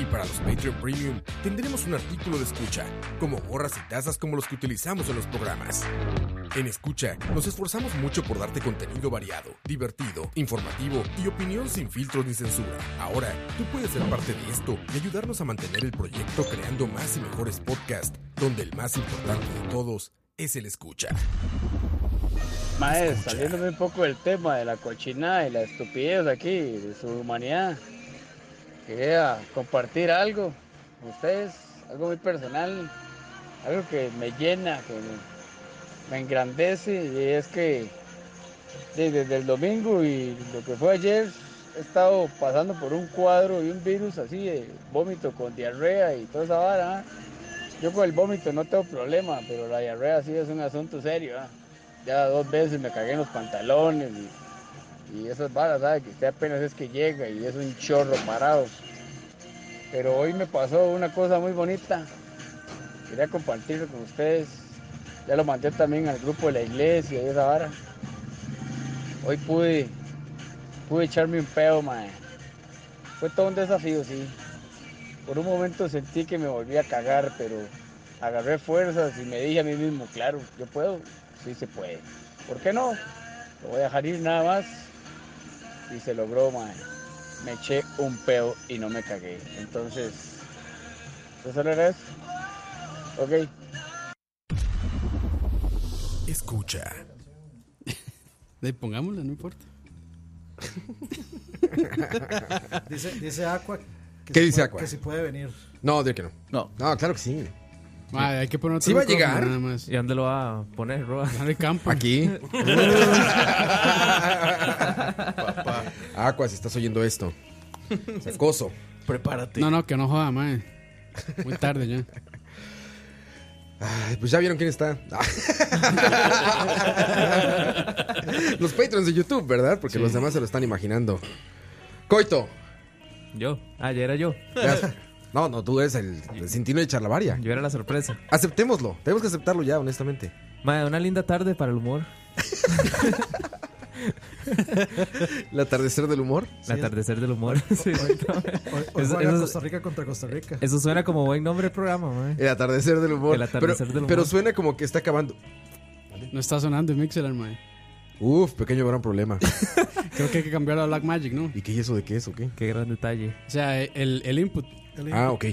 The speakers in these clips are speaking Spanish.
Y para los Patreon Premium tendremos un artículo de escucha, como gorras y tazas como los que utilizamos en los programas. En Escucha, nos esforzamos mucho por darte contenido variado, divertido, informativo y opinión sin filtros ni censura. Ahora, tú puedes ser parte de esto y ayudarnos a mantener el proyecto creando más y mejores podcasts, donde el más importante de todos es el Escucha. Mae, Escucha. saliéndome un poco del tema de la cochinada y la estupidez aquí, de su humanidad, quería compartir algo con ustedes, algo muy personal, algo que me llena, que me, me engrandece, y es que de- desde el domingo y lo que fue ayer, he estado pasando por un cuadro y un virus así de vómito con diarrea y toda esa vara. ¿ah? Yo con el vómito no tengo problema, pero la diarrea sí es un asunto serio. ¿ah? Ya dos veces me cagué en los pantalones y, y esas balas, ¿sabe? Que usted apenas es que llega y es un chorro parado. Pero hoy me pasó una cosa muy bonita. Quería compartirlo con ustedes. Ya lo mandé también al grupo de la iglesia y esa vara. Hoy pude, pude echarme un pedo, mae. Fue todo un desafío, sí. Por un momento sentí que me volví a cagar, pero agarré fuerzas y me dije a mí mismo, claro, yo puedo, sí se puede. ¿Por qué no? Lo voy a dejar ir nada más. Y se logró, mae. Me eché un pedo y no me cagué. Entonces, ¿eso solo era eso? Ok. Escucha. De ahí, pongámosla, no importa. Dice, dice Aqua. Que ¿Qué si dice puede- Aqua? Que si puede venir. No, de que no. No. No, claro que sí. Mae, Ah, hay que poner otro ¿Sí va a micrófono llegar? Nada más. ¿Y dónde lo va a poner, Roa? Dale campo. Aquí. Aqua, si estás oyendo esto. Sacoso. Prepárate. No, no, que no joda, mae. Muy tarde ya. Ay, pues ya vieron quién está. los patrons de YouTube, ¿verdad? Porque los demás se lo están imaginando. Coito. Yo. Ah, ya era yo. ya- No, no, tú eres el, el cintino de charlavaria. Yo era la sorpresa. Aceptémoslo. Tenemos que aceptarlo ya, honestamente. Mae, una linda tarde para el humor. El atardecer del humor. El atardecer del humor. Sí, exactamente. Hoy, hoy Eso- juega eso- Costa Rica contra Costa Rica. Eso suena como buen nombre de programa, mae. El atardecer del humor. El atardecer pero, del humor. pero suena como que está acabando. No está sonando el mixer, mae. Uf, pequeño gran problema. Creo que hay que cambiar a Black Magic, ¿no? ¿Y qué es eso de qué es o qué? Qué gran detalle. O sea, el, el input. El- Ah, ok.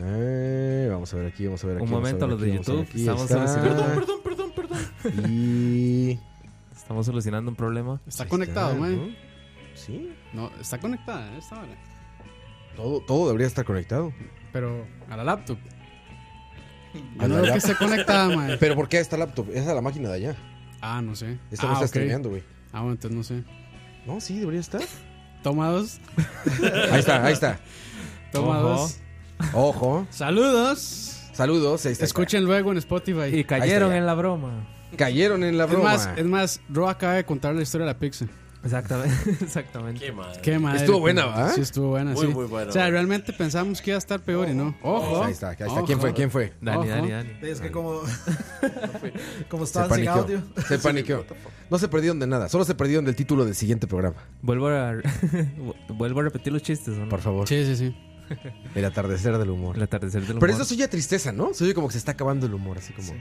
Eh, vamos a ver aquí, vamos a ver aquí. Un vamos momento, ver los de aquí, vamos a ver YouTube. aquí, Estamos está. solucionando, Y. estamos solucionando un problema. Está conectado, Está, mae. ¿no? Sí. No, está conectada a esta hora. Todo, todo debería estar conectado. Pero a la laptop. A Yo no la veo que lap- esté conectada, mae. Pero ¿por qué esta laptop? Esa es la máquina de allá. Ah, no sé. Esta ah, no está ok. streameando, güey. Ah, bueno, entonces no sé. No, sí, debería estar. Toma dos. Ahí está, ahí está. Toma Ojo. dos. Ojo. Saludos. Saludos. ahí está, ahí está. Escuchen luego en Spotify. Y cayeron ya. en la broma. Cayeron en la es broma. más, es más, Ro acaba de contar la historia de la pizza. Exactamente. Exactamente. Qué madre. Qué madre. Estuvo buena, ¿va? Sí, estuvo buena, Muy, sí. muy buena. O sea, realmente pensamos que iba a estar peor y no. Ojo. Ahí está, ahí está. ¿Quién Ojo. fue? ¿Quién fue? Dani, Ojo. Dani, Dani. Es que como, como Se estaban sin paniqueó. audio. Se paniqueó. No se perdieron de nada. Solo se perdieron del título del siguiente programa. Vuelvo a, vuelvo a repetir los chistes, ¿o no? Por favor. Sí, sí, sí. El atardecer del humor. El atardecer del humor. Pero eso se oye tristeza, ¿no? Se oye como que se está acabando el humor, así como.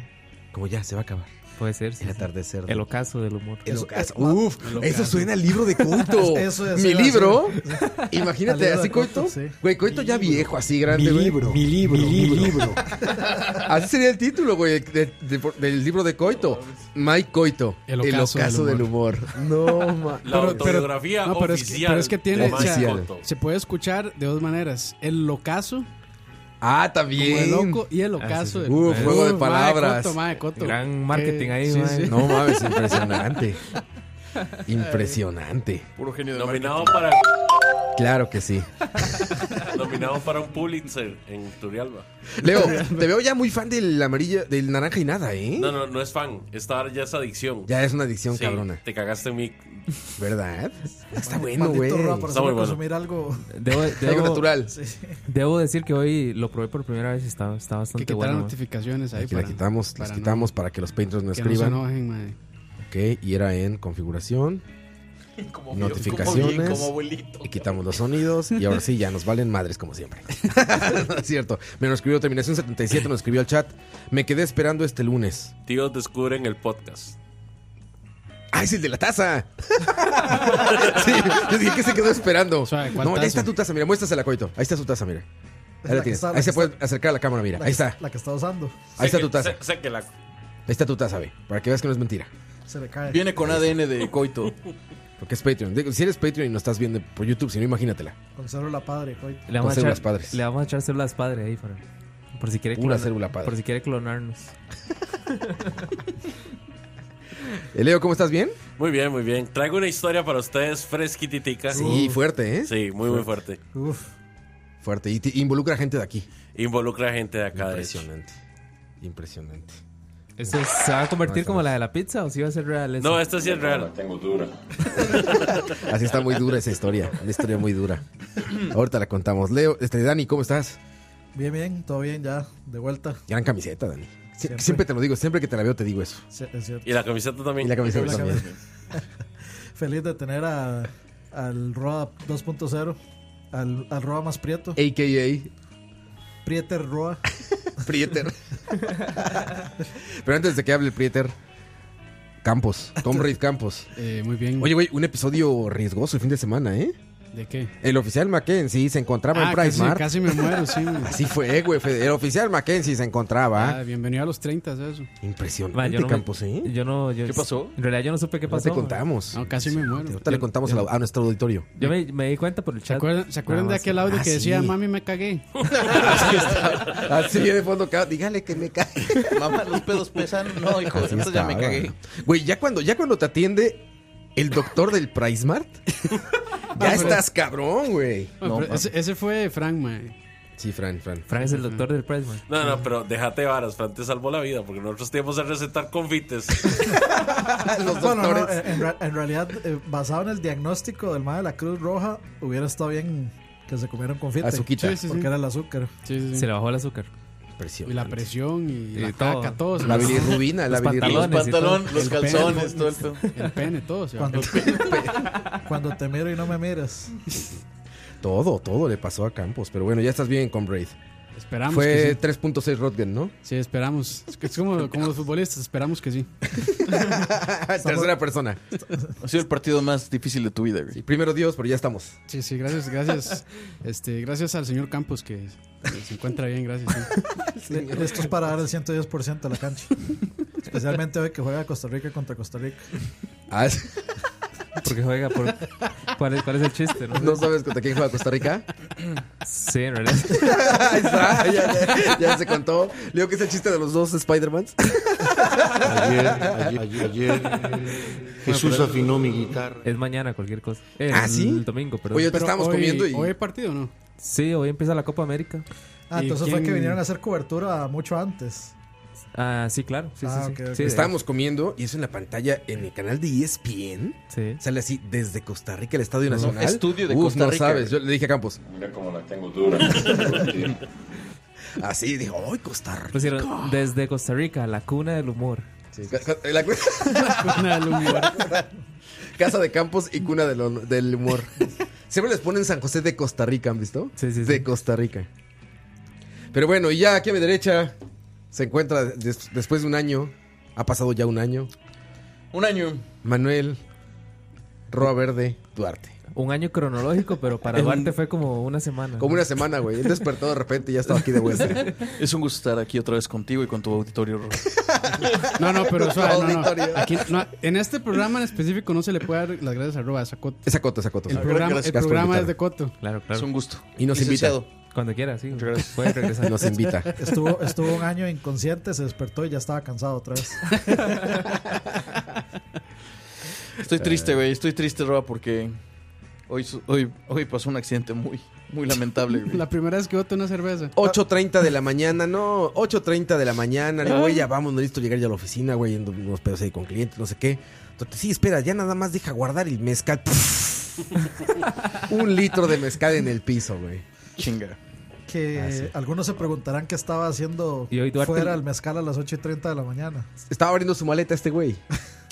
Como ya, se va a acabar. Puede ser. sí, El sí. atardecer. El ocaso del humor. El ocaso. Uf, eso suena al libro de Coito. Eso es Mi el libro. Al Imagínate, libro así de Coito, Coito. sí. Güey, Coito ya viejo, así grande, Mi güey. libro, mi libro, mi libro. Así sería el título, güey, de- de- del libro de Coito. Mike Coito. El ocaso, del, humor. No, ma. Pero- La pero- autobiografía no, pero es que- oficial. pero es que tiene- de Mike oficial. Cotto. Se puede escuchar de dos maneras. El locazo, Ah, como el también. loco, y el Ah, sí, ocaso. sí. del- Uf, juego de mae, palabras. Coto, mae, Coto. Gran marketing ahí, sí, mae. sí. No mames, impresionante. impresionante. Nominado para Claro que sí. Nominado para un Pulitzer en Turialba. Leo, te veo ya muy fan del amarillo, del naranja y nada, ¿eh? No, no, no es fan. Esta ya es adicción. Ya es una adicción Sí, cabrona, Te cagaste en mí. ¿verdad? Está bueno, güey. Maldito Roa por Está muy hacerme bueno. consumir algo. Debo, Algo debo- natural. Sí. debo decir que hoy lo probé por primera vez y está, está Que bastante quitar bueno. ¿eh? mae. notificaciones ahí. Aquí la para- quitamos, las para no- quitamos para que los painters no que no se escriban. enojen, mae. Ok, y era en configuración. Como Notificaciones. Como, como abuelito. Y quitamos los sonidos y ahora sí, ya nos valen madres como siempre. no es cierto. Me nos escribió Terminación 77, nos escribió al chat. Me quedé esperando este lunes. Tíos descubren el podcast. ¡Ah, es el de la taza! sí, yo dije que se quedó esperando. Suave, ¿cuál no, ya taza? está tu taza, mira, muéstrasela, Coito. Ahí está su taza, mira. Es Ahí la la que tienes. está- Ahí la que se puede acercar a la cámara, mira. La Ahí que- está. La que está usando. Ahí está Sé tu que- taza. Sé, sé que la. Ahí está tu taza, ve. Para que veas que no es mentira. Se le cae. Viene con ADN de coito. Porque es Patreon. Digo, Si eres Patreon y no estás viendo por YouTube, si no, imagínatela. Con célula padre, coito. Le vamos, Con a echar, células padres. le vamos a echar células padre ahí para. Por si quiere Pura clonar- célula padre. Por si quiere clonarnos. Eh, Leo, ¿cómo estás? ¿Bien? Muy bien, muy bien. Traigo una historia para ustedes fresquititica. Sí, fuerte, ¿eh? Sí, muy, muy fuerte. Uf. Fuerte. Y te- involucra gente de aquí. Involucra gente de acá. de hecho. Impresionante. Impresionante. ¿Esto se va a convertir como la de la pizza o si va a ser real? eso? No, esto sí es real. Así está muy dura esa historia. Una historia muy dura. Ahorita la contamos. Leo, este, Dani, ¿cómo estás? Bien, bien, todo bien ya, de vuelta. Gran camiseta, Dani. Sie- Siempre. Siempre. te lo digo, siempre que te la veo te digo eso. Sí, es cierto. Y la camiseta Y también. la camiseta la también. Feliz de tener a, al Roa 2.0, al, al Roa más prieto, AKA Prieter Roa. Prieter. Pero antes de que hable el Prieter, Campos, Tom Reid Campos. Eh, muy bien. Oye, güey, un episodio riesgoso el fin de semana, ¿eh? ¿De qué? El oficial Mackenzie se encontraba en Ah, Price casi, Mart. casi me muero, sí. mae. Así fue, güey. fue- El oficial Mackenzie se encontraba. Ah, bienvenido a los 30, eso. Impresionante, Ma, yo no me- Campos, ¿eh? Yo no, yo- ¿Qué pasó? En realidad yo no supe qué No pasó. te contamos. No, casi me muero. Ahorita le contamos a, la- a nuestro auditorio. Yo me, me di cuenta por el ¿Se chat. acuerdan, ¿se acuerdan de Nada más. aquel audio Ah, que decía, sí. mami, me cagué? Así de fondo, ca- dígale que me cae. Mamá, los pedos pesan. No, hijo, Así entonces ya me estaba. cagué. Güey, ya cuando, ya cuando te atiende el doctor del Pricemart, ya estás cabrón, güey. Bueno, No, pero ese, ese fue Frank, mae. Sí, Fran, Fran. Frank es el doctor del Price, man. No, no, pero déjate varas. Fran te salvó la vida porque nosotros teníamos que recetar confites. Los Bueno, no, doctores. en, en ra- en realidad, eh, basado en el diagnóstico del mal de la Cruz Roja, hubiera estado bien que se comieran confite. Azuquita. Sí, sí, Porque era el azúcar. Sí, sí, sí. Se le bajó el azúcar. Impresionante. Y la presión y, la todo. caca, todo. se La me- bilirrubina, la Los Los bilirrubina. pantalones. pantalones, los El pelo. calzones, todo el pedo. El pene, todo. se va. Cuando, cuando te miro y no me miras. Todo, todo le pasó a Campos. Pero bueno, ya estás bien, Comrade. Esperamos que Fue sí. 3.6 Rodgen, ¿no? Sí, esperamos. Es, que es como, como los futbolistas, esperamos que sí. Tercera persona. Ha sido el partido más difícil de tu vida, güey. Sí, primero Dios, pero ya estamos. Sí, sí, gracias, gracias. Este, gracias al señor Campos que se encuentra bien, gracias. sí. Le- Listos para dar el 110% a la cancha. Especialmente hoy que juega Costa Rica contra Costa Rica. Ah, sí. Porque juega por. ¿Cuál es, cuál es el chiste? No, ¿No sabes contra quién juega Costa Rica? Sí, en realidad. Ahí está, ya, ya- ya se contó. Leo, que es el chiste de los dos Spider-Mans? Ayer, ayer, ayer, Jesús afinó mi guitarra. Es mañana, cualquier cosa. Eh, ¿Ah, sí? El domingo, perdón. Oye, te estábamos hoy, comiendo y. ¿Hoy hay partido o no? Sí, hoy empieza la Copa América. Ah, ¿Y entonces fue quién- que vinieron a hacer cobertura mucho antes. Ah, sí, claro. Sí, Ah, sí, ok, sí. ok. sí. Estábamos comiendo y eso en la pantalla en el canal de E ESPN. Sí. Sale así desde Costa Rica, el Estadio Nacional. estudio de Uf, Costa no Rica. sabes, yo le dije a Campos. Mira cómo la tengo dura. Así, dijo, ¡ay, Costa Pues Rica! Pusieron desde Costa Rica, la cuna del humor. Sí, ca- ca- la cu- Una lumbre. casa de Campos y cuna del, hon- del humor. Siempre les ponen San José de Costa Rica, ¿han visto? Sí, sí, sí. De Costa Rica. Pero bueno, y ya aquí a mi derecha se encuentra des- después de un año, ha pasado ya un año, Un año. Manuel Roa Verde Duarte. Un año cronológico, pero para Duarte fue como una semana. Como una semana, güey. Él despertó de repente y ya estaba aquí de vuelta. Es un gusto estar aquí otra vez contigo y con tu auditorio. Ro. No, no, pero suave, no, no. Auditorio. Aquí, no, En este programa en específico no se le puede dar las gracias a Roa, es a Coto. Esa cota, esa cota. El programa, el Gracias por programa invitarme. es de Coto. Claro, Es claro. un gusto. Y nos invita. Licenciado. Cuando quiera, sí. Puede regresar. Nos invita. Estuvo, estuvo un año inconsciente, se despertó y ya estaba cansado otra vez. Estoy triste, güey. Estoy triste, Roa, porque Hoy, su- hoy, hoy pasó un accidente muy, muy lamentable, güey. La primera vez que boté una cerveza. 8.30 de la mañana, no, 8.30 de la mañana, le digo, güey, ya vamos, no necesito llegar ya a la oficina, güey, yendo unos pedos ahí con clientes, no sé qué. Entonces, sí, espera, ya nada más deja guardar el mezcal. Un litro de mezcal en el piso, güey. Chinga. Que Ah, algunos se preguntarán qué estaba haciendo Y hoy Duarte- fuera al mezcal a las 8 y 30 de la mañana. Estaba abriendo su maleta este güey.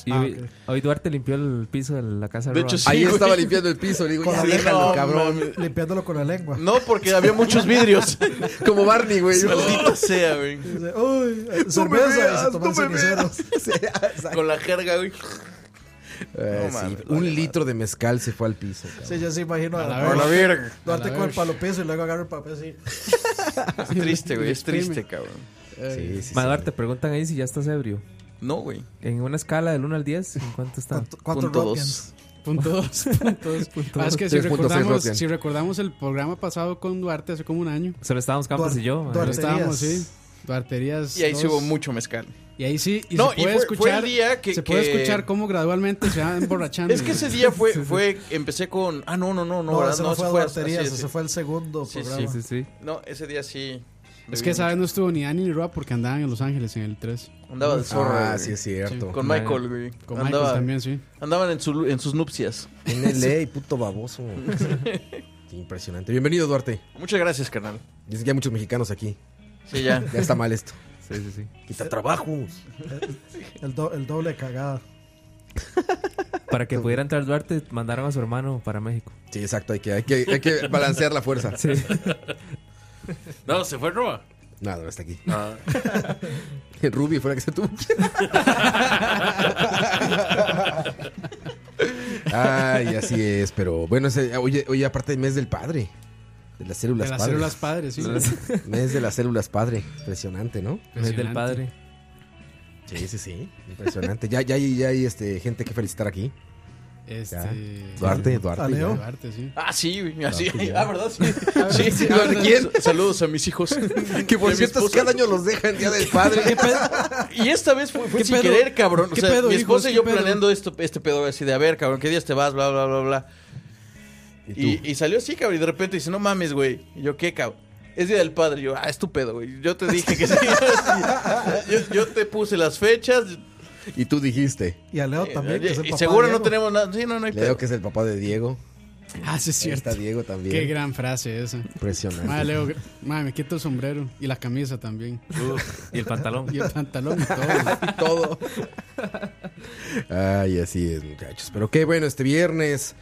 Y Ah, hoy, ok. hoy Duarte limpió el piso de la casa De Roa. hecho, sí. Ahí güey. estaba limpiando el piso, le digo, ya Sí, déjalo, no, cabrón. mames. Limpiándolo con la lengua. No, porque había muchos vidrios. Como Barney, güey. Maldita sea, güey. Y dice, Uy, eh, No me cerveza y veas, se toma no el me cenicero. Sí, exacto. Con la jerga, güey. Eh, No mames, sí, vale, Un madre. litro de mezcal se fue al piso. cabrón. Sí, yo sí imagino a Por la verga. Duarte con el palo piso y luego agarra el papel así. Es triste, güey. Es triste, cabrón. Sí, sí, sí. Madar, te preguntan ahí si ya estás ebrio. No, güey. En una escala del 1 al 10, ¿en cuánto está? ¿Cuánto- ¿Cuántos Punto Rodkins? Punto dos. Punto dos. Ah, es que si 3.6 recordamos, Rotgen. si recordamos el programa pasado con Duarte hace como un año. Solo estábamos Campos Duarte- y yo. Pero madre. Duarte- estábamos, Duarterías. sí. Duarterías. Y ahí sí dos. hubo mucho mezcal. Y ahí sí. Y No, se y puede fue- fue escuchar. el día que- se puede que- escuchar cómo gradualmente se van emborrachando. Es que ese día fue, fue, empecé con, ah, no, no, no, no, No, ¿verdad? ese no, ese fue a así, Duarterías, así. ese fue el segundo Sí, sí, programa. Sí, sí, sí. No, ese día sí. Es que esa vez no estuvo ni Dani ni Roa porque andaban en Los Ángeles en el 3. Andaba de zorra. Ah, güey. sí, es cierto. Con Michael, güey. Con Andaba- Michael también, sí. Andaban en, su- en sus nupcias. En LA, puto baboso. Impresionante. Bienvenido, Duarte. Muchas gracias, carnal. Dicen que hay muchos mexicanos aquí. Sí, ya. Ya está mal esto. Sí, sí, sí. Quita trabajo. El, do- el doble cagada. Para que pudiera entrar Duarte, mandaron a su hermano para México. Sí, exacto. Hay que, hay que, hay que balancear la fuerza. Sí. No, se fue Roa. Ah. Nada, no está aquí. Ruby fue la que se tuvo. que- Ay, así es. Pero bueno, ese- oye, oye, aparte del mes del padre. De las De células las padres. células padres, sí. Mes de las células padre. Impresionante, ¿no? Es del Impresionante. padre. Sí, sí, sí. Impresionante. Ya, ya, hay- ya hay este, gente que felicitar aquí. Ya. Este. Duarte, Duarte. A Leo. ya. Duarte, sí. Ah, sí, güey. Así. Ah, sí, ya. Ah, ¿verdad? Sí. sí, sí, sí, Duarte, ah, ¿quién? Saludos a mis hijos. Que por De mi cierto, esposa. cada año los dejan Día del Padre. Y esta vez Pues, fue, fue ¿Qué sin pedo? querer, cabrón. O ¿Qué sea, pedo, mi hijos? esposa y ¿Qué yo pedo? planeando esto, este pedo así de, a ver, cabrón, ¿qué días te vas? Bla, bla, bla, bla, bla. ¿Y Y, tú? y salió así, cabrón. Y de repente dice, no mames, güey. Y yo, ¿qué, cabrón? Es día del padre. Y yo, ah, es tu pedo, güey. Yo te dije que sí. yo, yo te puse las fechas. Y tú dijiste, Y a Leo Eh, también. que es el y papá seguro de no Diego. tenemos nada. Sí, no, no hay Leo pedo. que es el papá de Diego. Ah, sí, es Ahí cierto. está Diego también. Qué gran frase esa. Impresionante. Madre, Leo, gra- madre, me quito el sombrero y la camisa también. Y el pantalón. Y el pantalón y todo. Todo. Ay, así es, muchachos. Pero qué bueno, este viernes.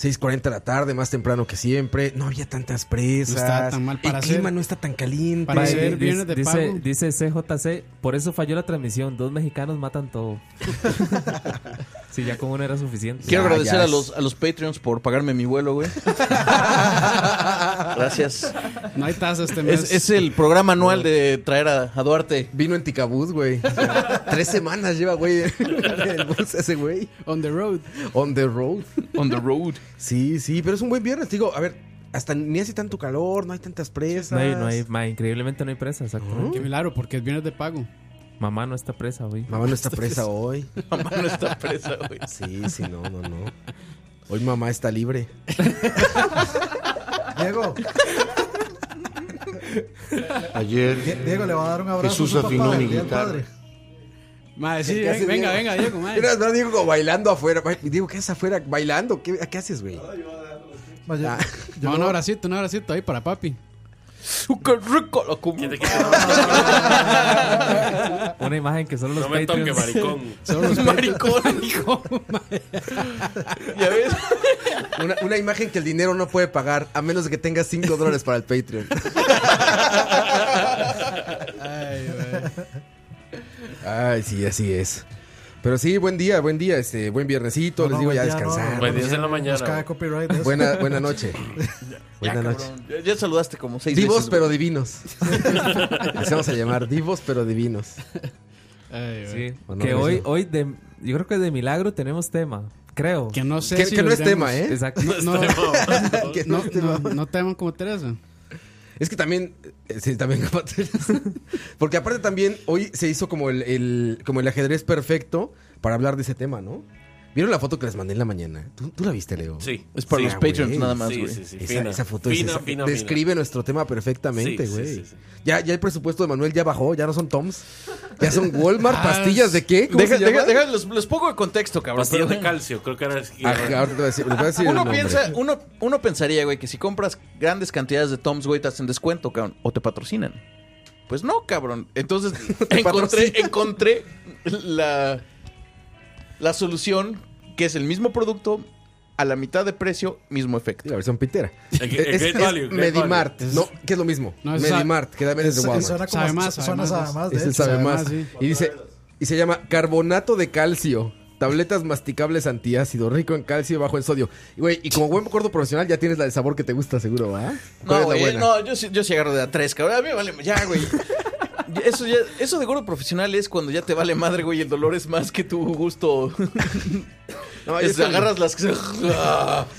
6.40 de la tarde, más temprano que siempre. No había tantas presas. No estaba tan mal para El hacer. clima no está tan caliente. Para Madre, ser di- viernes de dice, pago. dice CJC, por eso falló la transmisión. Dos mexicanos matan todo. Si ya con uno era suficiente. Quiero Ya, agradecer Ah, ya a es. los, a los Patreons por pagarme mi vuelo, güey. Gracias. No hay taza este mes. Es, es el programa anual de traer a, a Duarte. Vino en Ticabús, güey. O sea, Tres semanas lleva, güey. El bus ese, güey. On the road. On the road. On the road. Sí, sí, pero es un buen viernes. Digo, a ver, hasta ni hace tanto calor, no hay tantas presas. No hay, no hay, ma, increíblemente no hay presa, exactamente. Qué milagro, porque es viernes de pago. Mamá no está presa hoy. Mamá no está presa hoy. Mamá no está presa, güey. Sí, sí, no, no, no. Hoy mamá está libre. Diego, Die- Ayer Diego le va a dar un abrazo. Jesús a su papá afinó el mi día del guitarra. padre. Madre, sí, ¿Qué hace ven- venga, Diego? venga, Diego, madre. Mira, no, Diego como bailando afuera. Ay, Diego, ¿qué haces afuera bailando? ¿Qué, ¿qué haces, güey? Ma, yo- Ah. No, un abracito, un abracito ahí para papi. ¡Qué rico la cumbia! Una imagen que solo los No me toque, Patreons- maricón. Son los Maricón, hijo. Ya ves, Una, una imagen que el dinero no puede pagar a menos de que tengas 5 dólares para el Patreon. Ay, güey. Eh, Ay, sí, así es. Pero sí, buen día, buen día, este, buen viernesito. No, les no, digo buen ya pues día, no. descansar. Buen día es en la Nos cae mañana. copyright de eso. Buena, buena noche. Buena noche. cabrón. Ya, ya saludaste como seis Divos veces. pero divinos. Así vamos a llamar, divos pero divinos. Ay, güey. Sí, ¿O no, que Luis? hoy, hoy de, yo creo que de milagro tenemos tema, creo. Que no sé que si que no lo es tema, iremos- ¿eh? Exacto. No, Que no no, es no, tema. no te aman como Teresa. Es que también, eh, sí, también capaz. Porque aparte también hoy se hizo como el, el- como el ajedrez perfecto para hablar de ese tema, ¿no? ¿Vieron la foto que les mandé en la mañana? ¿Tú, tú la viste, Leo? Sí. Es para sí, los Patreons güey. nada más, Sí, güey. sí, sí. Esa, fina. esa foto Fina, es- fina, describe fina. nuestro tema perfectamente, Sí, sí, güey. sí, sí. Ya, ya el presupuesto de Manuel ya bajó, ya no son Toms. Ya son Walmart, pastillas de qué? ¿Cómo Deja, se llama? deja- deja- los, los pongo en contexto, cabrón. Pastillas de pero- calcio, creo que era. Ah, ahorita te voy a decir- les voy a decir el Uno nombre. piensa, uno, uno pensaría, güey, que si compras grandes cantidades de Toms, güey, te hacen descuento, cabrón. O te patrocinan. Pues no, cabrón. Entonces, encontré, encontré la, la solución, que es el mismo producto, a la mitad de precio, mismo efecto. La versión pitera. El- el Great Value, Great Medimart. Value. No, que es lo mismo. No, es- Medimart, que también es de Su- Walmart. Suena como Sabe más, sabe suena más. sabe más, de Es el hecho. sabe sabe más. más, sí. Y dice y se llama carbonato de calcio. Tabletas masticables antiácido, rico en calcio y bajo en sodio. Y, güey, y como buen gordo profesional ya tienes la de sabor que te gusta, seguro, ¿va? ¿Cuál No, es la güey, buena? no, yo, sí- yo sí agarro de a tres, cabrón. A mí me vale, ya, güey. Ya, Eso, ya, eso de gordo profesional es cuando ya te vale madre, güey, y el dolor es más que tu gusto. No, yo Es- soy- agarras las... no,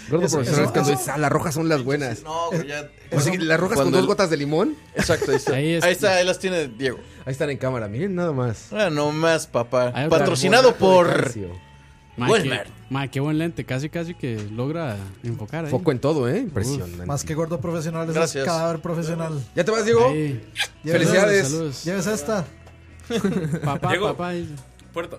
Gordo profesional eso- es cuando eso- dices, "Ah, las rojas son las buenas. güey, ya... Pues sí, las rojas con Cuando dos el- gotas de limón. Exacto, ahí está. Ahí Ahí, es- está, ahí las tiene Diego. Ahí están en cámara, miren nada más. Ah, no más, papá. Ahí está. Patrocinado Carbonato de por... calcio. Ma, Walmart. qué, ma, qué buen lente, casi casi que logra enfocar ahí. Foco en todo, ¿eh? Impresionante. Más que gordo profesional, es Gracias. cadáver profesional. ¿Ya te vas, Diego? Ahí. Lleves- Felicidades. Saludos. Lleves esta. Papá, Diego. papá. ahí- Puerta.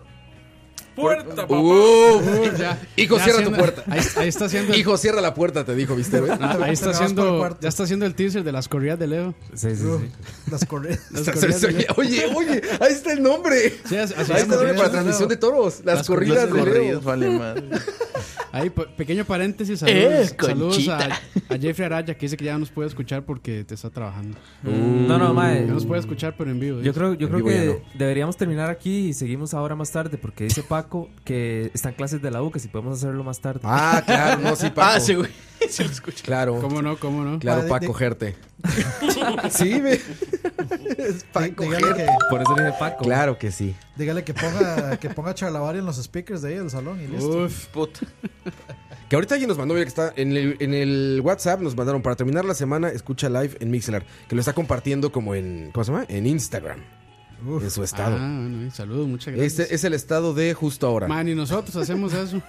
Puerta, papá. ¡Uf! Ya- Hijo, ya cierra tu haciendo- puerta. Ahí, ahí está haciendo. el- Hijo, cierra la puerta, te dijo, ¿viste, güey? Ah, ahí está Te vas por el haciendo. cuarto. Ya está haciendo el teaser de las corridas de Leo. Sí, sí, sí. Las correas. Las Hasta corridas se de oye- Leo. oye, oye, ahí está el nombre. Sí, así- así Ahí se está el llama. nombre para transmisión de toros. Las, Las corridas, Las de Leo. corridas, vale madre. Ahí, pe- pequeño paréntesis. Saludos, Eh, saludos a, Conchita. a Jeffrey Araya, que dice que ya no nos puede escuchar porque te está trabajando. No, no, mae. Ya nos puede escuchar, pero en vivo. Yo dice. creo, yo Uh. En creo vivo ya que deberíamos terminar aquí y seguimos ahora más tarde porque dice Paco que están clases de la U, que si podemos hacerlo más tarde. Ah, claro, no, sí, Paco. Ah, sí, güey. Sí lo escucho. Claro, ¿Cómo no? ¿Cómo no? claro, Ah, de- para de- cogerte. sí, ve. Es para Dígale cogerte. que, Por eso le dije Paco. Claro que sí. dígale que ponga, que ponga Charlavari en los speakers de ahí del salón y listo. Uf, Puta. Que ahorita alguien nos mandó, mira que está en el, en el WhatsApp, nos mandaron para terminar la semana, escucha live en Mixelar, que lo está compartiendo como en, ¿cómo se llama? En Instagram, Uf. en su estado. ah, bueno, y saludos, muchas gracias. este eh, es el estado de justo ahora. Man, y nosotros hacemos eso.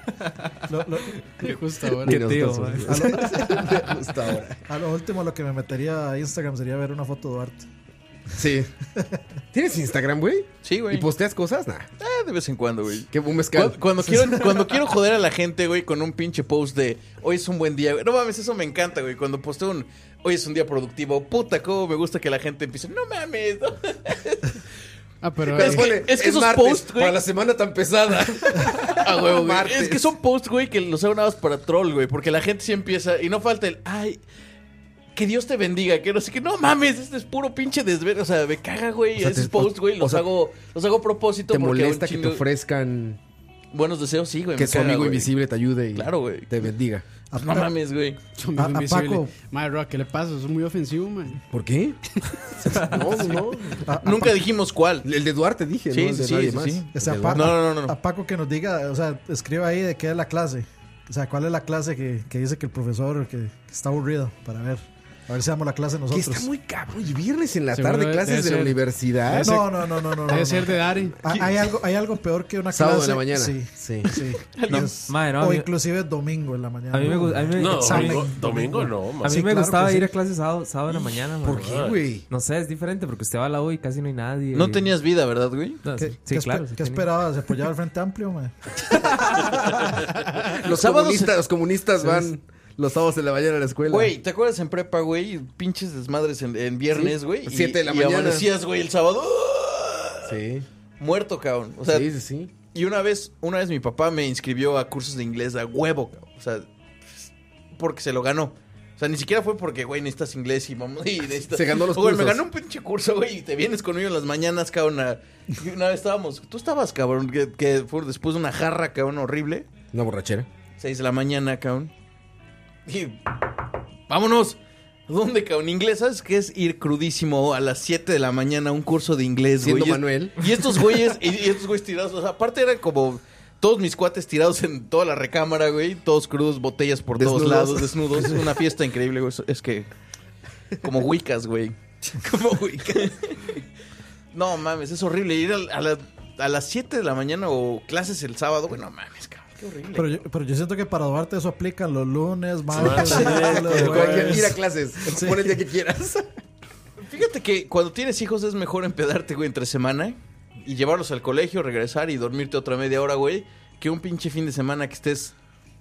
Lo- lo- Justo ahora. Qué Ni tío, nosotros, man. güey. De justo ahora. a lo último, lo que me metería a Instagram sería ver una foto de Duarte. Sí. ¿Tienes Instagram, güey? Sí, güey. ¿Y posteas cosas? Nah. Ah, de vez en cuando, güey. Qué boom Cuando, cuando quiero, cuando quiero joder a la gente, güey, con un pinche post de hoy es un buen día, güey. No mames, eso me encanta, güey. Cuando posteo un hoy es un día productivo, puta, cómo me gusta que la gente empiece, no mames. no". Ah, pero Es que- esos posts, güey. Para la semana tan pesada. Ah, güey, güey. Martes. Es que son posts, güey, que los hago nada más para troll, güey. Porque la gente sí empieza y no falta el, ay, que Dios te bendiga, que no sé qué. No mames, este es puro pinche desvelo. O sea, me caga, güey. O sea, Esos te- posts, güey, o los, sea, hago, los hago a propósito. ¿Te porque un molesta que te chingo- ofrezcan Buenos deseos, sí, güey. que me su caga, amigo güey. invisible te ayude y Claro, güey. te bendiga? A- No mames, güey. Son bien A- a invisibles. Paco. Madre Roa, ¿qué le pasa? Eso es muy ofensivo, man. ¿Por qué? no, no. Nunca dijimos cuál. El de Duarte dije, Sí, ¿no? El de sí, nadie sí, más. sí. El O sea, de pa- Duarte. No, no, no, no. A Paco que nos diga, o sea, escriba ahí de qué es la clase. O sea, cuál es la clase que, que dice que el profesor que, que está aburrido para ver. A ver si damos la clase Que nosotros. está muy cabrón. Y viernes en la Seguro tarde, debe- debe clases de la ser. universidad. No, no, no, no, no. no, Debe no. ser de Dari. Ah, Hay algo, hay algo peor que una Sábado clase. en la mañana. Sí, Sí. sí. Es- madre, no, a o mí- inclusive domingo en la mañana. A mí me, gu- a mí me- No, a mí- domingo, domingo no, a más. mí Sí, me claro gustaba que sí. ir a clases sábado, sábado en la mañana, man. ¿Por qué, güey? No sé, es diferente porque usted va a la U y casi no hay nadie. No tenías vida, ¿verdad, güey? No, ¿Qué, sí, sí, qué espe- claro. sí qué tenía. esperabas? ¿Se apoyaba el Frente Amplio? man? Ah, Los sábados- comunistas, los comunistas van los sábados en la mañana a la escuela. Güey, ¿te acuerdas en prepa, güey? Pinches desmadres en, en viernes, Sí, güey. y- siete de la y mañana. amanecías, güey, el sábado. ¡ah! Sí. Muerto, cabrón. O sea, sí, sí, sí. y una vez, una vez mi papá me inscribió a cursos de inglés a huevo, cabrón. O sea, pues, porque se lo ganó. O sea, ni siquiera fue porque, güey, necesitas inglés y mamá. Y necesitas... Se ganó los Güey, me cursos. ganó un pinche curso, güey, y te vienes conmigo en las mañanas, cabrón. a- y Una vez estábamos. Tú estabas, cabrón, que, que fue después de una jarra, cabrón, horrible. Una borrachera. 6 de la mañana, cabrón. Y vámonos. ¿A ¿Dónde, cabrón? Inglés, ¿sabes qué es ir crudísimo a las 7 de la mañana a un curso de inglés, Siendo güey? Y- Manuel. Y estos güeyes, y, y estos güeyes tirados, o sea, aparte eran como todos mis cuates tirados en toda la recámara, güey, todos crudos, botellas por todos Desnudos. lados, desnudos. Es una fiesta increíble, güey. Es- Es que como wicas, güey. Como wicas. No mames, es horrible ir a, a la- a las 7 de la mañana o clases el sábado, güey, no mames, cabrón. horrible. Pero yo, pero yo siento que para Duarte eso aplica los lunes, martes, Sí. miércoles, Cualquier- jueves. Ir a clases. Sí. Pon el día que quieras. Fíjate que cuando tienes hijos es mejor empedarte, güey, entre semana y llevarlos al colegio, regresar y dormirte otra media hora, güey, que un pinche fin de semana que estés.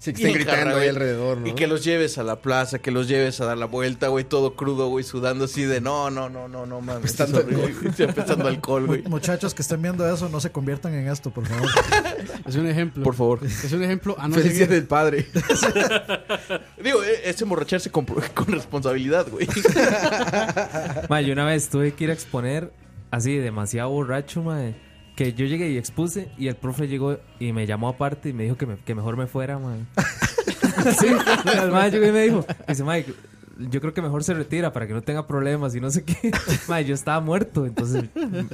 Sí, que estén bien gritando güey, ahí alrededor, ¿no? Y que los lleves a la plaza, que los lleves a dar la vuelta, güey, todo crudo, güey, sudando así de no, no, no, no, no, mames. Apestando es horrible, güey, sí, apestando alcohol, güey. Muchachos que estén viendo eso, no se conviertan en esto, por favor. Es un ejemplo. Por favor. Es un ejemplo. A no Feliz día ser que- del padre. Digo, eh, es emborracharse con, pro- con responsabilidad, güey. Mae, yo una vez tuve que ir a exponer así, demasiado borracho, mae. Que yo llegué y expuse y el profe llegó y me llamó aparte y me dijo que, me- que mejor me fuera, mae. sí, el mae llegó y me dijo, dice, mae, yo creo que mejor se retira para que no tenga problemas y no sé qué. Mae, yo estaba muerto, entonces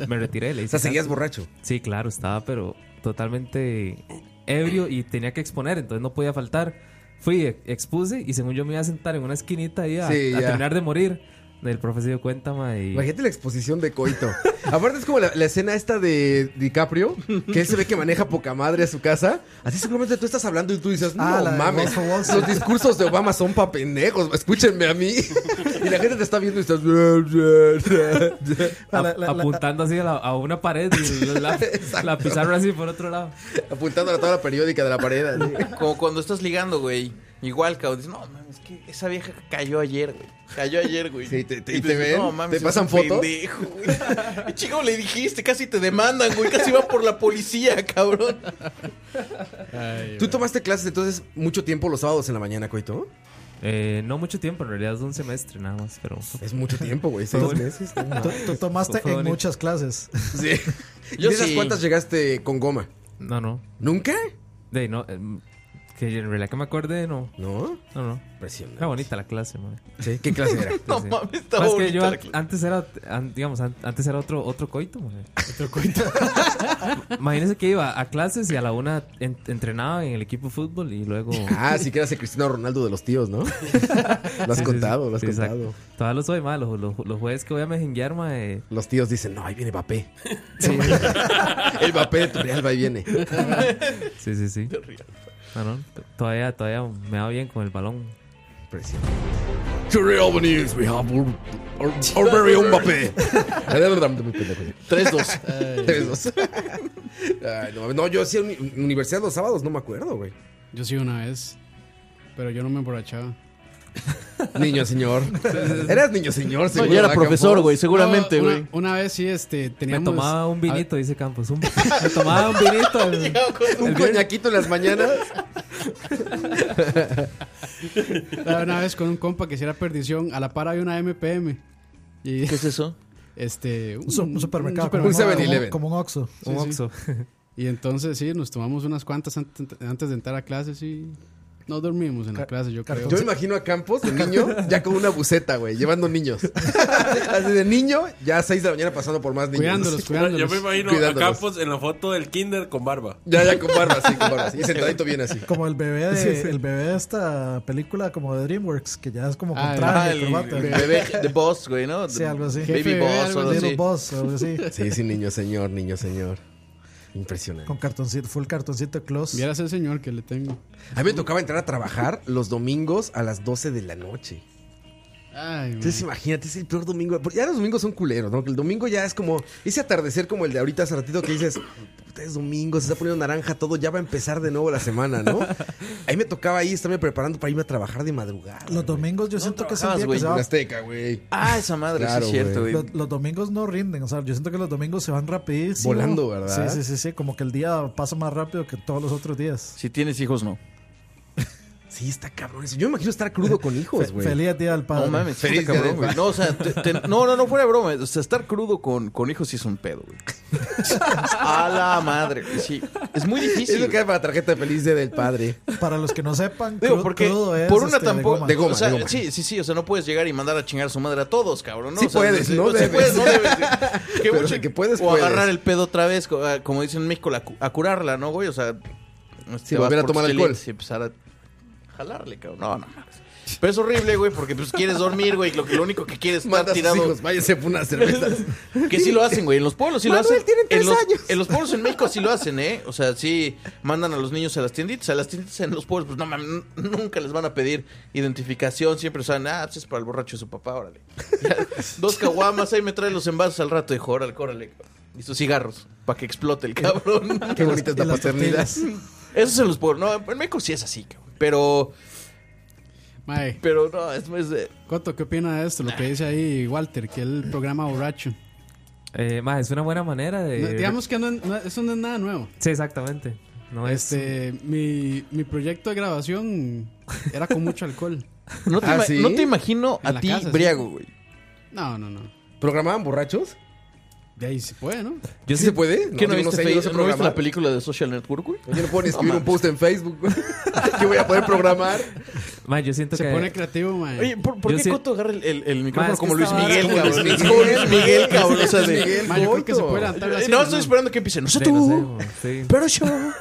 me retiré. Le O sea, hice seguías caso. borracho. Sí, claro, estaba pero totalmente ebrio y tenía que exponer, entonces no podía faltar. Fui, e- expuse y según yo me iba a sentar en una esquinita ahí a, Sí, a ya. terminar de morir. El profe se dio cuenta, ma, y... Imagínate la exposición de Coito. Aparte es como la, la escena esta de DiCaprio, que él se ve que maneja poca madre a su casa. Así seguramente tú estás hablando y tú dices, no Ah, la de mames, Wolf of Wall Street. los discursos de Obama son pa' pendejos, escúchenme a mí. Y la gente te está viendo y estás... a- La- la- la- apuntando así a, la- a una pared y la, la- la pizarra así por otro lado. apuntando a la tabla periódica de la pared. así. Como cuando estás ligando, güey. Igual, cabrón. Dices, no, mames, que esa vieja cayó ayer, güey. Cayó ayer, güey. Sí, te- te- Y y te dices, ven, te es pasan un fotos. Pendejo, güey. Y chico, le dijiste, casi te demandan, güey. Casi va por la policía, cabrón. Ay, Tú tomaste clases entonces mucho tiempo los sábados en la mañana, Coito. Eh, no mucho tiempo, en realidad es un semestre nada más, pero... Es mucho tiempo, güey. Seis Fue- meses. no mames. Tú, tú tomaste Fue en bonito. muchas clases. Sí. Yo ¿De esas sí. cuántas llegaste con goma? No, no. ¿Nunca? De ahí, no em, que en realidad que me acuerde, no. No. No, no. Impresionante. Era bonita la clase, ma. Sí, ¿Qué clase era? No sí. mames, está Más que bonita yo la an- clase. antes era, an- digamos, an- antes era otro, otro coito, Otro coito. Imagínense que iba a clases y a la una en- entrenaba en el equipo de fútbol y luego... Ah, sí que eras el Cristiano Ronaldo de los tíos, ¿no? Lo has Sí, sí, contado, sí. lo has Sí, exacto. contado. Todavía lo soy, ma. Los, los, los jueves que voy a mejenguear, ma, eh, Los tíos dicen, no, ahí viene Mbappé. el Mbappé de Torreal va y viene. Sí, sí, sí. No, no, t- todavía, todavía me va bien con el balón. Impresionante. Torreal venues, we have our, our, our very own Mbappé. Muy pendejo. 3-2. Tres, dos. Ay, no, no, yo hacía uni- universidad los sábados, no me acuerdo, güey. Yo sí una vez. Pero yo no me emborrachaba. Niño señor. Eras niño señor, No, seguro. yo era ¿verdad, profesor, Campos? güey, seguramente, No, una- güey. Una, vez sí, Me este, teníamos. tomaba un vinito, dice Campos. un- me tomaba un vinito. el- Un coñaquito en las mañanas. Ah, Una vez con un compa que si era perdición, a la par había una MPM. Y ¿Qué es eso? este. Un, su- un supermercado. super- como Un 7-Eleven. como, como un Oxxo. un Oxxo. y entonces sí, nos tomamos unas cuantas antes, antes de entrar a clases y. No dormimos en la clase, yo creo. Yo me imagino a Campos, de niño, ya con una buceta, güey, llevando niños. Así de niño, ya a 6 de la mañana pasando por más niños. Cuidándolos, cuidándolos. Yo me imagino a Cuidándolos. Campos en la foto del kinder con barba. Ya, ya con barba, así, con barba. así, Y sentadito bien así. Como el bebé de, el bebé de esta película como de DreamWorks, que ya es como Ah, con Ah, traje, el, corbata. el bebé de Boss, güey, ¿no? Sí, algo así. Jefe, Baby bebé, Boss algo o algo Little así. Boss, algo así. Sí, sí, niño señor, niño señor. Impresionante. Con cartoncito, full cartoncito close. Vieras el señor que le tengo. A mí me tocaba entrar a trabajar los domingos a las 12 de la noche. Ay, man. Entonces imagínate, es el peor domingo. Porque Ya los domingos son culeros, ¿no? Que el domingo ya es como ese atardecer como el de ahorita hace ratito que dices, puta, es domingo, se está poniendo naranja todo, ya va a empezar de nuevo la semana, ¿no? Ahí me tocaba ahí estarme preparando para irme a trabajar de madrugada. Los güey. domingos yo siento que es el trabajabas, día güey, que se En va- Azteca, güey. Ah, esa madre, Claro, sí es cierto, güey. güey. Los, los domingos no rinden, o sea, yo siento que los domingos se van rapidísimo. Volando, ¿verdad? Sí, sí, sí, sí, como que el día pasa más rápido que todos los otros días. Si tienes hijos, no. Sí, está cabrón eso. Yo me imagino estar crudo con Pues, hijos, güey. Feliz día del padre. No mames, Feliz puta día cabrón, de güey. paz. No, o sea, te- te- no, no, no, fuera de broma. O sea, estar crudo con, con hijos sí es un pedo, güey. A la madre, güey, sí. Es muy Es difícil. lo que güey. hay para tarjeta de feliz día del padre. Para los que no sepan, Digo, cru- porque crudo es, por una este, de tampoco. goma. de goma, o sea, de goma. Sí, sí, sí. O sea, no puedes llegar y mandar a chingar a su madre a todos, cabrón. ¿no? Sí O sea, puedes, no sí debes. puedes, no debes. güey. Qué Pero mucho- de que puedes, o puedes. agarrar el pedo otra vez, co- a- como dicen en México, la cu- a curarla, ¿no, güey? O sea, Sí, volver a tomar alcohol. Y empezar a jalarle, cabrón. No, no, no. Pero es horrible, güey, porque pues quieres dormir, güey. Lo, que- lo único que quieres es estar Manda a sus tirado. hijos, váyanse por unas cervezas. Que sí lo hacen, güey. En los pueblos sí lo Manuel, hacen. tienen tres en los, años. En los pueblos en México sí lo hacen, ¿eh? O sea, sí mandan a los niños a las tienditas. A las tienditas en los pueblos, pues no mames, n- nunca les van a pedir identificación. Siempre saben, ah, pues es para el borracho de su papá, órale. Ya, dos caguamas, ahí me trae los envases al rato. Dijo, órale, córrele. Y sus cigarros, para que explote el cabrón. Qué bonita es la Y las paternidad. Eso es en los pueblos. No, en México sí es así, cabrón. Pero, Mae, pero no, es, es de- Coto, ¿qué opina de esto? Lo que dice ahí Walter, que el programa borracho. Eh, ma, es una buena manera Eh, de. No, digamos que no, es- no- eso no es nada nuevo. Sí, exactamente. No es- Este, mi, mi proyecto de grabación era con mucho alcohol. no, te ¿Ah, ima- sí? no te imagino En a la ti, casa, sí. Briago, güey. No, no, no. ¿Programaban borrachos? De ahí se puede, ¿no? Yo ¿Sí sí, se puede? ¿Qué no, yo viste, sé, yo sé Face- ¿no viste programar. la película de Social Network, güey? Yo no puedo ni escribir No un post en Facebook. güey. Yo voy a poder programar. ma, yo siento Se que. pone creativo, mae. Oye, ¿por, por Yo qué sí- Coto agarra el, el- el micrófono Ma, es que como Luis estaba- Miguel, como cabrón? Luis Es como Luis Miguel, cabrón. O sea, de- Mae, yo creo que se puede levantar Eh, así, No, estoy esperando que empiece. No sé Sí, no sé, tú. ma, sí. Pero yo.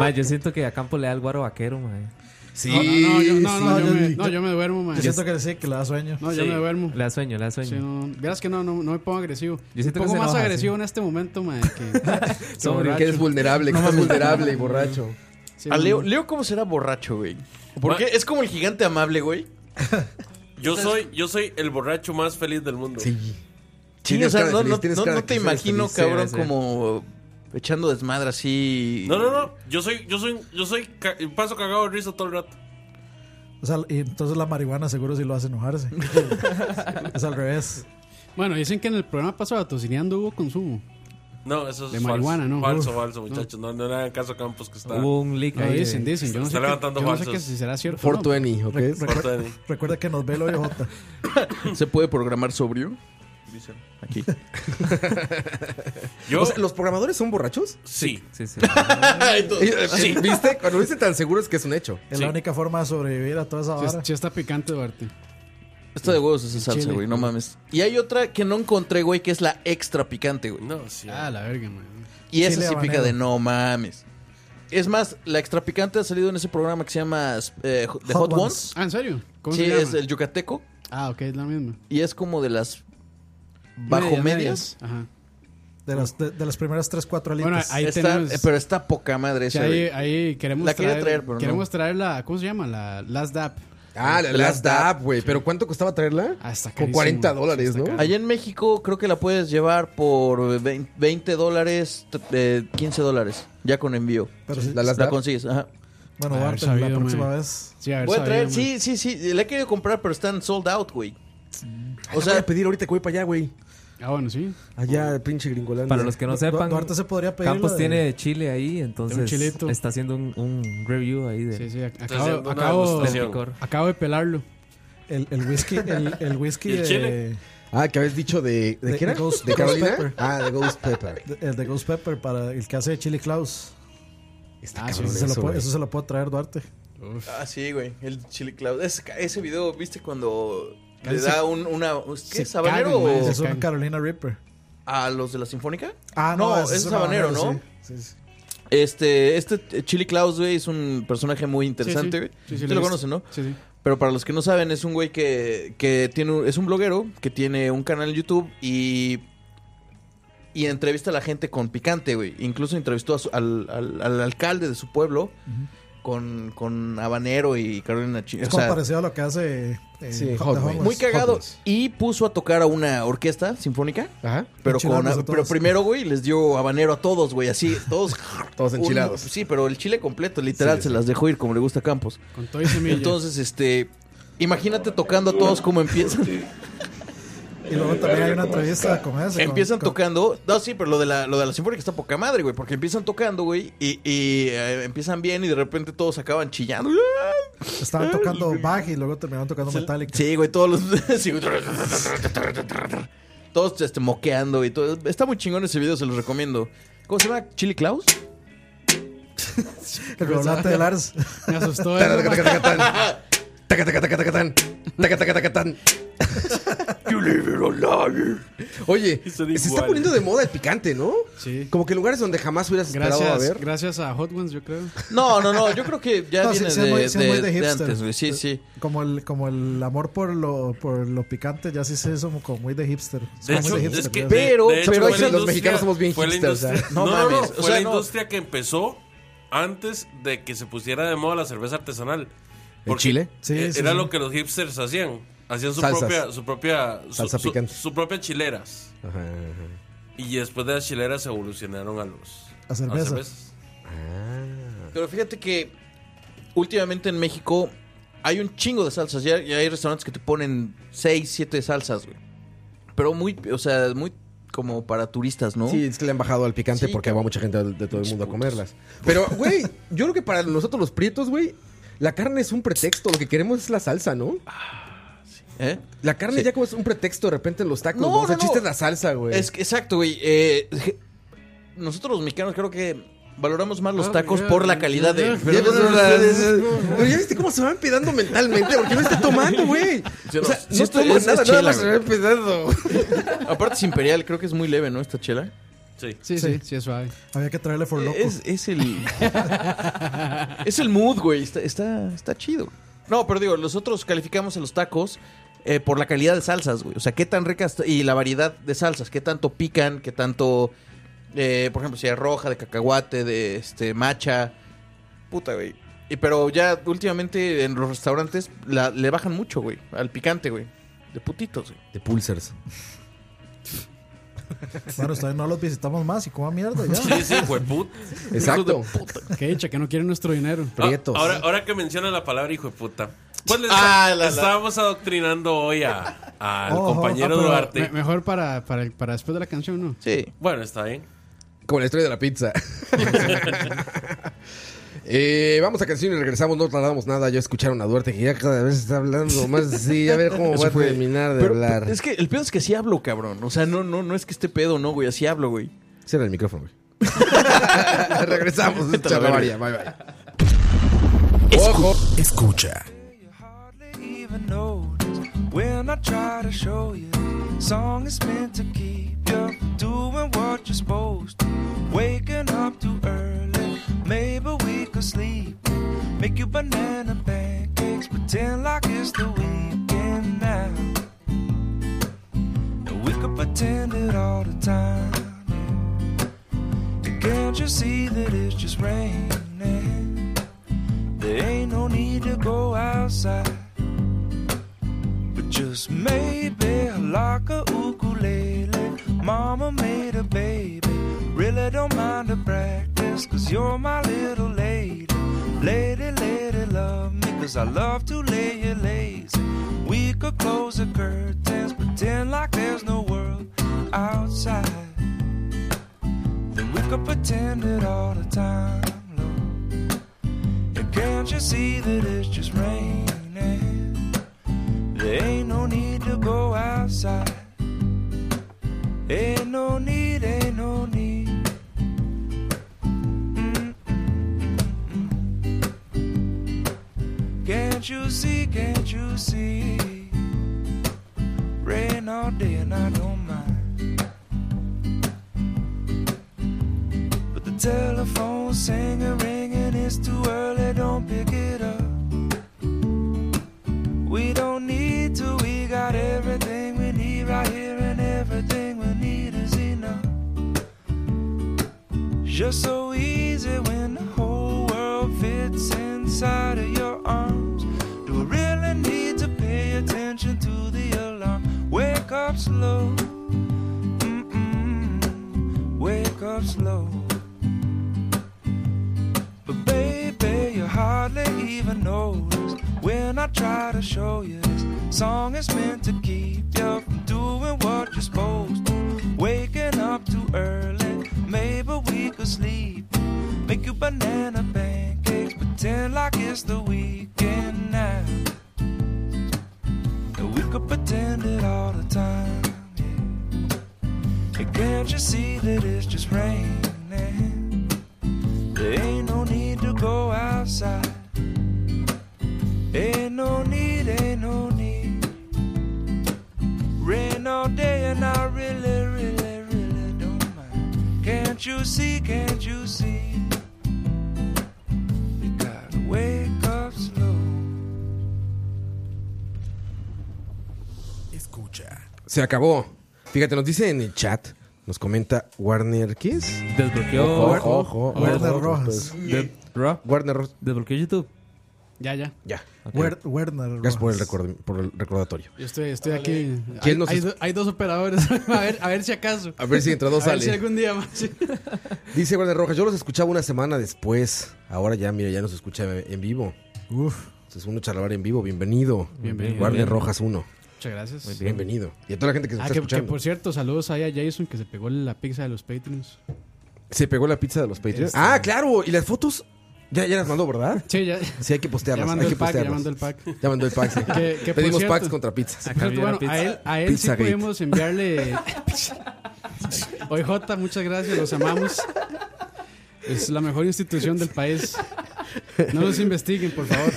Ma, yo siento que a Campo le da el guaro vaquero, ma. eh. Sí, No, no, no, yo, no, no, sí, yo yo- me, no, yo me duermo, mae. Yo siento que sí, que le da sueño. No, yo me duermo. Le da sueño, le da sueño. Sí, no, no. Vieras que no, no, no me pongo agresivo. Yo siento me que pongo se más enoja, agresivo sí. en este momento, mae. Que, que Sobrio, que eres borracho. vulnerable, que estás vulnerable y borracho. Sí, A no, Ah, Leo, no. Leo, ¿cómo será borracho, güey? Porque es como el gigante amable, güey. Yo soy, yo soy el borracho más feliz del mundo. Sí. Sí, Tienes o sea, cara de no, feliz, no- tienes no- cara no de te que eres imagino, feliz, cabrón, sí, debe ser. como echando desmadre así. No, no, no. Yo soy, yo soy, yo soy, ca- paso cagado de risa todo el rato. O sea, y entonces la marihuana seguro sí lo hace enojarse. es al revés. Bueno, dicen que en el programa pasado de Tocineando hubo consumo. No, eso es De falso. marihuana, ¿no? Falso, Uf. falso, muchachos. No, no le hagan caso a Campos que está. Hubo un leak No, ahí. de- dicen, dicen. Yo no está sé, que, levantando yo no sé falsos. que si será cierto. o no. 420, ¿ok? Re- recuer- Corta de mí. recuerda que nos ve el hoyo J. ¿Se puede programar sobrio? Aquí. Yo, O sea, ¿los programadores son borrachos? sí. Sí, sí. Sí. ¿Viste? Cuando lo dicen tan seguros que es un hecho. Es Sí. la única forma de sobrevivir a toda esa Sí, vara. sí está picante, Duarte. Esta de huevos es esa salsa, Chile. güey, no mames. Y hay otra que no encontré, güey, que es la extra picante, güey. No, sí. Ah, la verga, mae. Y esa Chile sí pica habanero. de no mames. Es más, la extra picante ha salido en ese programa que se llama eh, The Hot, Hot Ones. Ones. Ah, ¿en serio? ¿Cómo Sí, se llama? es el yucateco. Ah, ok, es la misma. Y es como de las bajo Medias, medias. Ajá. De las, de, de las primeras 3, 4 Bueno, alitas. ahí Está- tenemos... eh, pero está poca madre que esa, ahí, güey. ahí queremos La quería traer, pero no. Queremos traer la... ¿Cómo se llama? La Last Dap. Ah, la Last Dab, güey. ¿Pero cuánto costaba traerla? Ah, está carísimo. Como 40 Sí, dólares, está ¿no? caro. Allá en México creo que la puedes llevar por vein- 20 dólares, t- eh, 15 dólares, ya con envío. Pero sí, La Ah, Last la Dab. consigues, ajá. bueno, haber Bart, sabido, la próxima man. vez. Sí, a ver, Voy a sabía, traer, man. sí, sí, sí, la he querido comprar, pero están sold out, güey. O O sea, voy sea, a pedir ahorita que voy para allá, güey. Ah, bueno, sí. Allá, pinche gringolandia. Para los que no Du- sepan, Duarte se podría pedir. Campos la de- tiene de Chile ahí, entonces chilito. está haciendo un, un review ahí de, Sí, sí, ac- haciendo acabo, una acabo, del sí. picor. acabo de pelarlo. El, el whisky, el, el whisky ¿Y el de, chile? Ah, que habías dicho de... ¿De De- qué era? de Ghost- ¿De Ghost Carolina? Pepper. Ah, de Ghost Pepper. de- el de Ghost Pepper para el que hace Chili Claus. Está Ah, sí, cabrón Ese se lo eso, puedo- güey. eso se lo puedo traer, Duarte. Ah, sí, güey. El Chili Cloud. Ese, ese video, ¿viste cuando le Se- da un, una... ¿Qué? se es? ¿Habanero cagan, o man. Es un caen. Carolina Reaper. a los de la Sinfónica? Ah, No, ese es un habanero, ¿no? Sí, sí, sí. Este, este Chili Claus, güey, es un personaje muy interesante, Sí, güey. sí. Sí, sí, lo Tú lo he visto. conoces, ¿no? Sí, sí. Pero para los que no saben, es un güey que, que tiene un- es un bloguero que tiene un canal en YouTube y y entrevista a la gente con picante, güey. Incluso entrevistó a su- al, al- al alcalde de su pueblo con, con habanero y Carolina Chi- Es o como sea, parecido a lo que hace. eh, Sí, The Hot Wheels. Homeless. muy cagado. Hotness. Y puso a tocar a una orquesta sinfónica. Ajá. Pero, con, Enchiladas a todos. pero primero, güey, les dio habanero a todos, güey, así, todos. Todos un- enchilados. sí, pero el chile completo, literal, Sí, se sí. las dejó ir como le gusta a Campos. Con todo y semilla. Entonces, este. Imagínate tocando a todos como empiezan. Y luego también hay una entrevista con ese. con- Empiezan con- tocando. No, sí, pero lo de la, lo de la sinfónica está poca madre, güey. Porque empiezan tocando, güey. Y, y, eh, empiezan bien y de repente todos acaban chillando. Estaban tocando Bach y luego terminaron tocando Metallica. Sí, güey, todos los. sí, güey. todos este, moqueando y todo. Está muy chingón ese video, se los recomiendo. ¿Cómo se llama? ¿Chili Klaus? El volante de Lars. Me asustó. eso, man. Tacatacatacatán. Tacatacatacatán. Tacatacatacatán. You leave it alive. Oye, Y se son está iguales. poniendo de moda el picante, ¿no? Sí. Como que lugares donde jamás hubieras esperado a Gracias, ver. gracias a Hot Ones, yo creo. No, no, no, yo creo que ya Ah, No, sí, viene sí es de, muy- sí es muy de- de de hipster. antes, güey. Sí, sí. Como el, como el amor por lo, por lo picante, ya sí se hizo como muy de hipster. Es De como hecho, muy es que, ya. de- Pero- de hecho, pero fue ahí la sí los industria- mexicanos somos bien fue la hipsters, industria- o sea, ¿eh? no No, no, no, mames, o fue sea, la no. industria que empezó antes de que se pusiera de moda la cerveza artesanal. Porque Chile? Sí, e- sí, era sí. lo que los hipsters hacían. Hacían su Salsas. propia, su propia, su, Salsa su- picante. su propia chileras. Ajá, ajá. Y después de las chileras evolucionaron a los A cerveza. cervezas. Ah. Pero fíjate que últimamente en México hay un chingo de salsas. Ya, ya hay restaurantes que te ponen 6, 7 salsas, güey. Pero muy, o sea, muy como para turistas, ¿no? Sí, es que le han bajado al picante Sí, porque va cabrón. mucha gente de todo el mundo a Putos. comerlas. Pero, güey, yo creo que para nosotros los prietos, güey, la carne es un pretexto. Lo que queremos es la salsa, ¿no? ¿Eh? La carne Sí. ya como es un pretexto de repente en los tacos. No, No, O sea, no, no. chiste es la salsa, güey. Es que, exacto, güey. Eh, nosotros los mexicanos creo que valoramos más los tacos Ah, ya, por la ya, calidad ya, de... ya, Ya ves, o sea, Pero ya viste cómo se van pedando mentalmente porque no está tomando, güey. Yo O no- sea, sí, no esto toma es- es nada, nada chela, más se güey. van pedando. Aparte es imperial, creo que es muy leve, ¿no? Esta chela. Sí. Sí, sí, sí, es suave. Había que traerle for loco. Es, es el. es el mood, güey. Está, está, está chido. No, pero digo, nosotros calificamos a los tacos eh, por la calidad de salsas, güey. O sea, qué tan ricas y la variedad de salsas, qué tanto pican, qué tanto. eh, por ejemplo, si es roja, de cacahuate, de este macha. Puta, güey. Y pero ya últimamente en los restaurantes la- le bajan mucho, güey. Al picante, güey. De putitos, güey. De pulsers. Bueno, ustedes no los visitamos más y coma mierda ya. Sí, sí, hueput. Exacto. Qué dicha, que no quieren nuestro dinero. Ah, Prietos. Ahora, ahora que menciona la palabra hijo de puta. Pues les Ah, la, la. estábamos adoctrinando hoy a- Oh, al Ojo, compañero ah, pero Duarte. Me- mejor para, para, el- para después de la canción, ¿no? Sí. Bueno, está bien. Como la historia de la pizza. Eh, vamos a canción y regresamos, no tardamos nada. Ya escucharon a Duarte que ya cada vez está hablando más. Sí, a ver cómo va a terminar de Pero, hablar. pero es que el pedo es que sí hablo, cabrón. O sea, no, no, no es que esté pedo, no, güey. Así hablo, güey. Cierra el micrófono, güey. Ah, regresamos, es charlavaria. Bye, bye. Ojo. Escucha. even notice when I try to show you. Song is meant to keep you doing what you're supposed to. Waking up too early, maybe we could sleep. Make you banana pancakes, pretend like it's the weekend now. And we could pretend it all the time. yeah. Can't you see that it's just raining? There ain't no need to go outside. But just maybe like a ukulele. Mama made a baby. Really don't mind the practice, cause you're my little lady. Lady, lady, love me, cause I love to lay you lazy. We could close the curtains, pretend like there's no world outside. Then we could pretend it all the time, Lord. And can't you see that it's just raining? There ain't no need to go outside. Ain't no need, ain't no need. Mm, mm, mm, mm. Can't you see, can't you see? Rain all day and I don't mind. But the telephone singing, ringing, it's too early, don't pick it up. We don't need to, we got everything we need right here, and everything we need is enough. Just so easy when the whole world fits inside of your arms. Do we really need to pay attention to the alarm? Wake up slow. Mm-mm. Wake up slow. But baby, you hardly even notice when I try to show you this song is meant to keep you from doing what you're supposed to. Waking up too early, maybe we could sleep. Make you banana pancakes, pretend like it's the weekend now. And we could pretend it all the time. Yeah. And can't you see that it's just raining? There ain't no need to go outside. Ain't no need, ain't no need. Rain and I really, really, really don't mind. Can't you see? Can't you see? You gotta wake up slow. Escucha. Se acabó. Fíjate, nos dice en el chat, nos comenta Warner Kiss. Desbloqueó. Ojo, ojo, ojo. Werner Ojo, Rojas. pues. De- Ro- Warner Rojas. Desbloqueó YouTube. Ya, ya. Ya. Ok. Wer- Werner Gracias por el, Rojas. record- por el recordatorio. Yo estoy, estoy aquí. ¿Quién Hay, nos hay es- do- hay dos operadores. a, ver, a ver si acaso. A ver si entre dos A ver si sale. algún día más. Dice Werner Rojas, yo los escuchaba una semana después. Ahora ya, mira, ya nos escucha en vivo. Uf. Entonces uno charlar en vivo. Bienvenido. Bienvenido. Warner Rojas 1. Muchas gracias. Bienvenido. Y a toda la gente que se Ah, está que, que escuchando. por cierto, saludos ahí a Jason que se pegó la pizza de los Patreons. Se pegó la pizza de los Patreons. Este- Ah, claro. Y las fotos ya, ya las mandó, ¿verdad? Sí, ya, Sí, hay que ya postearlas. mandó hay que el pack, ya postearlas. mandó el pack. Por Ya mandó el pack. sí. Que- que por Pedimos cierto- packs contra pizzas. Acá cierto, viene bueno, la pizza. a él, a él sí Pizzagate. pudimos enviarle. OJ, muchas gracias, los amamos. Es la mejor institución del país. No los investiguen, por favor.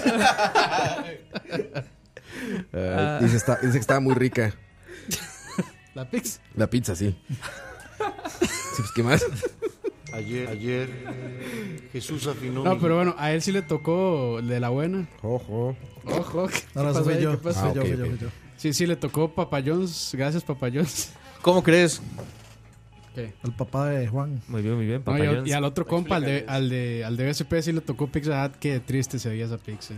Ah, dice, está- dice que estaba muy rica. La pizza. La pizza, sí. sí pues, ¿qué más? Ayer, ayer, Jesús afinó No, mi pero bueno, a él sí le tocó de la buena. Ojo. Ojo, ¿qué No, no, pasó eso ahí? soy yo. ¿Qué pasó? Soy Ah, yo, ok, soy yo, ok. soy yo. Sí, sí, le tocó Papayons. Gracias, Papayons. ¿Cómo crees? ¿Qué? El papá de Juan. Muy bien, muy bien. No, Papá y, al- Jones. y al otro compa, al de, al, de, al de BSP, sí le tocó Pizza Hut. Qué triste se veía esa pizza.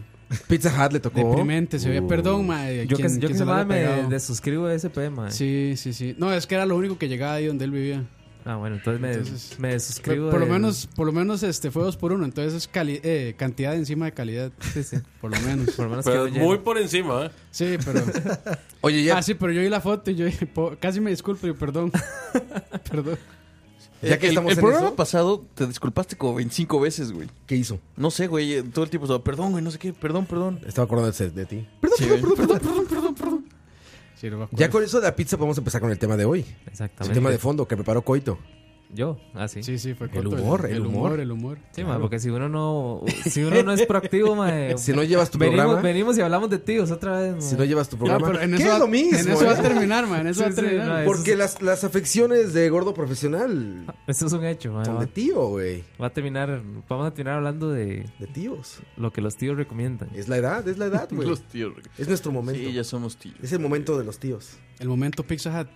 Pizza Hut le tocó. Deprimente se veía. Perdón, ma. eh, Yo que, quien- yo quien que se se la haya me pegado. desuscribo de SP, mae. Sí, sí, sí. No, es que era lo único que llegaba ahí donde él vivía. Ah, bueno, entonces me, Entonces, me Por, desuscribo. por lo del- menos, por lo menos este fue dos por uno. Entonces es cali- eh, cantidad encima de calidad. Sí, sí. Por lo menos. Por lo menos Pero quedó muy lleno. por encima, ¿eh? Sí, pero. Oye, ya, Ah, sí, pero yo vi la foto y yo dije, po- casi me disculpo y perdón. perdón. Eh, ya que Eh, el, estamos el en programa eso, pasado te disculpaste como 25 veces, güey. ¿qué hizo? No sé, güey. eh, Todo el tiempo estaba, perdón, güey, no sé qué, perdón, perdón. Estaba acordándose de ti. Sí, güey. Sí, no me acuerdo. Ya con eso de la pizza podemos empezar con el tema de hoy. El Exactamente. tema de fondo que preparó Coito. Yo, ah, sí. Sí, Sí, sí, fue corto. humor, el humor. el humor. mae, porque si uno no, si uno no es proactivo, mae. Si no llevas tu venimos, programa, venimos y hablamos de tíos otra vez, mae. si no llevas tu No, programa, pero en ¿qué eso, es va, lo mismo? en eso va eh? a terminar, man. En Sí, eso va a sí, terminar. no, Porque las, las afecciones de gordo profesional Esto es un hecho, mae. son Va, de tío, güey. va a terminar, vamos a terminar hablando de De tíos. lo que los tíos recomiendan. Es la edad, es la edad, güey. Es nuestro momento. Sí, ya somos tíos. Es el momento de los tíos. El momento Pizza Hut.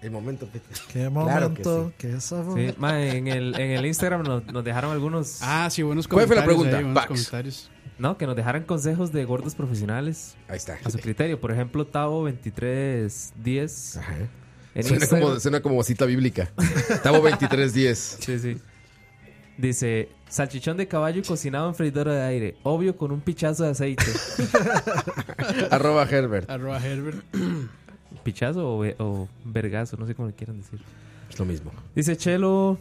El momento. que- Qué Claro que momento. que esa fue. Sí, mae, en el, en el Instagram nos, nos dejaron algunos, Ah, sí, buenos comentarios. ¿Cuál fue la pregunta, ahí, buenos Pax? comentarios. no, que nos dejaran consejos de gordos profesionales Ahí está. a su criterio. Por ejemplo, Tavo 2310 Ajá. en Suena Instagram. como, suena como cita bíblica. Tavo 2310. Sí, sí. Dice, salchichón de caballo cocinado en freidora de aire, obvio con un pichazo de aceite. Arroba Herbert. Arroba Herbert. pichazo o, ve- o vergazo, no sé cómo le quieran decir. Es lo mismo. Dice Chelo,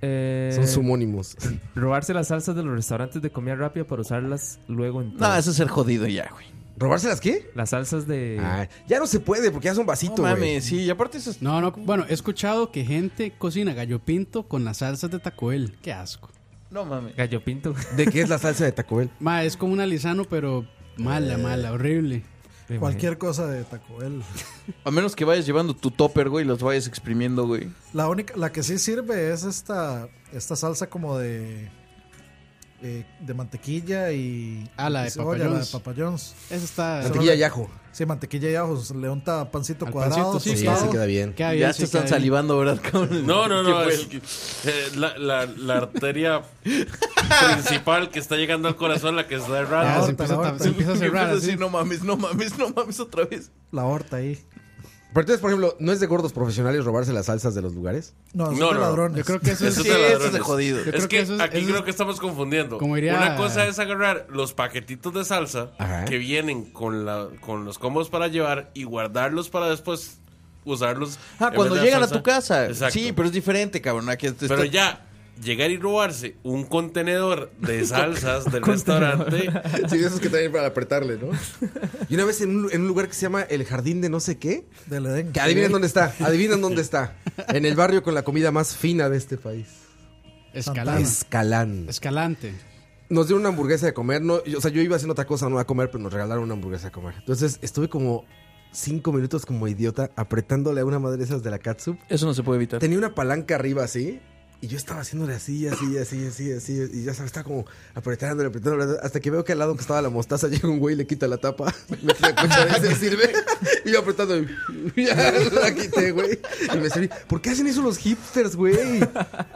eh, Son sumónimos. robarse las salsas de los restaurantes de comida rápida para usarlas luego en todo. No, eso es ser jodido ya, güey. ¿Robárselas qué? Las salsas de... Ah, ya no se puede porque ya son vasito, No güey. mames, sí. Y aparte eso es... No, no, bueno, he escuchado que gente cocina gallo pinto con las salsas de tacoel. Qué asco. No mames. Gallo pinto. ¿De qué es la salsa de Taco Bell? Eh. Ma, es como una lisano, pero mala, mala, horrible. Cualquier cosa de Taco Bell. A menos que vayas llevando tu topper, güey, y los vayas exprimiendo, güey. La única, la que sí sirve es esta, esta salsa como de eh, de mantequilla y Ah, la de y Papa cebolla, la de John's. Papa John's. Esa está. Mantequilla y ajo. Sí, mantequilla y ajos, le unta pancito Al cuadrado, pancito, sí, Sí, tostado. sí queda bien. queda bien, Ya sí, te están queda bien. salivando, ¿verdad, cabrón? No, no, no. ¿Qué fue? es que, eh, la, la- la arteria principal que está llegando al corazón, la que está Ya, errada. Pues se empieza, a Ahorita, ta- se empieza a Y cerrar empiezas así. así, no mames, no mames, no mames otra vez. La horta ahí. Pero entonces, por ejemplo, ¿no es de gordos profesionales robarse las salsas de los lugares? No, son No, de no, no. ladrones. Yo creo que eso Eso es. te Sí, la eso dieron. es de jodido. Yo Es creo que, que eso es- aquí eso creo es- que estamos confundiendo. Como diría- Una cosa es agarrar los paquetitos de salsa Ajá. que vienen con, la, con los combos para llevar y guardarlos para después usarlos. Ah, en cuando vez de llegan a salsa. tu casa. Exacto. Sí, pero es diferente, cabrón. Aquí te Pero está- ya, llegar y robarse un contenedor de salsas del restaurante. Sí, de esos que traen para apretarle, ¿no? Y una vez en un, en un lugar que se llama El Jardín de no sé qué, Del Edén. que adivinen dónde está, adivinen dónde está. En el barrio con la comida más fina de este país. Escalante. Escalán. Escalante. Nos dieron una hamburguesa de comer. No, yo- o sea, yo iba haciendo otra cosa, no a comer, pero nos regalaron una hamburguesa a comer. Entonces estuve como cinco minutos como idiota apretándole a una madre de esas de la Katsup. Eso no se puede evitar. Tenía una palanca arriba así. Y yo estaba haciéndole así, así, así, así, así. Y ya sabes, estaba como apretándole, apretándole. Hasta que veo que al lado que estaba la mostaza llega un güey y le quita la tapa. Me quita la cuchara y se sirve. Y yo apretando. y Ya la quité, güey. Y me serví. ¿Por qué hacen eso los hipsters, güey?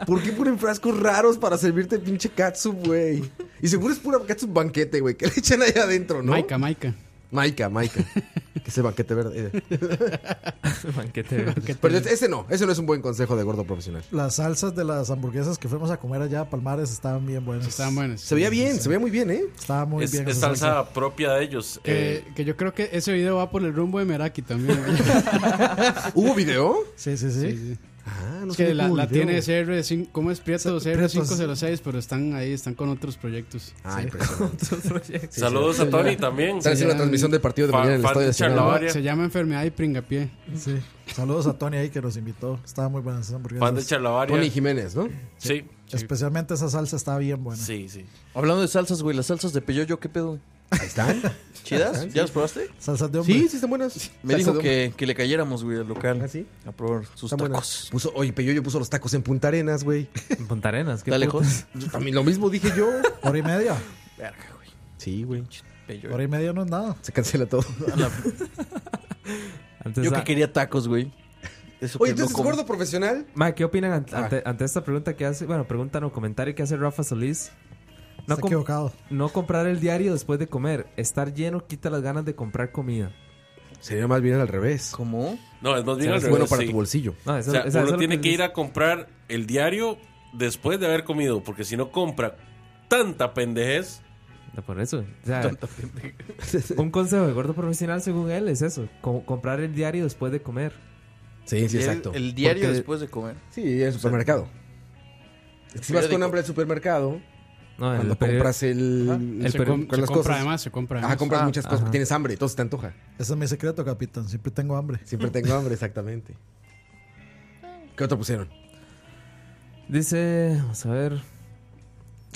¿Por qué ponen frascos raros para servirte pinche katsup, güey? Y seguro es pura katsup banquete, güey. Que le echan ahí adentro, ¿no? Maica, Maica. Maica, Maica. Que ese banquete verde. Eh. Banquete verde. Pero ese no, ese no es un buen consejo de gordo profesional. Las salsas de las hamburguesas que fuimos a comer allá a Palmares estaban bien buenas. Estaban buenas. Se veía bien, se veía muy bien, ¿eh? Estaba muy es, bien. es esa salsa propia de ellos. Que, Eh, que yo creo que ese video va por el rumbo de Meraki también. ¿Hubo video? Sí, sí, sí. Sí, sí. Ah, no Es sé. que la, la video. tiene CR5, ¿cómo es Prieto? Prieto. CR506, pero están ahí, están con otros proyectos. Ah, impresionante. saludos a Tony también. Están haciendo ya. la transmisión de partido de Fa- mañana en el fan Estadio de Nacional. Charlotte. No, Gloria. se llama enfermedad y pringapié. Sí. Saludos a Tony ahí que nos invitó. Estaban muy buenas esas Fan de hamburguesas. Charlavaria. Tony Jiménez, ¿no? Sí, Especialmente esa salsa estaba bien buena. sí, sí. Hablando de salsas, güey, las salsas de Peyoyo, ¿qué pedo? güey? Ahí están. ¿Chidas? ¿Ya las probaste? Salsas de hombre. Sí, sí, están buenas. Me dijo que, que le cayéramos, güey, al local. ¿Ah, sí? A probar sus Están buenas. tacos. Puso, oye, Peyoyo puso los tacos en Punta Arenas, güey. En Punta Arenas, qué ¿Está puto. lejos? A mí lo mismo dije yo. Hora y media. Sí, güey. Peyoyo. Hora y media no es nada. Se cancela todo. Antes, Yo ah, que quería tacos, güey. Eso Oye, que no entonces, como. Ah. gordo profesional. ma, ¿qué opinan ante, ante- ante esta pregunta que hace? Bueno, pregunta no, comentario que hace Rafa Solís. No, Está com- equivocado. no comprar el diario después de comer. Estar lleno quita las ganas de comprar comida. Sería más bien al revés. ¿Cómo? No, es más bien al Es bueno revés, para sí. tu bolsillo. No, eso- O sea, eso- eso es uno lo tiene que dice. ir a comprar el diario después de haber comido, porque si no compra tanta pendejez, No, Por eso. O sea, un consejo de gordo profesional, según él, es eso: co- comprar el diario después de comer. Sí, sí, El- exacto. El, diario Porque- después de comer. Sí, en el supermercado. Es que si vas Periódico. con hambre al supermercado, No, el cuando peri- compras el. El se peri- com- con se las compra cosas. además, se compra Ajá, además. compras muchas cosas ajá. porque tienes hambre, entonces te antoja. Ese es mi secreto, capitán. Siempre tengo hambre. Siempre tengo hambre, exactamente. ¿Qué otro pusieron? Dice, vamos a ver.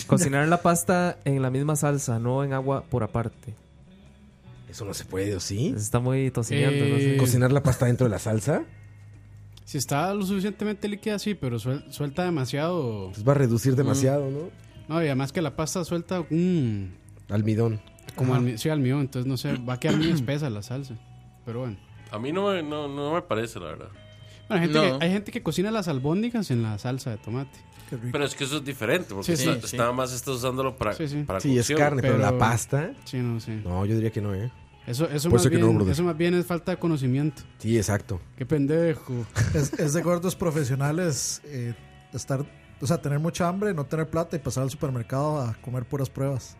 Cocinar la pasta en la misma salsa, no en agua por aparte. Eso no se puede, ¿o Pues, sí? Se está muy tocineando, no sé. Eh, ¿Cocinar la pasta dentro de la salsa? Si está lo suficientemente líquida, sí, pero suel- suelta demasiado. Mm. Pues va a reducir demasiado, ¿no? No, y además que la pasta suelta mm, Almidón. como almi sí, almidón, entonces no sé, va a quedar muy espesa la salsa. Pero bueno. a mí no me, no, no me parece, la verdad. Bueno, hay gente, No. que, hay gente que cocina las albóndigas en la salsa de tomate. Pero es que eso es diferente, porque Sí, sí, está- sí. nada más estás usándolo para, Sí, sí. para Sí, es cocción. carne, pero, pero- la pasta. Sí, no sé. No, yo diría que no, ¿eh? Eso, eso, Puede más ser que no, bien, brother. eso más bien es falta de conocimiento. Sí, exacto. Qué pendejo. Es, es de gordos profesionales eh, estar, o sea, tener mucha hambre, no tener plata y pasar al supermercado a comer puras pruebas.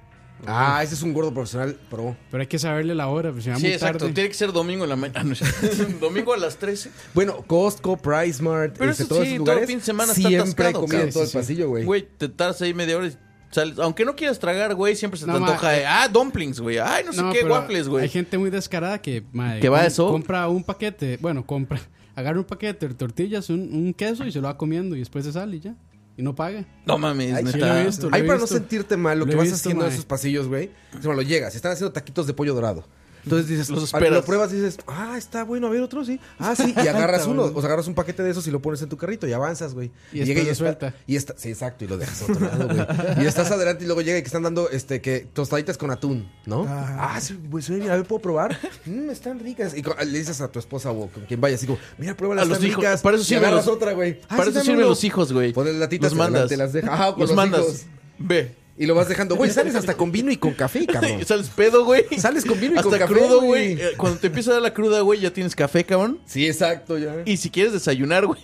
Ah, ese es un gordo profesional pro. Pero hay que saberle la hora, pues se va Sí, muy exacto. tarde. Tiene que ser domingo en la mañana. Ah, domingo a las 13. Bueno, Costco, PriceMart, Pero este, eso todos sí, esos todo lugares. fin de semana está siempre hay atascado, comida en sí, todo sí, el pasillo, güey. Güey, te tardas ahí media hora y sales. Aunque no quieras tragar, güey, siempre se te No, ma, antoja. de, ah, dumplings, güey. Ay, no, No, sé qué, pero waffles, güey. Hay gente muy descarada que, madre, ¿Que va com- eso? compra un paquete, bueno, compra, agarra un paquete de tortillas, un, un queso y se lo va comiendo y después se sale y ya. Y no paga. No mames, sí, neta. lo he visto. Ahí he para no visto. sentirte mal, lo, Lo que he vas visto, haciendo en mae. esos pasillos, güey. Se me lo llegas, están haciendo taquitos de pollo dorado. Entonces dices, Los a- lo esperas. pruebas y dices, ah, está bueno, a ver otro, sí. Ah, sí, y agarras uno, o sea, agarras un paquete de esos y lo pones en tu carrito y avanzas, güey. Y después lo está- suelta. Y está, sí, exacto, y lo dejas a otro lado, güey. Y estás adelante y luego llega y que están dando este que tostaditas con atún, ¿no? Ah, sí, pues oye, a ver, puedo probar. Mmm, están ricas. Y co- le dices a tu esposa o con quien vaya, así como, mira, pruébalas, A los están hijos, ricas. para eso Y sirven agarras los- otra, güey. Ah, Para sí, eso dame sirven uno. los hijos, güey. Pones latitas Los de mandas. adelante, las dejas. Ajá, con los, los mandas. hijos. Ve. Y lo vas dejando, güey, sales hasta con vino y con café, cabrón. Sales pedo, güey. Sales con vino y Hasta con café, crudo, güey. güey. Eh, Cuando te empieza a dar la cruda, güey, ya tienes café, cabrón. Sí, exacto, ya. Y si quieres desayunar, güey,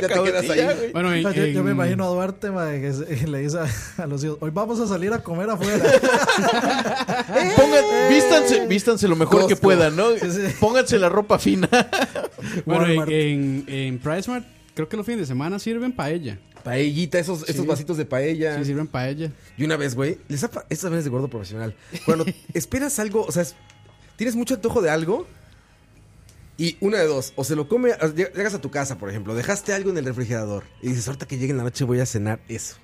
Ya te cabrón. quedas Sí, ahí. ya, güey. Bueno, en- yo, yo me en- imagino a Duarte mae, que se- le dice a, a los hijos, hoy vamos a salir a comer afuera. Pongan, Eh, vístanse, vístanse lo mejor que Costco. puedan, ¿no? sí. Pónganse la ropa fina. bueno, en- Walmart. en, en PriceMart, creo que los fines de semana sirven paella. Paellita, esos, esos vasitos de paella. Sí, sirven paella. Y una vez, güey, les ha pa- esta también es de gordo profesional. Cuando esperas algo, o sea, es- tienes mucho antojo de algo. Y una de dos, o se lo come, o lleg- llegas a tu casa, por ejemplo, dejaste algo en el refrigerador y dices, ahorita que llegue en la noche voy a cenar eso.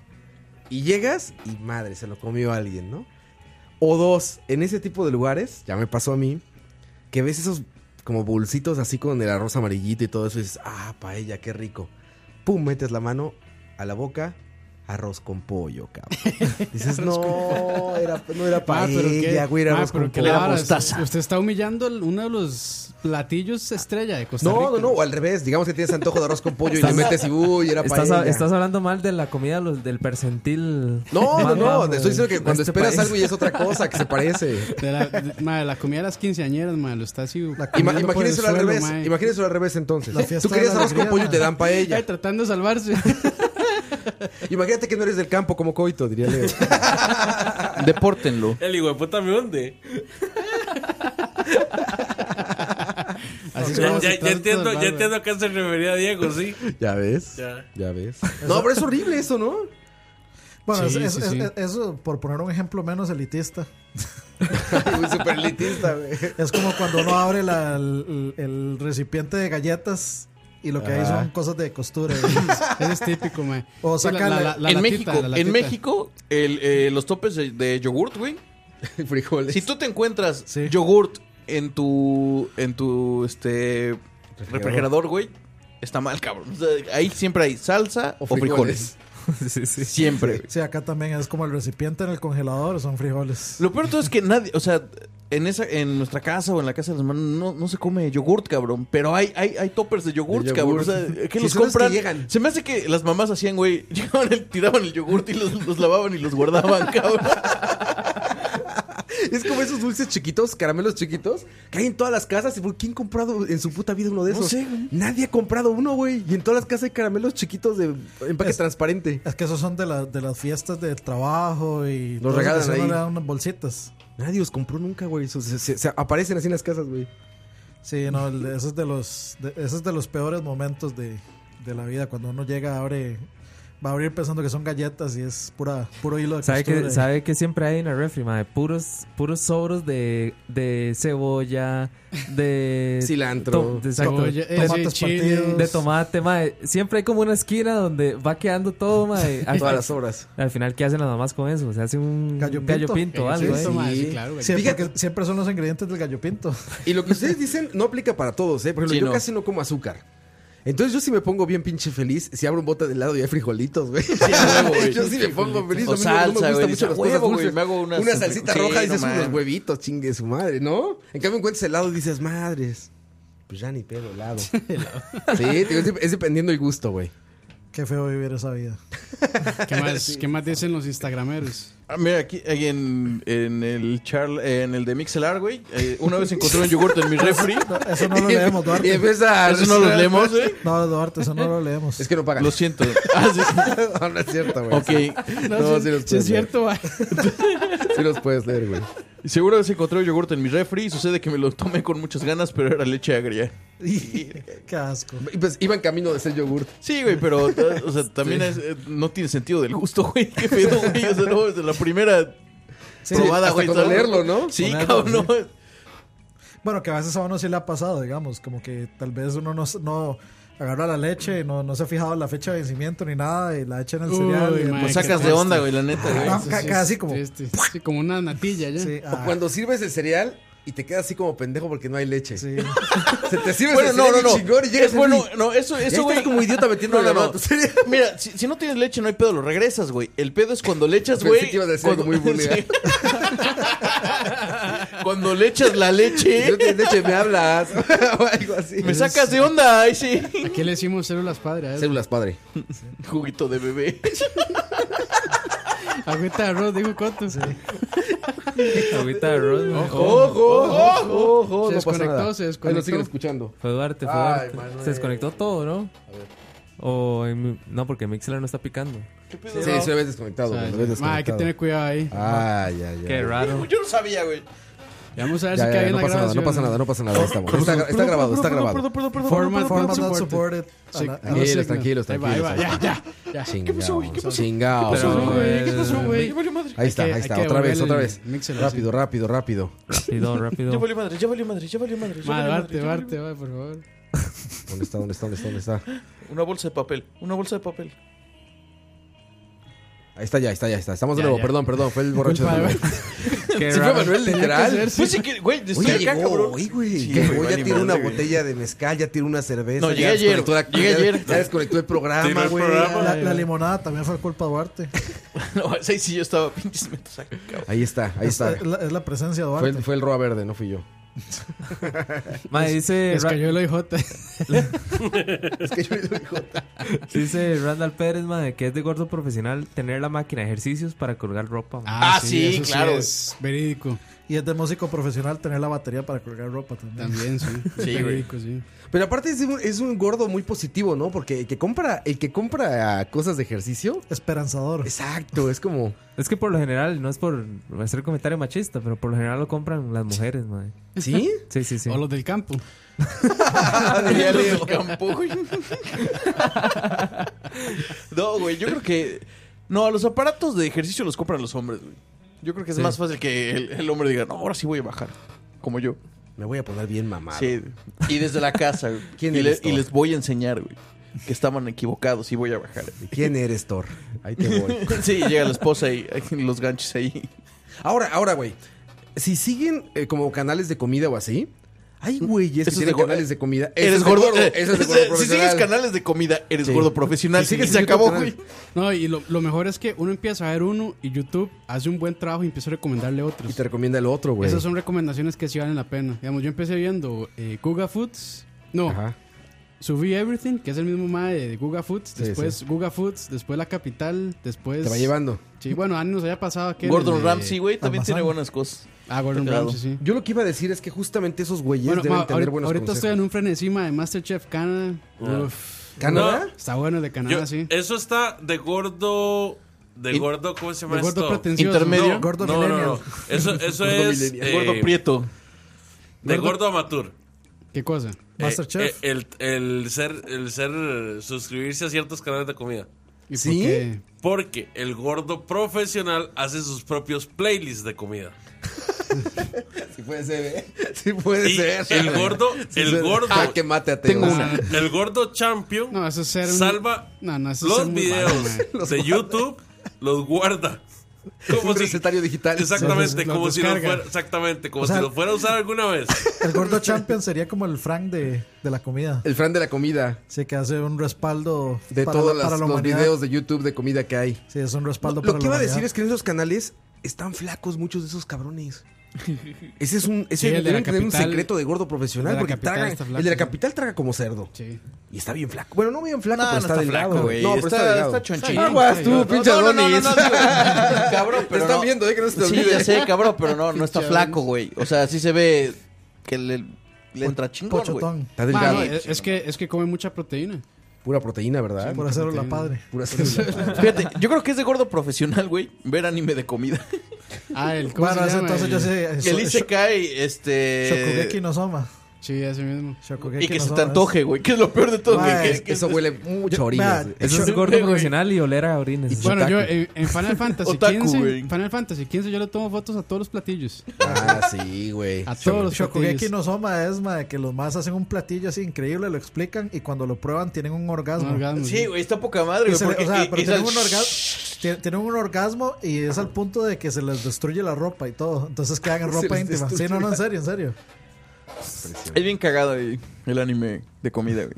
Y llegas y madre, se lo comió alguien, ¿no? O dos, en ese tipo de lugares, ya me pasó a mí, que ves esos como bolsitos así con el arroz amarillito y todo eso. Y dices, ah, paella, qué rico. Pum, metes la mano a la boca, arroz con pollo, cabrón. Dices, Pues no, era, no era Ah, pero qué- paella, güey, era ah, arroz pero con qué pollo. la vara, Usted está humillando el- uno de los platillos estrella de Costa Rica. No, no, no, o al revés. Digamos que tienes antojo de arroz con pollo y le metes y uh, uy, era estás, paella. estás hablando mal de la comida los- del percentil. No, no, más no, bajo te de- estoy diciendo que de cuando este esperas país. algo y es otra cosa que se parece. De la, de- mae, la comida de las quinceañeras, mae, lo está así. Ima- comiendo por el imagínenselo al suelo, revés, mae. imagínenselo al revés entonces. La fiesta Tú querías de la arroz con alegría, pollo y te mae. dan paella. Ay, tratando de salvarse. Imagínate que no eres del campo como Coito, diría Leo. Depórtenlo. El hijo de puta me hunde. Así es ya, como ya- se ya trata entiendo, de ya barba. entiendo a qué se refería Diego, sí. ¿Ya ves? Ya. ves. No, pero es horrible eso, ¿no? Bueno, Sí, es- es- sí, es- sí. es- eso, por poner un ejemplo menos elitista. Súper elitista, güey. Es como cuando uno abre la- el, el recipiente de galletas y lo que hay Ajá. son cosas de costura. Eso es típico, mae. O Sí, la- sacan la- la- la- la en latita, en México, la en latita. México, el, eh, los topes de, de yogurt, güey. Frijoles. Si tú te encuentras yogurt en tu en tu este refrigerador, güey, está mal, cabrón. O sea, ahí siempre hay salsa o frijoles. Siempre. Sí, acá también es como el recipiente en el congelador, son frijoles. Lo peor de todo es que nadie, o sea, en esa, en nuestra casa o en la casa de las manos no, no se come yogurt, cabrón. Pero hay, hay, hay toppers de yogurt, De cabrón. O yogurt. sea, que Sí, los son los que compran. llegan. Se me hace que las mamás hacían, güey, llegaban el- tiraban el yogurt y los, los lavaban y los guardaban, cabrón. Es como esos dulces chiquitos, caramelos chiquitos, que hay en todas las casas. ¿Y por quién ha comprado en su puta vida uno de No esos? sé, güey. Nadie ha comprado uno, güey. Y en todas las casas hay caramelos chiquitos de empaque transparente. Es que esos son de, la- de las fiestas de trabajo y Los todo eso que regalan se uno ahí. le dan unas bolsitas. Nadie los compró nunca, güey. Esos Se, se- se aparecen así en las casas, güey. Sí, no, el de- ese es de los, de- ese es de los peores momentos de, de la vida. Cuando uno llega, abre, va a abrir pensando que son galletas y es pura, puro hilo de ¿Sabe costura. que, sabe que siempre hay en la refri, mae? Puros, puros sobros de, de cebolla, de... Cilantro. de, exacto. Cebolla, eh, Tomates sí, chile. partidos. De tomate, mae. Siempre hay como una esquina donde va quedando todo, mae. Al- Todas las sobras. Al final, ¿qué hacen las mamás con eso? Se hace un gallo pinto, o algo, eh. siempre, que- siempre son los ingredientes del gallo pinto. Y lo que ustedes dicen no aplica para todos, ¿eh? Por ejemplo, Sí, yo no. casi no como azúcar. Entonces yo sí me pongo bien pinche feliz si abro un bote de helado y hay frijolitos, güey. yo sí me pongo feliz. O a mí no- no, salsa, me güey, gustan dices, mucho las "A huevo, cosas güey, dulces". me hago unas- Una salsita Sí, roja no y dices mames. unos huevitos, chingue su madre, ¿no? En cambio encuentras helado y dices, madres, pues ya ni pedo helado. sí, te digo, es, es dependiendo el gusto, güey. Qué feo vivir esa vida. ¿Qué más, qué más dicen los instagrameros? Ah, Mira, aquí aquí en, en el charl- eh, en el de Mixelar, güey, eh, una vez encontré un yogurt en mi refri. Eso no lo leemos, Duarte. Y empieza a- Eso no lo leemos, ¿eh? No, Duarte, eso no lo leemos. Es que no pagan. Lo siento. no, no es cierto, güey. Ah, Ok. No, sí los puedes leer. Sí los puedes leer, güey. Seguro que se encontró yogurt en mi refri. Sucede que me lo tomé con muchas ganas, pero era leche agria. Qué asco. Y pues iban camino de ser yogur. Sí, güey, pero o sea, también es- eh, no tiene sentido del gusto, güey. Qué pedo, güey. O sea, no, desde la primera Sí, probada, hasta güey. cuando ¿sabes? leerlo, ¿no? Sí, Ponerlo, cabrón. no. Bueno, que a veces a uno sí le ha pasado, digamos, como que tal vez uno no, no agarra la leche, no, no se ha fijado en la fecha de vencimiento ni nada y la echa en el Uy, cereal. y mae, qué después- triste. Ah, Eso ca- sí es casi como... triste. Sí, como una natilla ya. O cuando sirves el cereal y te quedas así como pendejo porque no hay leche. Se te sirve Bueno, el no, cereal no, no. y chingón y llegas Es bueno, así. no, eso, Y ahí eso, estás güey. como idiota metiendo No, la no, mano. no. Mira, si, si no tienes leche, no hay pedo, lo regresas, güey. El pedo es cuando le echas, Pensé güey. que ibas a decir algo muy vulgar. Sí. cuando le echas la leche. No tienes leche, me hablas. o algo así. Me sacas de onda, ay, sí. Aquí le decimos células padre. a eso. Células padre. Juguito de bebé. Agüita de arroz, digo Coto. Agüita de arroz, mae. Oh. ojo, ojo, Se no pasa desconectó, nada. se Ahí lo desconectó. siguen escuchando. Fue Duarte, fue Ay, Duarte. Manuel. eh. Se desconectó todo, ¿no? O en mi- no, porque Mixler no está picando. Sí, se lo habías desconectado. güey, lo habías Ma, hay que desconectado. tener cuidado ahí. Ay, ay, ay. Qué raro. Yo no sabía, güey. Ya Vamos a ver Ya, si ya, cae ya, en no la pasa nada, grabación. no pasa nada, no pasa nada. Está, bueno. Está- está grabado, está grabado. Format, Format not not supported. supported. Sí, Ah, no sé, Tranquilos, tranquilos, ahí va, tranquilos. ahí va, ya, ya, ya. Chingao. ¿Qué pasó, güey? ¿Qué Chingao. pasó, güey? Ahí está, Hay que- ahí hay está, que otra vez, devolverle otra el vez. mixer, Rápido, rápido, rápido. Rápido, Ya rápido. valió madre, ya valió madre, ya valió madre. ya Ma, valió madre, Duarte, ya valió Duarte, va, por favor. ¿Dónde está, dónde está, dónde está, dónde está? madre. Una bolsa de papel, una bolsa de papel. Ahí está ya, ahí está ya, ahí está. Estamos de Ya, nuevo, ya. perdón, perdón, fue el borracho de Culpa de Manuel. Qué sí fue raro. Manuel Tenía que literal. ser, sí. Pues sí que, güey, estoy Oye, acá, llegó, cabrón. oye, güey. Sí, que güey, llegó, ya vale tiene una madre, güey. botella de mezcal, ya tiene una cerveza. No, ya llegué ayer, desconectó la- llegué ya- ayer. Ya desconectó el programa, Tiró el güey. programa. eh. La, la limonada también fue culpa de Duarte. No, ese sí yo estaba pinches metas acá, cabrón. Ahí está, ahí Es- está. Es, la, es la presencia de Fue, Duarte. el- fue el Roa Verde, no fui yo. Mae, dice, Les Ra- cayó el OIJ. Es que yo lo digo. dice Randall Pérez, mae, que es de gordo profesional tener la máquina de ejercicios para colgar ropa. mae. Ah, sí, eso claro. es verídico. Y es de músico profesional tener la batería para colgar ropa también. También, sí. Es güey. verídico, sí. Pero aparte es un, es un gordo muy positivo, ¿no? Porque el que compra, el que compra cosas de ejercicio. Esperanzador. Exacto, es como. Es que por lo general, no es por hacer comentario machista, pero por lo general lo compran las mujeres, mae. ¿Sí? Sí, sí, sí. O los del campo. Ya le dio campo, güey. No, güey, yo creo que. No, los aparatos de ejercicio los compran los hombres, güey. Yo creo que es Sí. más fácil que el, el hombre diga, no, ahora sí voy a bajar. Como yo. Me voy a poner bien mamado. Sí. Y desde la casa, güey. ¿Quién y, le- eres tú? y les voy a enseñar, güey. Que estaban equivocados y voy a bajar. ¿Quién eres, Thor? Ahí te voy. Sí, llega la esposa y ay, los ganchos ahí. Ahora, ahora, güey. Si siguen eh, como canales de comida o así. Ay, güey, Eso esos es que tienen de go- canales de comida. Ese Eres es de gordo. eh, Eso es de gordo si sigues profesional. canales de comida, eres Sí. gordo profesional. Si sigues se YouTube acabó, canal. güey. No, y lo, lo mejor es que uno empieza a ver uno y YouTube hace un buen trabajo y empieza a recomendarle Y otros. te recomienda el otro, güey. Esas son recomendaciones que sí valen la pena. Digamos, yo empecé viendo eh, Guga Foods. No, Ajá. Subí Everything, que es el mismo mae de Guga Foods. Sí, Después Guga Foods, después La Capital, después... Te va llevando. Sí, bueno, Ani nos haya pasado aquel... Gordon el de- Ramsay, güey, también Almazán. tiene buenas cosas. Ah, Gordon Claro. Ramsay, sí. Yo lo que iba a decir es que justamente esos güeyes Bueno, deben ma, tener ahorita, buenos ahorita consejos. Ah. estoy en un frenesima de Masterchef Canadá. Uf, ¿Canadá? está bueno el de Canadá, Yo- sí. Eso está de gordo. De Y- gordo, ¿cómo se llama De gordo esto? pretencioso. Intermedio. No, Gordo no, no, no. millennial. Eso, eso Gordo es. millennial. eh, Gordo Prieto. de gordo amateur. ¿Qué cosa? Eh, Masterchef. eh, el, el ser, el ser eh, suscribirse a ciertos canales de comida. ¿Y ¿Sí? por qué? Porque el gordo profesional hace sus propios playlists de comida. Sí puede ser, ¿eh? Sí puede Y ser. el gordo- Sí el puede- gordo- Ah, que mate a Teo. Tengo O sea, una- El gordo champion No, eso es ser un- salva No, no, eso es ser los muy malo, videos mae. de YouTube, los guarda. Como un recetario digital. Exactamente, Los- los como si lo descarga. fuera, exactamente, como O sea- si lo fuera a usar alguna vez. El gordo champion sería como el Frank de, de la comida. El Fran de la comida. Sí, que hace un respaldo De para la- todos para las- la los humanidad. videos de YouTube de comida que hay. Sí, es un respaldo para Lo que la iba a humanidad. decir es que en esos canales están flacos muchos de esos cabrones. Ese es un, ese Sí, el de deben la tener un capital- secreto de gordo profesional el de la porque capital traga, está flaco, el de la sí. capital traga como cerdo Sí. y está bien flaco. Bueno, no bien flaco, No, pero no está, está delgado. flaco, güey. no, pero Está- está, delgado. está chonchillo. Aguas tú, pinche no, no, no, Adonis. no, digo, cabrón, Te pero están no. viendo, eh, que no se te Sí, olvide. ya sé, cabrón, pero no, no está Pinche flaco, Adonis. güey. O sea, sí se ve que le, le entra chingón, güey. Pochotón. Ma, Está delgado. no, eh, es, es que, es que come mucha proteína. Pura proteína, ¿verdad? Por hacerlo la padre. Pura célula. Fíjate, yo creo que es de gordo profesional, güey, ver anime de comida. Ah, el... ¿cómo Bueno, se ese llama? entonces yo El- sé. Que el Isekai, Eh, este... Shokugeki no Soma. Sí, ese mismo. Shokugeki Y que no se Soma te es- antoje, güey, que es lo peor de todo, Ma, güey. que- es- que- Eso huele mucho a Vea, orines. güey. Eso es Shok- de gordo profesional y oler a orines. Bueno, yo Otaku. en, en Final Fantasy Otaku, 15, güey. Final Fantasy 15 yo le tomo fotos a todos los platillos. Ah, sí, güey. A todos los Shokugeki platillos. no Soma es ma, de que los más hacen un platillo así increíble, lo explican y cuando lo prueban tienen un orgasmo. Un orgasmo, Sí, güey, está poca Y madre, güey. se le- porque- o sea, y- pero y tienen, sal- un orga- tie- tienen un orgasmo y es al punto de que se les destruye la ropa y todo. Entonces quedan en Se ropa les íntima. Sí, destruye no, no, en serio, en serio. Es bien cagado güey, el anime de comida, güey.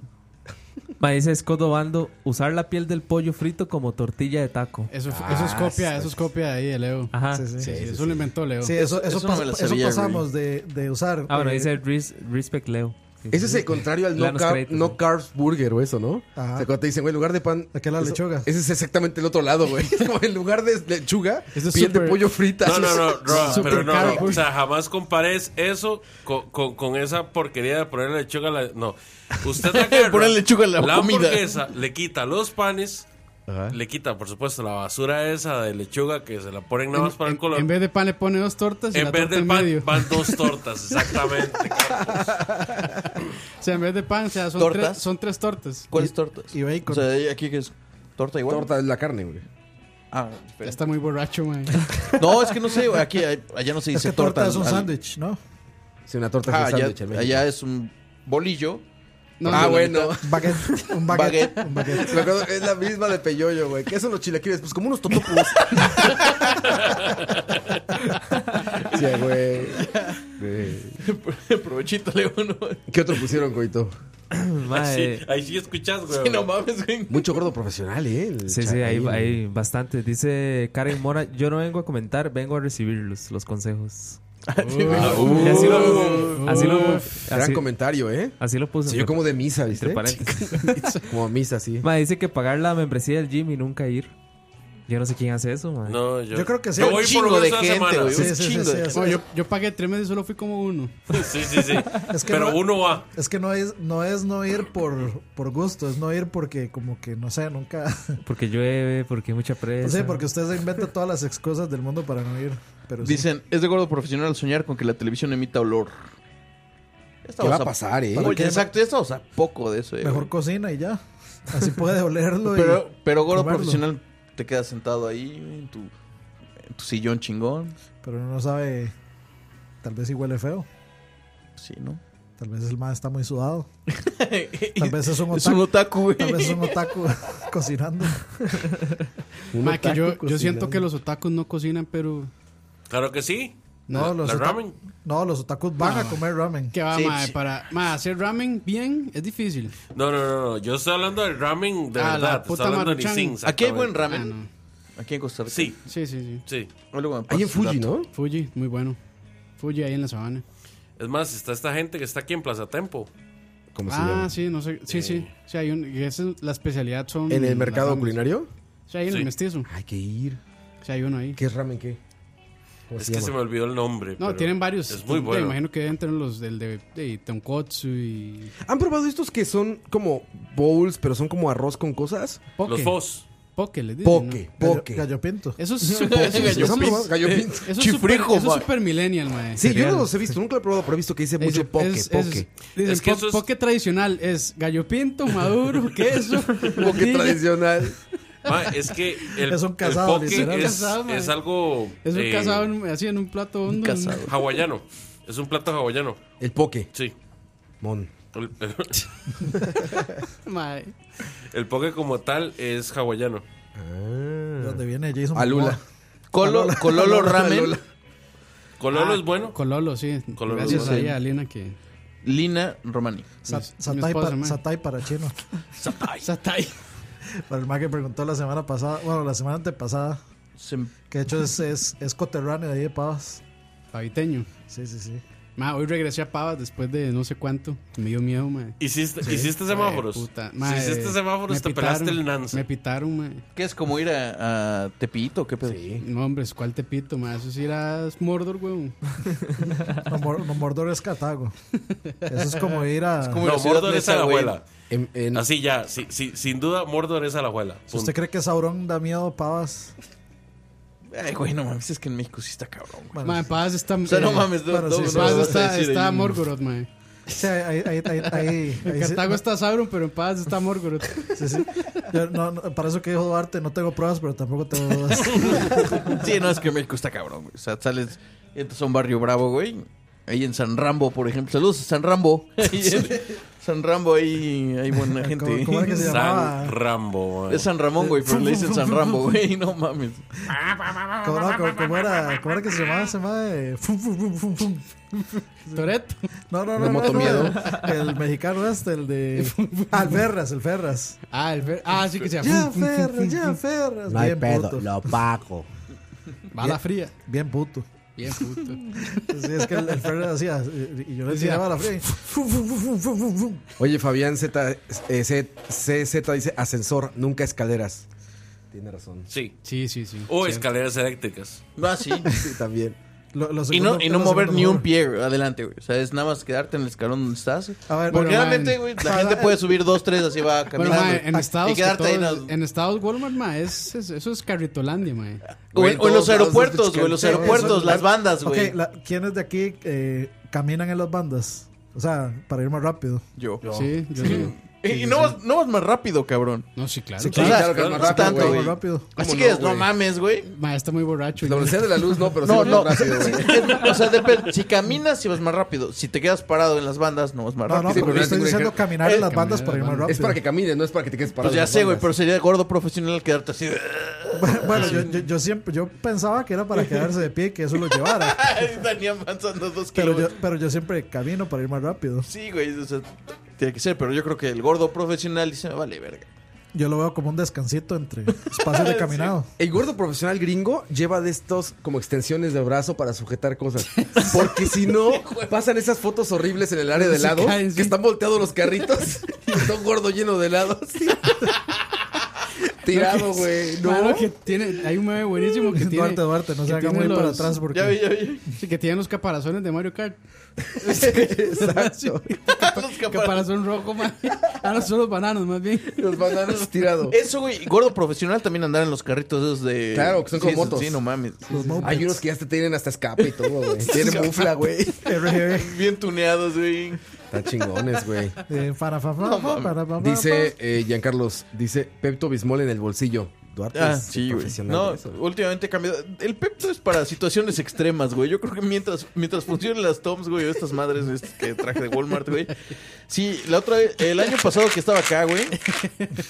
Ma, dice Scott Obando, usar la piel del pollo frito como tortilla de taco. Eso, fue- eso es Ah, copia, sí. eso es copia de ahí de Leo. Ajá. Sí, sí. Sí, eso lo inventó Leo. Sí, eso, eso, eso no pas- me la eso sabía, pasamos de, de usar. Ah, bueno, eh, dice Res- Respect Leo. Sí, Ese es sí. el contrario al no, Danos car- créditos, no sí. carbs burger o eso, ¿no? Ajá. O sea, cuando te dicen, güey, en lugar de pan. Aquí la eso- lechuga. Ese es exactamente el otro lado, güey. Como en lugar de lechuga, Eso es piel de súper- pollo frita. No, no, no, Roa, Súper pero no, caro, no. güey. O sea, jamás compares eso con, con- con esa porquería de ponerle lechuga a la. No. Usted agarra Ponerle lechuga a la comida. hamburguesa, le quita los panes, Ajá. le quita, por supuesto, la basura esa de lechuga que se la ponen nada En, más para en- el color. en vez de pan le pone dos tortas y En la vez torta del en pan medio. van dos tortas, exactamente. O sea, en vez de pan, o sea, son, ¿Tortas? tres, son tres tortas. ¿Cuáles tortas? Y bacon. O sea, ¿y aquí que es torta igual. Torta es la carne, güey. Ah, Ya espera. está muy borracho, man. No, es que no sé, güey, aquí hay- allá no se es dice que torta, torta. es un al- sándwich, ¿no? Si una torta Ah, es un sándwich en allá, México. allá es un bolillo No, ah, no, bueno. la Baguette. Un baguette. baguette. Un baguette. Me acuerdo, es la misma de Peyoyo, güey. ¿Qué son los chilaquiles? Pues como unos totopos. sí, güey. Provechito, León. ¿Qué otro pusieron, coito? Ahí Mae. sí, ahí sí escuchas, güey. No mames, güey. Mucho gordo profesional, ¿eh? El Sí, sí, Chacaín. hay, hay bastante. Dice Karen Mora, yo no vengo a comentar, vengo a recibirlos, los consejos. Ah, Uh, Y así lo, así lo, Gran así- comentario, ¿eh? así lo puse. Sí, yo como de misa, entre ¿viste? paréntesis. Como misa, sí. Ma, dice que pagar la membresía del gym y nunca ir. Yo no sé quién hace eso, ma. No, yo, Yo creo que sí. Yo Un voy por chingo lo de menos una gente, semana. güey. Sí, Sí, sí, sí, chingo de- sí, sí. Bueno, yo, yo pagué tres meses y solo fui como uno. sí, sí. Es que Pero no- uno va. Es que no es, no es no ir por, por gusto, es no ir porque como que no sé, nunca. Porque llueve, porque hay mucha presa. No sé, porque usted se inventa todas las excusas del mundo para no ir. Pero sí. Dicen, es de gordo profesional soñar con que la televisión emita olor. Ya ¿Qué va estamos a pasar, eh? Oye, exacto, ya estamos a poco de eso, eh, mejor cocina y ya. Así puede olerlo. y- Pero, pero gordo comerlo. profesional, te quedas sentado ahí güey, en tu, en tu sillón chingón. pero uno no sabe. Tal vez sí huele feo. Sí, ¿no? Tal vez el más está muy sudado. Tal vez es un Es un otaku. otaku, güey. Tal vez es un otaku cocinando. Un Ma, que otaku yo, yo siento cocinando. que los otakus no cocinan, pero. Claro que sí. No, los, La otaku- ramen. no, los otakus van No. a comer ramen. Que va, Sí, ma, sí. para ma, hacer ramen bien es difícil. No, no, no, no. Yo estoy hablando del ramen de Ah, la verdad. Estoy puta hablando de Maruchan. Nissin. Aquí hay buen Ah, ramen. no. Aquí en Costa Rica. Sí, Sí, sí, sí. sí. Ahí luego me Ahí en pasas el Fuji, dato. ¿no? Fuji, muy bueno. Fuji ahí en la sabana. Es más, está esta gente que está aquí en Plaza Tempo. ¿Cómo se Ah, llama? Eh. sí, no sé. Sí, sí. Sí, hay un, y esa es la especialidad son. ¿En el las mercado ramen. culinario? Sí, ahí en Sí. el mestizo. Hay que ir. Sí, hay uno ahí. ¿Qué es ramen qué? ¿Cómo Es se que llama? se me olvidó el nombre. No, pero tienen varios. Es muy Te bueno. imagino que deben tener los del de, de Tonkotsu y. ¿Han probado estos que son como bowls, pero son como arroz con cosas? Poke. Los Fos. Poke, les dicen. Poke, Gallo- poke. Gallo pinto. ¿no? Eso es super. eso es ¿Los han probado? Gallo pinto. eso es Chifrijo, super, eso es ma. super millennial, mae. Sí, yo no los he visto, nunca lo he probado, pero he visto que dice mucho Dicen, poke, es- es- poke. dicen, Es que po- eso es- poke tradicional es gallo pinto, maduro, queso. Poke tortilla. tradicional. Ma, es que el, Es un el casado, poke literal. es, Casado, man. es algo Es un eh, casado en- así en un plato hondo. ¿no? Casado. hawaiano. Es un plato hawaiano. El poke. Sí. Mon. El, Mae. el poke como tal es hawaiano. Ah. De donde viene Jason. A Lula. Momoa. Colo, Cololo Ramen. Lola. Cololo es bueno. Ah, Cololo, sí. Cololo, Gracias sí. ahí a Lina que. Lina Romani. Este Sa- Mi- mi Satay, esposa, pa- man. Satay para chino. Satay. Para el más que preguntó la semana pasada, bueno, la semana antepasada, Se- que de hecho es, es, es coterráneo de ahí de Pavas. Paviteño. Sí, sí, sí. Ma, hoy regresé a Pavas después de no sé cuánto. Me dio miedo, mae. Hiciste, hiciste semáforos. Ay, puta. Si Mae, hiciste semáforos, me te pitaron, pelaste el nanzo. Me pitaron, mae. ¿Qué es como ir a, a Tepito? ¿Qué pedo? No, hombre, ¿cuál te pito, mae? Eso sí era Mordor, weón. No, Mor- no, Mordor es Catago. Eso es como ir a. como- No, Ciudad Mordor es Neza, a la güey. abuela. En- en- Así ya, sí, sí, sin duda Mordor es a la abuela. Si usted cree que Sauron da miedo a Pavas, Ay, güey, no mames, es que en México sí está cabrón, güey. bueno, Mae, Paz está. O sea, no eh, mames, no, bueno, no, sí, no sí, Paz vas a está, decir está ahí- Morgoroth, mae. sí, ahí, ahí, ahí, ahí- En ahí sí- Cartago está Sauron, pero en Paz está Morgoroth. sí, sí. Yo, no, no, para eso que dijo Duarte, no tengo pruebas, pero tampoco tengo dudas. Sí, no, es que México está cabrón, güey. O sea, sales, entras a un barrio bravo, güey. Ahí en San Rambo, por ejemplo. Saludos a San Rambo. Ahí en San Rambo, ahí hay buena gente. ¿Cómo, cómo era que se San llamaba? Rambo. man. Es San Ramón, güey, pero le dicen San Rambo, güey. No mames. ¿Cómo, no, cómo- cómo era, cómo era que se llamaba ese mae? Fum, fum, fum, fum, fum. Toreto. No, no, De no. no, no, motomiedo. El mexicano este, el de. Ah, el Ferras, el Ferras. Ah, el Fer- ah, sí que se Ya, llama. Ferras, ya, Ferras. No hay Bien pedo, puto. lo pago. Bala fría. Bien puto. Bien puto. Pues Sí, es que el, el Ferras hacía. eh, Y yo le tiraba la frente. Fum, fum, fum, fum, fum, fum. Oye, Fabián Z, eh, C- CZ dice ascensor, nunca escaleras. Tiene razón. Sí. Sí, sí, sí. O Cierto. escaleras eléctricas. No, sí. Sí, también. Lo- lo Y no, segundo- y no lo mover segundo ni un mejor. pie, güey, adelante, güey. O sea, es nada más quedarte en el escalón donde estás. A ver, Porque Bueno, realmente, man. güey, la gente puede subir dos, tres, así va Bueno, caminando. mae, en Y Estados, que quedarte ahí todo- en las- en Estados Walmart, mae, es, es- eso es Carritolandia, mae. O Güey, en, o todos en este los lados, aeropuertos, güey, escuchan- los Sí, eso- aeropuertos, las bandas, Ok, güey. la- ¿quiénes de aquí eh, caminan en las bandas? O sea, para ir más rápido. Yo. Sí, yo sí. Y no vas, no vas más rápido, cabrón. No, sí, claro. Sí, claro. claro, Sí, que claro, es no más tanto, rápido, güey. más rápido. Así ¿Cómo que no, es, no güey? mames, güey. Ma, está muy borracho. La yo. velocidad de la luz, no, pero sí vas más rápido, o sea, depende. Si caminas, sí vas más rápido. Si te quedas parado en las bandas, no vas más No, no, rápido. pero yo estoy diciendo eh, caminar en las bandas para ir más rápido. Es para que camines, no es para que te quedes parado. Pues en ya las sé, güey, bandas. pero sería gordo profesional quedarte así. de- "Ah, Bueno, yo, yo, yo siempre yo pensaba que era para quedarse de pie, que eso lo llevara. Estaría avanzando dos Pero yo, kilómetros. pero yo siempre camino para ir más rápido. Sí, güey, o sea, tiene que ser. Pero yo creo que el gordo profesional dice, "Me vale, verga. Yo lo veo como un descansito entre espacios de caminado. El gordo profesional gringo lleva de estos como extensiones de brazo para sujetar cosas. Porque si no, pasan esas fotos horribles en el área de Se helados caen, sí. que están volteados los carritos y está un gordo lleno de helados. Tirado, güey. No. Claro que tiene, hay un meme buenísimo que tiene. Duarte, Duarte, no se que haga tiene muy para atrás porque- Ya vi, ya vi. Sí, que tienen los caparazones de Mario Kart. Exacto. Caparazón rojo, man. Ah, no, son los bananos, más bien. Los bananos tirados. Eso, güey, gordo profesional también andar en los carritos esos de. Claro, que son Sí, como sí, motos. Sí, no mames. Hay unos que ya te tienen hasta escape y todo, güey. Tienen mufla, güey. Bien tuneados, güey. Están chingones, güey. Eh, para, para, para, para, para, Dice eh, Giancarlos, dice Pepto Bismol en el bolsillo. Duarte Ah, es sí, güey. profesional. No, de eso. últimamente he cambiado. El Pepto es para situaciones extremas, güey. Yo creo que mientras, mientras funcionen las Toms, güey, o estas madres estas que traje de Walmart, güey. Sí, la otra vez, el año pasado que estaba acá, güey.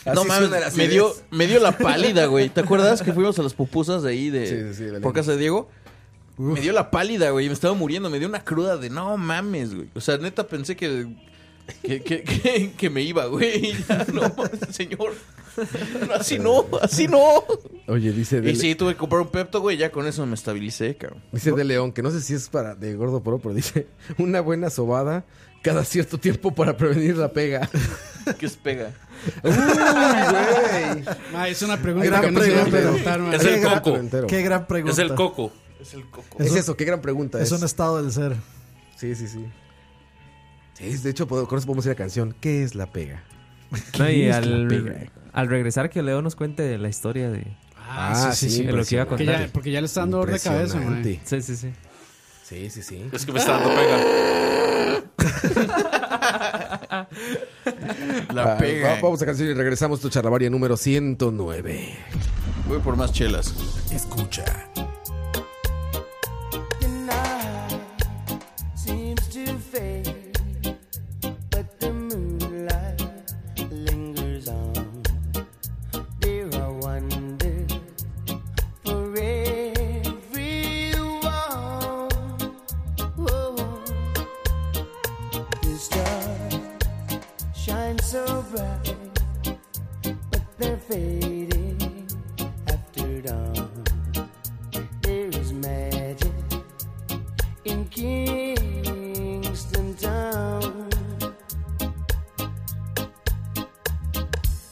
No Así mames, suena la acidez. me dio, me dio la pálida, güey. ¿Te acuerdas que fuimos a las pupusas de ahí de, Sí, sí, sí, la por linda. casa de Diego? Me dio la pálida, güey. Me estaba muriendo. Me dio una cruda de no mames, güey. O sea, neta pensé que. Que, que, que- que me iba, güey. Ya, no, mames, señor. No, Así no, así no. Oye, dice de, Y sí, tuve que comprar un Pepto, güey. Ya con eso me estabilicé, cabrón. dice de León, que no sé si es para de gordo pro, pero dice una buena sobada cada cierto tiempo para prevenir la pega. ¿Qué es pega? Ma, es una pregunta Gran que no se iba a pregunta. preguntar, ma. Es Qué el gran- coco. entero. Qué gran pregunta. Es el coco. Es el coco. Es eso, qué gran pregunta Es es. un estado del ser. Sí, sí, sí. Sí, es- de hecho, puedo- con eso podemos ir a canción. ¿Qué es la pega? No, y ¿Quién Pues, es al, al regresar que Leo nos cuente la historia de... Ah, sí, sí, de lo que iba a Que contar. ya- porque ya le está dando dolor de cabeza, ma. Impresionante. Sí, sí, sí. Sí, sí, sí. Es que me está dando pega. La Ah, pega. va- vamos a canción y regresamos tu charlavaria número 109. Voy por más chelas. Escucha. The night seems to fade, but the moonlight lingers on. There are wonders for everyone. Oh, the stars shine so bright, but they're fading after dawn. There is magic in Kingston Town.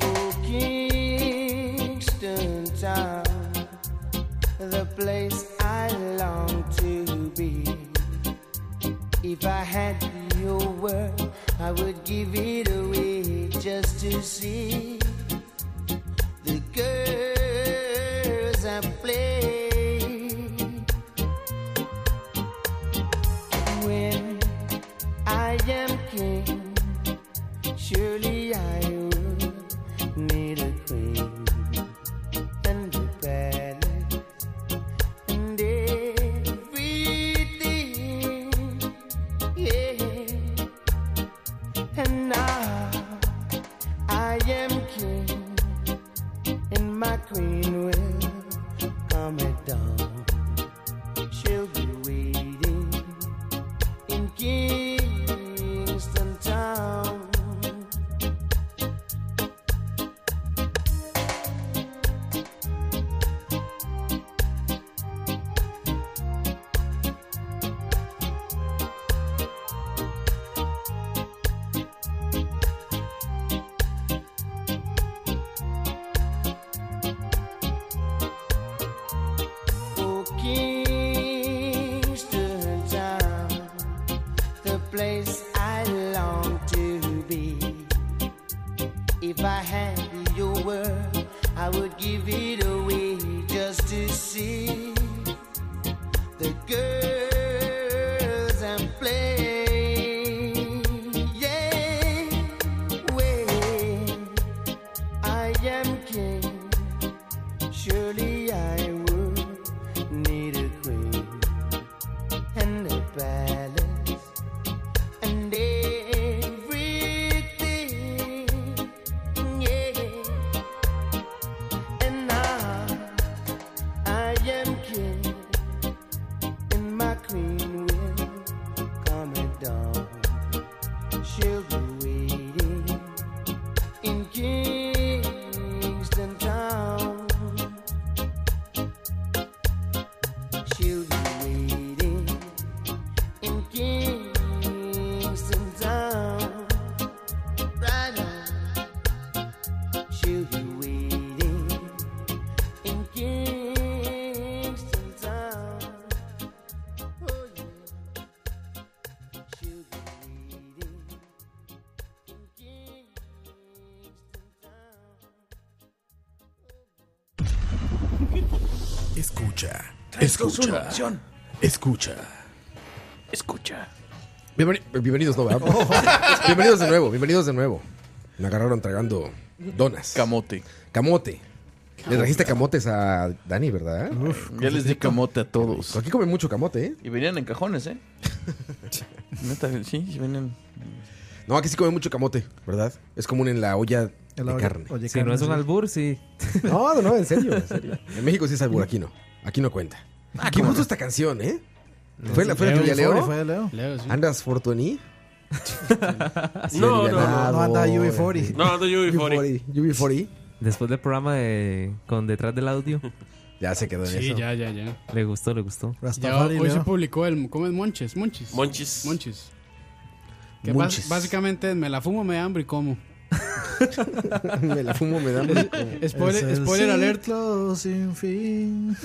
Oh, Kingston Town, the place I long to be. If I had your word, I would give it away just to see the girls I play when I am king, surely I will need a queen and a palace and everything. Yeah, and now I am king, and my queen will come at dawn. She'll be waiting in Kingston Town. Oh, Kingston Town, the place I long to be. If I had your word, I would give it away just to see the girls and play. Yeah, way. surely I would need a queen and a palace and everything. Yeah, and now I am king, and my queen will come at dawn. She'll be waiting in Kingston Town. She'll be waiting in Kingston Town. Right on. She'll be waiting in Kingston Town. Oh, yeah. She'll be waiting in Kingston Town. Escucha. Tres, dos, uno, Escucha. acción. Escucha. Escucha. bienvenidos, no, ¿verdad? bienvenidos de nuevo, bienvenidos de nuevo. Me agarraron tragando donas. Camote. Camote. Le trajiste camotes a Dani, ¿verdad? Ya les di camote a todos. Aquí comen mucho camote, ¿eh? Y venían en cajones, ¿eh? Neta, sí, sí venían. No, aquí sí comen mucho camote, ¿verdad? Es común en la olla En de la olla- carne. olla de Si no carne, es un sí. albur, sí. No, no, no, en serio, en serio. En México sí es albur, aquí no. Aquí no cuenta. Aquí puso esta canción, ¿eh? ¿Fue la, fue la Leo, trivia, Leo? fue de Leo. Leo, sí. ¿Andas Fortuny? No, no, no. No anda UB40. No, ando UB40. UB40. Después del programa de con detrás del audio. Ya se quedó en Sí, eso. ya, ya, ya. Le gustó, le gustó. Ya hoy se publicó el. ¿Cómo es Monches? Monches. Monchis. Monchis. Que bas- Monchis. básicamente es, me la fumo, me da hambre y como. me la fumo, me da hambre y como. Spoiler, Es el spoiler alert. Ciclo sin fin.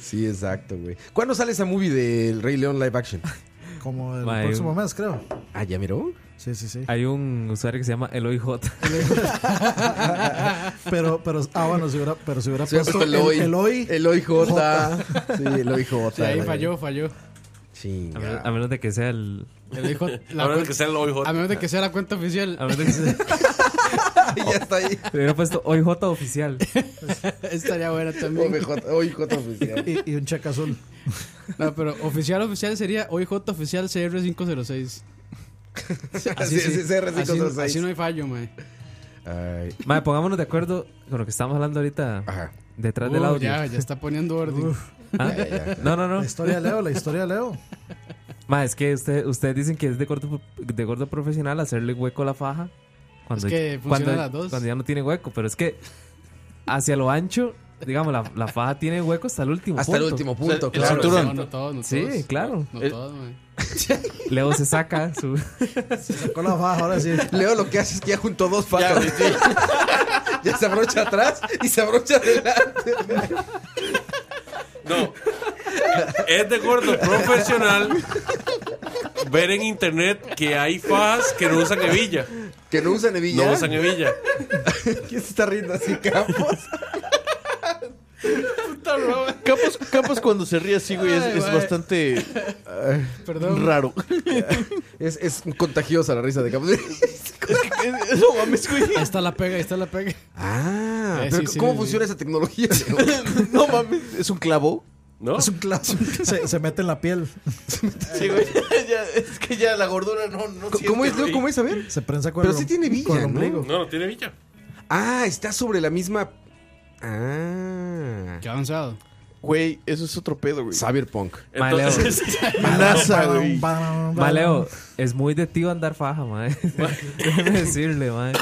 Sí, exacto, güey. ¿Cuándo sale esa movie del Rey León live action? Como el Mae, próximo un- mes, creo. Ah, ¿ya miró? Sí, sí, sí. Hay un usuario que se llama Eloy J. Pero, pero, ah, bueno, se hubiera, pero se hubiera Se hubiera puesto puesto el- Eloy. Eloy. Eloy J. J. Sí, Eloy J. Sí, ahí falló, falló. A, men- a menos de que sea el. El hijo- la a menos de cuenta- que sea el Eloy J. A menos de que sea la cuenta oficial. A menos de que sea. ya está ahí. Le hubiera puesto Hoy J oficial. Estaría buena también. OIJ oficial. Y, y un cheque azul. No, pero oficial oficial sería OIJ oficial CR506. Así sí, CR506. Así, así no hay fallo, mae. Mae, pongámonos de acuerdo con lo que estamos hablando ahorita. Detrás del Uh, audio. Ya, ya está poniendo orden. Ah, Ya, ya, ya. no, no, no. La historia de Leo, la historia de Leo. Mae, es que usted- ustedes dicen que es de gordo, de gordo profesional hacerle hueco a la faja. Cuando, Es que funcionan cuando, las dos. cuando ya no tiene hueco, pero es que hacia lo ancho, digamos, la, la faja tiene hueco hasta el último Hasta el punto. último punto, O sea, el claro. cinturón. No, no todos, no sí, todos. claro. Eh, No todos, mae. Leo se saca su... Sacó la faja, ahora sí. Leo lo que hace es que ya juntó dos patas. ya se abrocha atrás y se abrocha adelante. No. Es de gordo profesional ver en internet que hay fajas que no usan hebilla. ¿Que no usan hebilla? No usan hebilla. ¿Quién se está riendo así, Campos? Campos, Campos Pues cuando se ríe así, güey, es, Ay, es güey. bastante eh, Perdón. raro. Es, es contagiosa la risa de Campos. No mames, güey. Ahí está la pega, ahí está la pega. Ah, Eh, pero sí, sí, ¿cómo sí. funciona esa tecnología? no mames. ¿Es un clavo? ¿No? Es un clavo. Se, se mete en la piel. Sí, güey. Ya, es que ya la gordura no. no ¿Cómo siente, es, Leo? güey. ¿Cómo es? A ver. Se prensa con Pero el- sí tiene hebilla, con el ¿no? ombligo. No, no tiene hebilla. Ah, está sobre la misma. Ah. Qué avanzado. Güey, eso es otro pedo, güey. Cyberpunk. Maleo. NASA, güey. Maleo, es muy de tío andar faja, mae. Déjeme decirle, mae.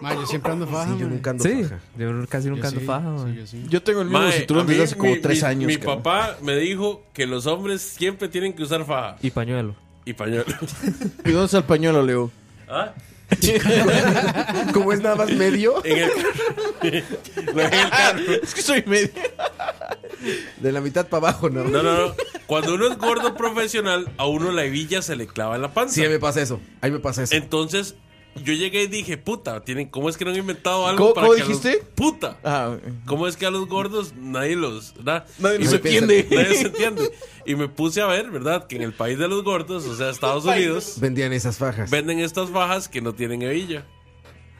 Mae, yo siempre ando faja, mae. Sí, yo casi nunca Yo ando sí, faja, mae. Yo tengo el mismo Mae, cinturón a mí desde hace como mi- tres mi- años. Mi cabrón. papá me dijo que los hombres siempre tienen que usar faja Y pañuelo. y pañuelo. ¿Y dónde está el pañuelo, Leo? ¿Ah? ¿Cómo es nada más medio? En el Lo dejé en el carro. Es que soy medio. De la mitad para abajo, ¿no? No, no, no. Cuando uno es gordo profesional, a uno la hebilla se le clava en la panza. Sí, ahí me pasa eso. Ahí me pasa eso. Entonces, yo llegué y dije, puta, tienen, ¿cómo es que no han inventado algo ¿Cómo- para cómo que a los- dijiste? puta. Ah, ¿Cómo es que a los gordos nadie los... na- Nadie y los me- entiende. Nadie se entiende. Y me puse a ver, ¿verdad? Que en el país de los gordos, o sea, Estados Unidos, Vendían esas fajas. venden estas fajas que no tienen hebilla.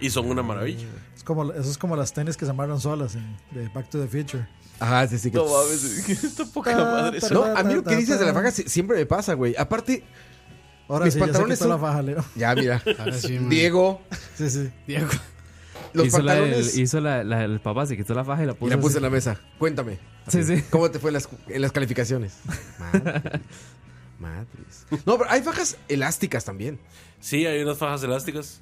Y son una maravilla. Es como, eso es como las tenis que se amarran solas en, de Back to the Future. Ajá, sí, sí. Que... No mames, está poca madre eso. No, a mí lo que dices de la faja si- siempre me pasa, güey. Aparte, Ahora mis sí, ya se pantalones quitó son... la faja, Leo. Ya, mira. Ahora sí, man. Diego. Sí, sí. Diego. Los hizo la del- pantalones... hizo la, la- el papá, se quitó la faja y la puso. Y la puse así. en la mesa. Cuéntame. Sí, sí. ¿Cómo te fue en las, en las calificaciones? Madres. Madres. No, pero hay fajas elásticas también. Sí, hay unas fajas elásticas.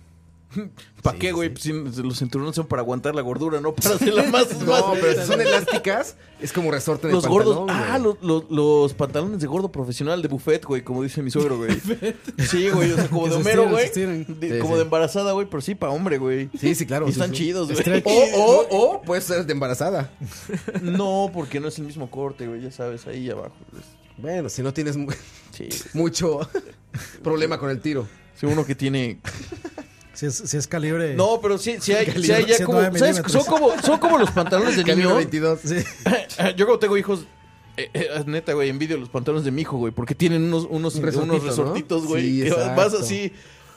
¿Para qué, güey? Si los cinturones son para aguantar la gordura, no para hacerla más. No, más- pero si son elásticas, es como resorte en el Los gordos. pantalón, güey. Ah, los, los- los pantalones de gordo profesional de buffet, güey, como dice mi suegro, güey. sí, güey, o sea, como Que de se Homero, estiran, güey. se estiran. de- Sí, como sí. de embarazada, güey, pero sí, para hombre, güey. Sí, sí, claro. Y sí, están sí. chidos, güey. O, o, o puedes ser de embarazada. No, porque no es el mismo corte, güey, ya sabes, ahí abajo. Bueno, si no tienes mu- Sí. mucho problema con el tiro. Sí, uno que tiene. Si es, si es calibre. No, pero sí, sí hay, sí hay ya 109 como. ¿sabes? milímetros. Son como, son como los pantalones de Calibre niño. 22. Sí. Yo cuando tengo hijos, eh, eh, neta, güey, envidio los pantalones de mi hijo, güey, porque tienen unos, unos, Un resortito, unos resortitos, ¿no? güey. Sí, que exacto. vas así,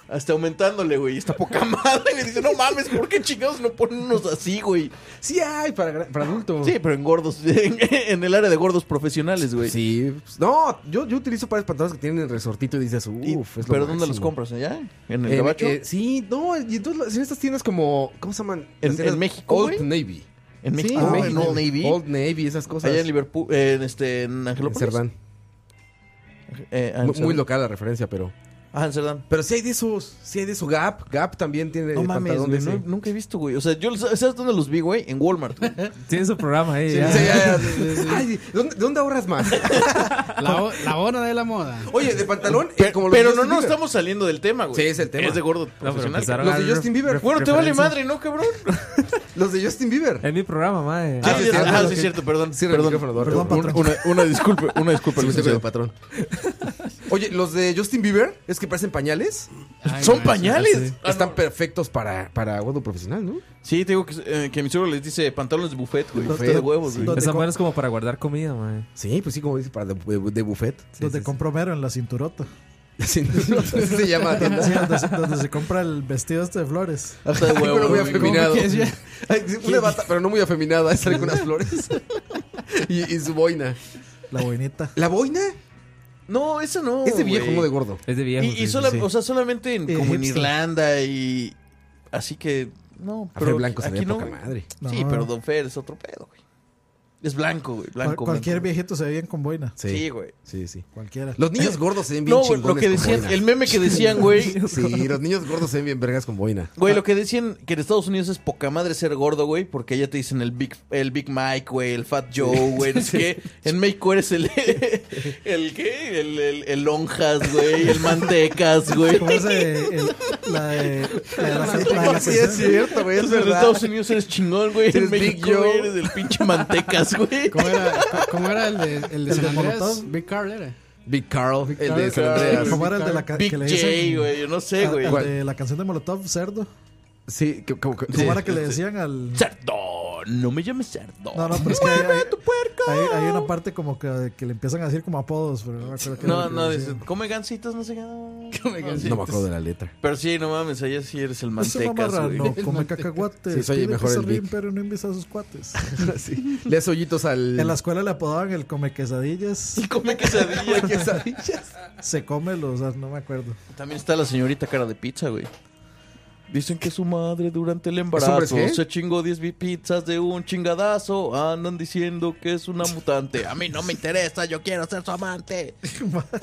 hasta aumentándole, güey. y Está poca madre. Me dice, no mames, ¿por qué chingados no ponen unos así, güey? Sí hay para, gra- para adultos. Sí, pero en gordos, en, en el área de gordos profesionales, güey. Sí, pues, no, yo, yo utilizo varios pantalones que tienen el resortito y dices, uff, Y- es lo pero ¿dónde los máximo". compras? ¿Allá? ¿En el En- gabacho? eh, sí, no, y entonces las- en estas tiendas como, ¿cómo se llaman? En- Las tiendas en México, Old güey. Navy. en Sí, México, en güey, en México. Old Navy. Old Navy, esas cosas. Allá en Liverpool, eh, en este, en En Angelópolis. Cerdán. Eh, Muy, Amsterdam. muy local la referencia, pero. Ah, Amsterdam. Pero sí hay de esos, sí hay de eso. Gap, Gap también tiene No mames, pantalón güey, de no- ese. nunca he visto, güey. O sea, yo, ¿sabes dónde los vi, güey? En Walmart, güey. Tiene su programa ahí. ya. Sí, ya, ya. Ay, ¿dónde, dónde ahorras más? La, ho- la hora de la moda. Oye, de pantalón, eh, Pero, como los pero de no Justin nos Bieber. estamos saliendo del tema, güey. Sí, es el tema. Es de gordo No, pero profesional. empezaron Los a de dar Justin Bieber. bueno, te vale referencias. madre, ¿no, cabrón? Los de Justin Bieber. Es mi programa, madre. Ah, sí, sí, sí, ah, sí, sí, sí. es cierto, perdón. Cierra el perdón. micrófono, Eduardo. Perdón, patrón. Una, una disculpa, una disculpa. Sí, Luis, sí, o sea, sí, patrón. Oye, los de Justin Bieber, es que parecen pañales. Ay, Son man, pañales. Ah, Están no. perfectos para, para gordo profesional, ¿no? Sí, te digo que, eh, que mi suegro les dice pantalones de buffet, güey. Buffet. Está de huevos, güey. ¿Dónde Esa com- madre es como para guardar comida, madre. Sí, pues sí, como dice, para de, de- de buffet. donde sí, sí. compromero en la cinturota. Así así se llama la tienda. Sí, donde, se- donde se compra el vestido este de flores. Está de pero huevos, muy güey. afeminado. Ay, sí, Una bata, pero no muy afeminada. Es algunas flores. Y, y su boina. La boinita. ¿La boina? No, eso no. Es de viejo, güey. no de gordo. Es de viejo. Y, y sí, sí, sola- sí. o sea, solamente en, Eh, como en hipster. Irlanda y. Así que. No, Café pero. blanco se aquí ve no, poca güey. madre. Sí, No. pero Don Fer es otro pedo, güey. Es blanco, güey. Cual- Blanco. cualquier blanco. viejito se ve bien con boina. Sí, güey. Sí, sí. Cualquiera. Los niños gordos se ven bien No, güey, chingones lo que con decían, boina. el meme que decían, güey. Sí, los niños gordos se ven bien vergas con boina. Güey, lo que decían que en Estados Unidos es poca madre ser gordo, güey, porque allá te dicen el Big, el Big Mike, güey, el Fat Joe, güey, no sé qué. En México eres el, el qué, el, el, el lonjas, güey, el mantecas, güey. ¿Cómo es eh, el- la de la de la la de la- Sí, es cierto, güey. Es Entonces, en verdad. Estados Unidos eres chingón, güey. En Eres Big México güey, Joe. eres el pinche mantecas, güey. ¿Cómo era, co- cómo era el de, el de El San de Andrés? Molotov. Big Carl era. Big Carl, el de Carl, San Carl. Andreas. ¿Cómo era el de la ca- Big que le J, dicen- güey, yo no sé, al- güey. al de la canción de Molotov, cerdo. Sí, que- como que- ¿Cómo era que le decían al.? Cerdo, no me llames cerdo. No, no, pero es que. Hay, hay, hay una parte como que, que le empiezan a decir como apodos, pero no me acuerdo qué era No, lo que no, decían. dice, come gancitos, no sé qué. no. No me acuerdo de la letra. Pero sí, no mames, allá sí eres el Ese mantecas, güey. mamarrano come cacahuates. Sí, se oye pide mejor el pizarrín, Vic. pero no invita a sus cuates. Sí. Le hace hoyitos al. En la escuela le apodaban el come quesadillas. Y come quesadilla. quesadillas. Se come los. ah, No me acuerdo. También está la señorita cara de pizza, güey. Dicen que su madre durante el embarazo hombres qué? se chingó 10 bi- pizzas de un chingadazo. Andan diciendo que es una mutante. A mí no me interesa, yo quiero ser su amante.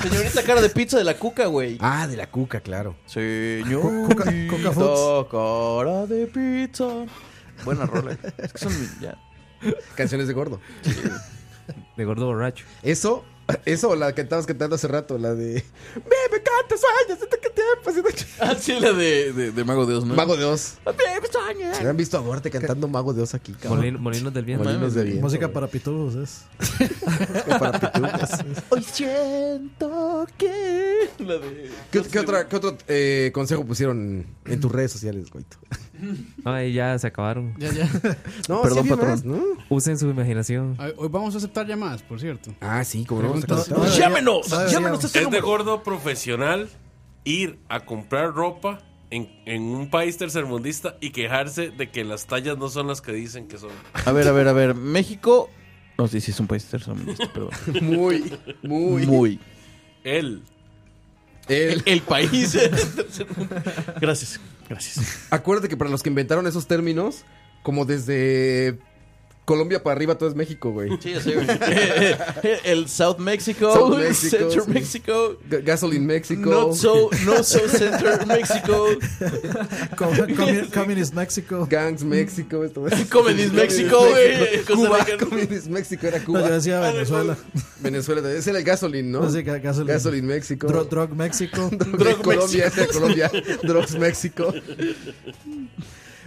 señorita cara de pizza de la cuca, güey. Ah, de la cuca, claro. Señorita Coca Foods. cara de pizza. Buena rola. Es que son mi- ya. Canciones de gordo. De gordo borracho. Eso, eso, la que estabas cantando hace rato, la de. Bebe, canta, sueña, siente que tiempo. siente que-". Ah, sí, la de, de, de Mago de Dios, ¿no? Mago de Oz. Ah, baby, sueña. Se han visto a Duarte cantando Mago de Oz aquí, cabrón. Molin- molinos del viento. Molinos de viento, Música güey. para pitufos, es. Para pitucas. Hoy siento que... La de... ¿Qué, qué otra- qué otro eh, consejo pusieron en tus redes sociales, Goito? No, ahí ya se acabaron. Ya, ya. No, Perdón, sí había patrón. más, ¿no? Usen su imaginación. Ay, Hoy vamos a aceptar llamadas, por cierto. Ah, sí, como no. Preguntas. se acabó. Todavía- ¡Llámenos! todavía- ¡Llámenos a este Es de número! gordo profesional ir a comprar ropa en, en un país tercermundista y quejarse de que las tallas no son las que dicen que son. A ver, a ver, a ver. México. No sé si es un país tercermundista, este, perdón. Muy, muy. Muy. Él. El, el país. Gracias, gracias. Acuérdate que para los que inventaron esos términos, como desde Colombia para arriba todo es México, güey. Sí, sí, güey. El South Mexico, South Mexico, Central sí. Mexico, G- Gasoline México. Not so, no so Central Mexico, Com- Comi- Communist Mexico. Gangs México. Esto es- Comedies México, güey. Cuba, Costa Rica. Comedies México era No, Cuba. yo decía Venezuela. Venezuela, ese era el gasolín, ¿no? No sé, ga- gasolina. Gasolín México. Dro- drug México. De Colombia, ese era Colombia. Drugs México.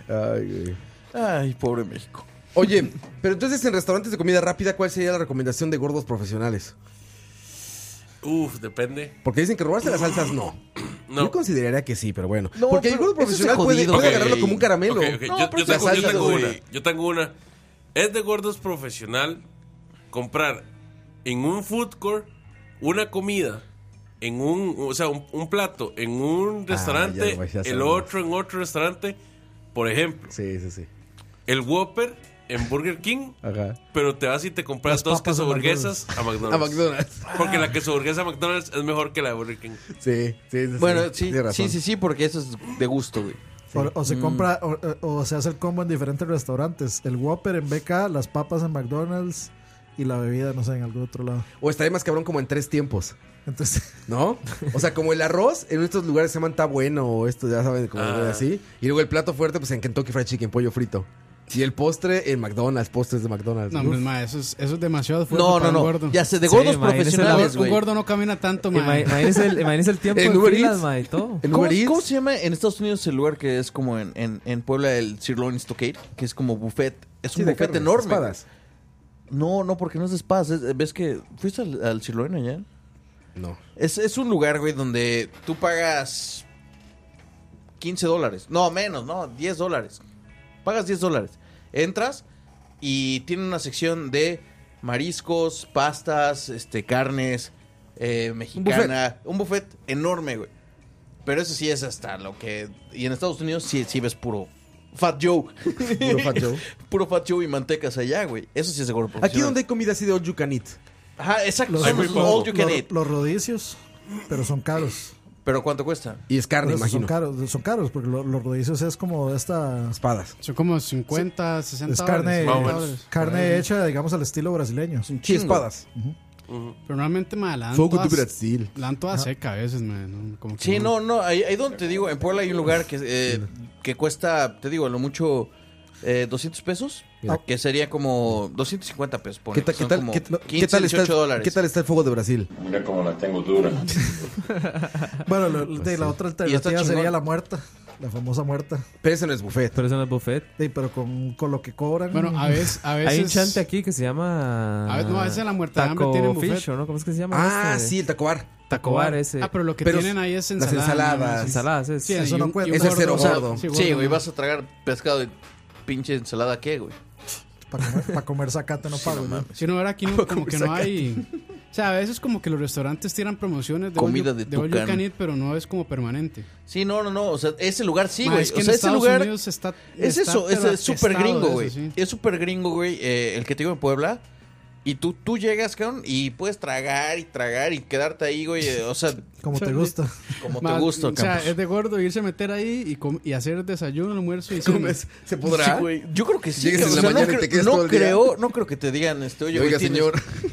Ay, güey. Ay, pobre México. Oye, pero entonces en restaurantes de comida rápida, ¿cuál sería la recomendación de gordos profesionales? Uf, depende. Porque dicen que robarse las salsas no. No. Yo consideraría que sí, pero bueno. No, Porque el pero gordo eso es profesional puede, jodido, puede güey. agarrarlo como un caramelo. Ok, ok. No, yo, pero yo tengo, las yo salsas, tengo güey. una. Yo tengo una. Es de gordos profesional comprar en un food court una comida, en un, o sea, un, un plato en un Ah, ya restaurante, lo voy a hacer, el ¿no? otro en otro restaurante. Por ejemplo, Sí, sí, sí. el Whopper en Burger King, Ajá. pero te vas y te compras Las dos papas en quesoburguesas a McDonald's. A McDonald's. Porque la quesoburguesa a McDonald's es mejor que la de Burger King. Sí, sí, sí. Bueno, sí, tienes razón. sí, sí, sí, porque eso es de gusto, güey. O, o se Mm. compra, o, o se hace el combo en diferentes restaurantes. El Whopper en BK, las papas en McDonald's y la bebida, no sé, en algún otro lado. O estaría más cabrón como en tres tiempos, Entonces, ¿no? O sea, como el arroz en estos lugares se llaman está bueno o esto, ya saben, como Ah. así. Y luego el plato fuerte, pues en Kentucky Fried Chicken, pollo frito. Y el postre en McDonald's, postres de McDonald's. No, Uf. hombre, ma, eso es, eso es demasiado fuerte No, para no, un no. gordo. Ya sé, de Sí, gordos imagínese profesionales, un güey. gordo no camina tanto, ma. Ima- Imagínese el, imagínese el tiempo El en Uber filas, Eats. ma, y todo. En ¿Cómo, Uber Eats. cómo se llama en Estados Unidos el lugar que es como en, en, en Puebla el Sirloin Stockade? Que es como buffet. Es Sí, un de buffet carnes, enorme. espadas. No, no, porque no es de espadas. es- ¿Ves que fuiste al, al Sirloin allá? No. Es, es un lugar, güey, donde tú pagas 15 dólares. No, menos, no, 10 dólares. Pagas 10 dólares. Entras y tiene una sección de mariscos, pastas, este, carnes, eh, mexicana. Un buffet. enorme, güey. Pero eso sí es hasta lo que... Y en Estados Unidos sí, sí ves puro Fat Joe. Puro Fat Joe. Puro Fat Joe y mantecas allá, güey. Eso sí es seguro. Aquí donde hay comida así de all you can eat. Ajá, exacto. los, son muy los poco. all you can los- eat. los rodicios, pero son caros. Pero ¿cuánto cuesta? Y es carne, Esos son imagino. caros, son caros, porque lo- los rodicios es como esta... Espadas. Son como 50, 60 Es carne, dólares. Más o menos. dólares. carne hecha, digamos, al estilo brasileño. Sí, espadas. Pero normalmente, ma, la dan Fogo do todas- Brasil. La dan toda seca a veces, ma. ¿no? Como que Sí, no, no, ahí, ahí donde te digo, en Puebla hay un lugar que, eh, que cuesta, te digo, a lo mucho eh, 200 pesos, Mira. que sería como 250 pesos, ¿Qué, ponle, ta- que qué son tal, como qué, tal- 15, qué tal está, 18 el- dólares. ¿Qué tal está el fuego de Brasil? Mira cómo la tengo dura. Bueno, lo- de Pues la otra alternativa chingón. sería la muerta, la famosa muerta. Pero eso no es buffet. Pero eso no es buffet. Sí, pero con, con lo que cobran. Bueno, a veces. A veces Hay un chante aquí que se llama. A ver, no, esa es la muerta de hambre, Taco tienen buffet. Fish, ¿o ¿no? ¿Cómo es que se llama? Ah, este? sí, el tacobar. Taco Bar ese. Ah, pero lo que Pero tienen ahí es las ensalada. ¿no? ensaladas. Sí, Ensaladas, es. Sí, Eso y no un- cuenta. y un Ese es gordo, cero o sea, gordo. Sí, güey, ¿no? vas a tragar pescado de pinche ensalada, ¿qué, güey? Para comer, para comer zacate no pago. ¿no? Si no, ahora aquí no, como que no hay. O sea, a veces como que los restaurantes tiran promociones de Comida all you- de de all you tucán. can eat, pero no es como permanente. Sí, no, no, no, o sea, ese lugar sí, Ma, güey. es que o en sea, ese Estados lugar... Unidos está. Es está eso, es pero es súper atestado de gringo, eso, güey. sí. Es súper gringo, güey, eh, el que te digo en Puebla. Y tú, tú llegas, cabrón, y puedes tragar y tragar y quedarte ahí, güey. eh, O sea, Como te gusta. como Ma, te gusta, O sea, eh, Campos. es de gordo irse a meter ahí y, com- y hacer desayuno, almuerzo y cena. ¿Comes? ¿Se podrá? Sí, güey. Yo creo que sí. Llegues en cabrón. la O sea, mañana y no te cre- quedas no todo el día. creo, no creo que te digan, este, oye, Oiga, güey,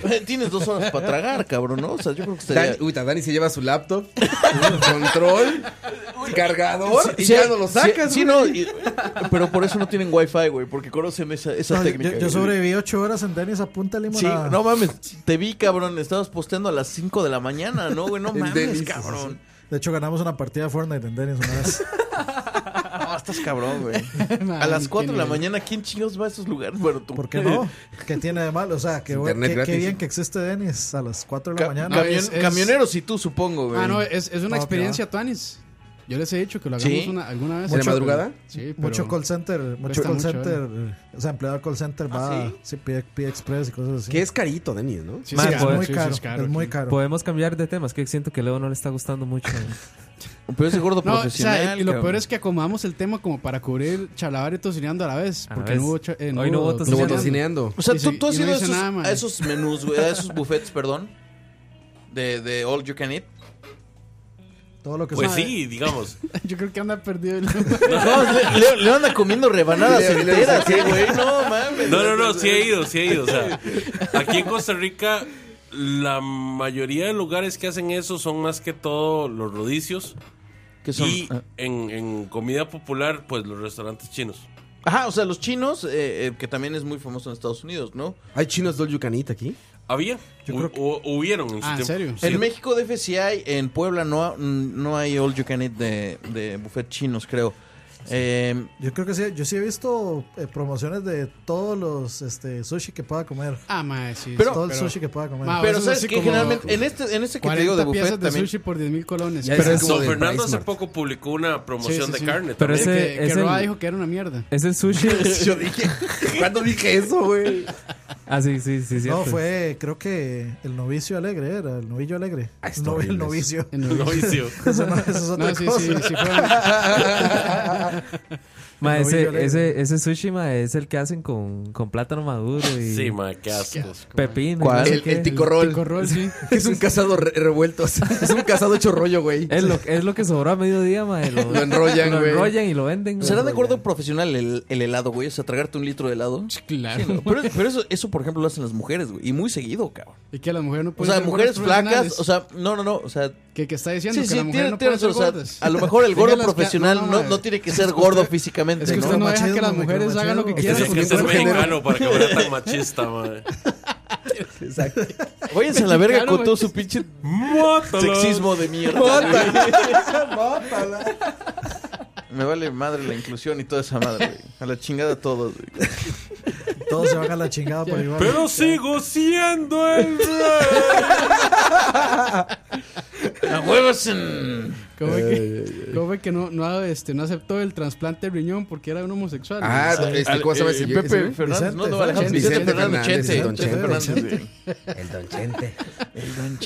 tienes, Tienes dos horas para tragar, cabrón, ¿no? O sea, yo creo que Dani, estaría... uy, ta, Dani se lleva su laptop, su control, cargador y Sí, ya no lo sí, sacas. Sí, güey. no. y- pero por eso no tienen wifi, güey, porque conocen esa, esa No, yo- técnica. yo, güey. sobreviví ocho horas en Dennis a punta de Ah. Sí, limonada. no mames. Te vi, cabrón. Estabas posteando a las 5 de la mañana, ¿no, güey? No En mames, Dennis, cabrón. De hecho, ganamos una partida de Fortnite en Dennis una vez. No, estás cabrón, güey. Ma, A las qué 4 de la nivel. mañana, ¿quién chingados va a esos lugares? Bueno, tú. ¿Por qué no? ¿Qué tiene de malo? O sea, qué, bueno- Internet qué- gratis. qué bien que existe Dennis a las 4 de la Ca- mañana. no, camion- es- es- Camioneros y tú, supongo, güey. Ah, no, es, es una No, experiencia, Tuanis. Yo les he dicho que lo hagamos Sí. una, alguna vez. ¿En la madrugada? Sí, pero... mucho call center, mucho Cuesta call mucho, ¿eh? center, eh, o sea, empleado call center va, Ah, ¿sí? sí, pide, pide express y cosas así. Que es carito, Denis, ¿no? Sí, Más Sí, sí, es poder- muy sí, sí, caro, es muy aquí. caro. Podemos cambiar de temas, que siento que Leo no le está gustando mucho. Pero ese gordo No, o sea, profesional. y lo cabrón. peor es que acomodamos el tema como para cubrir chalabar y tocineando a la vez. A la Porque vez. no hubo, cha- eh, Hoy no hubo tocineando. O sea, Y tú, se- tú has y no ido a hizo esos, nada, mae. a esos menús, güey, a esos buffets, perdón. De, de All You Can Eat. Todo lo que Pues sí, digamos. Yo creo que anda perdido el. No, le, le- le anda comiendo rebanadas Le- le- enteras, sí, güey. No, mames. No, no, no, sí he ido, sí he ido. O sea, aquí en Costa Rica, la mayoría de lugares que hacen eso son más que todo los rodicios. son? Ah. Y en, en comida popular, pues los restaurantes chinos. Ajá, o sea, los chinos, eh, eh, que también es muy famoso en Estados Unidos, ¿no? ¿Hay chinos Dol Yucanita aquí? ¿Había? Yo Hu- creo que- hu- hubieron Ah, en su tiempo. Sí. Ah, En México de FCI, en Puebla no, ha- no hay All You Can Eat de, de buffet chinos, creo. Eh, Yo creo que sí, yo sí he visto eh, promociones de todos los este, sushi que pueda comer. Ah, mae, sí. Pero- todo el pero- sushi que pueda comer. Ma, Pero eso es ¿sabes así qué? como- Generalmente, en este- en este que te digo 40 de buffet piezas de también- sushi por 10 mil colones. Pero Don Fernando hace poco publicó una promoción Sí, sí, sí. de carne Pero también. ese- Que- que ese- Roa dijo que era una mierda. Ese sushi. Yo dije, ¿cuándo dije eso, güey? Ah, sí, sí, sí. no, cierto. fue, creo que el novicio alegre era, el novillo alegre. Ah, está No, el horrible novicio. eso. El novicio. eso, no, eso es otra No, sí, cosa. sí, sí fue- Ma, El ese, novillo alegre. ese, ese sushi, ma, es el que hacen con, con plátano maduro y... Sí, ma, qué asco. Pepino. y Pues, no ¿Cuál? sé El, qué. el ticorrol. sí. Que es un casado re- revuelto. o sea, Es un casado hecho rollo, güey. Es lo, es lo que sobró a mediodía, ma. y Lo, Lo enrollan, Lo güey. enrollan y lo venden. ¿Será de acuerdo profesional el, el helado, güey? O sea, tragarte un litro de helado. claro. Sí, no, Pero, pero eso, eso, por ejemplo, lo hacen las mujeres, güey. Y muy seguido, cabrón. Y que las mujeres no O pueden sea, ser mujeres gordas flacas, pues, profesionales. o sea, no, no, no, o sea... ¿Qué, qué está diciendo? que las mujeres tiene- no tiene pueden ser razón, o sea, gordas. a lo mejor el gordo Dígale a las- profesional no, no, no, no, madre. tiene que ser gordo físicamente, Es que ¿no? usted no deja que las Machismo, mujeres hagan lo que Tienes quieran. que porque ser no pueden. mexicano para que fuera tan machista, ma. Exacto. Váyanse a la verga Mexicano, con todo güey. su pinche Mátala. sexismo de mierda. güey. Me vale madre la inclusión y toda esa madre, güey. A la chingada todos, güey. Todos se van a la chingada por igual. Pero sigo siendo el rey. A huevos en... ¿Cómo fue que, cómo fue que no, no, este, no aceptó el trasplante de riñón porque era un homosexual? Ah, O sea, este, ¿cómo se llama ese- eh, Pepe ese- Fernández, Vicente no, no, Alejandro Vicente Vicente Fernández, Fernández, Chente, Don Chente Chente. Fernández, güey. El Don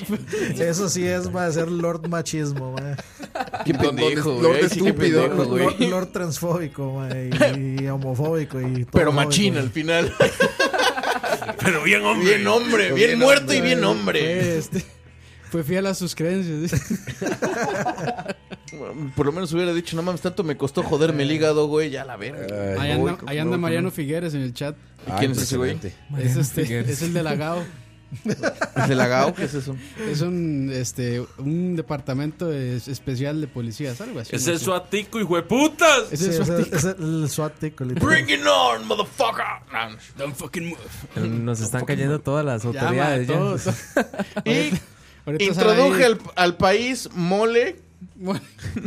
Chente. Eso sí es, va a ser Lord Machismo, man. Qué Don- don- pendejo, Lord güey. Ay, sí, qué estúpido, pendejo, güey. Lord, Lord transfóbico, ma, y, y homofóbico. Y Pero todo, machín güey. al final. Pero bien, hombre. Bien hombre, Pues. bien muerto y bien hombre. Fue, este, fue fiel a sus creencias. Por lo menos hubiera dicho, no mames, tanto me costó joderme el hígado, güey, ya la verga. Ahí anda, ahí anda Mariano Figueres en el chat. ¿Y quién es ese güey? Es, este, Figueres. es el delagado. ¿Es el agao? ¿Qué es eso? Es un, este, un departamento es- especial de policías, algo así. Ese no es sé. su atico, hijo de putas. Ese es Sí, es, su el- artículo. es el SWAT tico, literal. Bring it on, motherfucker. No, no. Don't fucking move. Nos están cayendo todas las Ya, madre, autoridades. ya. todo. todo. Y Ahorita introduje sale al, al país mole, ahí-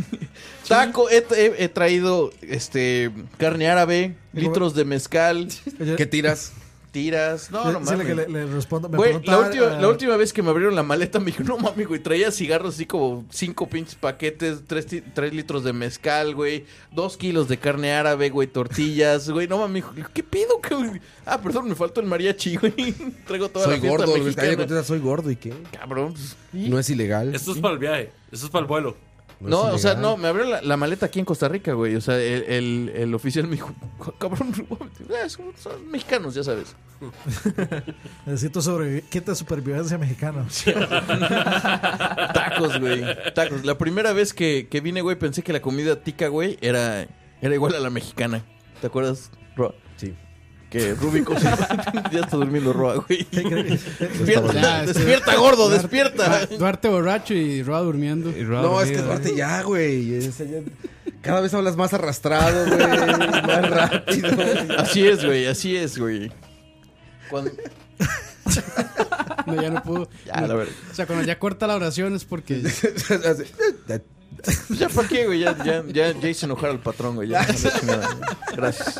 taco, he, he- he traído este carne árabe, litros de mezcal, Yo- ¿Qué tiras? tiras. No, no Decirle mames. que le, le respondo. Me Güey, la preguntaba, última, ah, la última vez que me abrieron la maleta me dijo, no mami, güey, traía cigarros así como cinco pinches paquetes, tres, ti- tres litros de mezcal, güey, dos kilos de carne árabe, güey, tortillas, güey, no mami, dijo, ¿qué pido? güey? Ah, perdón, me faltó el mariachi, güey, traigo toda Soy la fiesta gordo, güey. mexicana. Cállate, contesta, soy gordo y qué. Cabrón, pues, No es ilegal. Esto es para el viaje, esto es para el vuelo. No, es o sea, ilegal. no, me abrió la, la maleta aquí en Costa Rica, güey. O sea, el, el, el oficial me dijo, cabrón, eh, son, son mexicanos, ya sabes. Necesito sobrevivir. Quita supervivencia mexicana. Tacos, güey. Tacos. La primera vez que, que vine, güey, pensé que la comida tica, güey, era, era igual a la mexicana. ¿Te acuerdas, Roa? Sí. Que Ruby cocinó- ya está durmiendo Roa, güey. despierta, Ya, este- despierta, gordo, despierta. Duarte borracho y Roa durmiendo. Y Roa No, es que dormida, Duarte ya, güey. es- ya- Cada vez hablas más arrastrado, güey. Más rápido. Así es, güey, así es, güey. Cuando- No, ya no pudo. Ya, No. la verdad. O sea, cuando ya corta la oración es porque. Pues ya para qué, güey. Ya, ya, ya, ya hice enojar al patrón, güey. Ya, no le eché nada, güey. Gracias.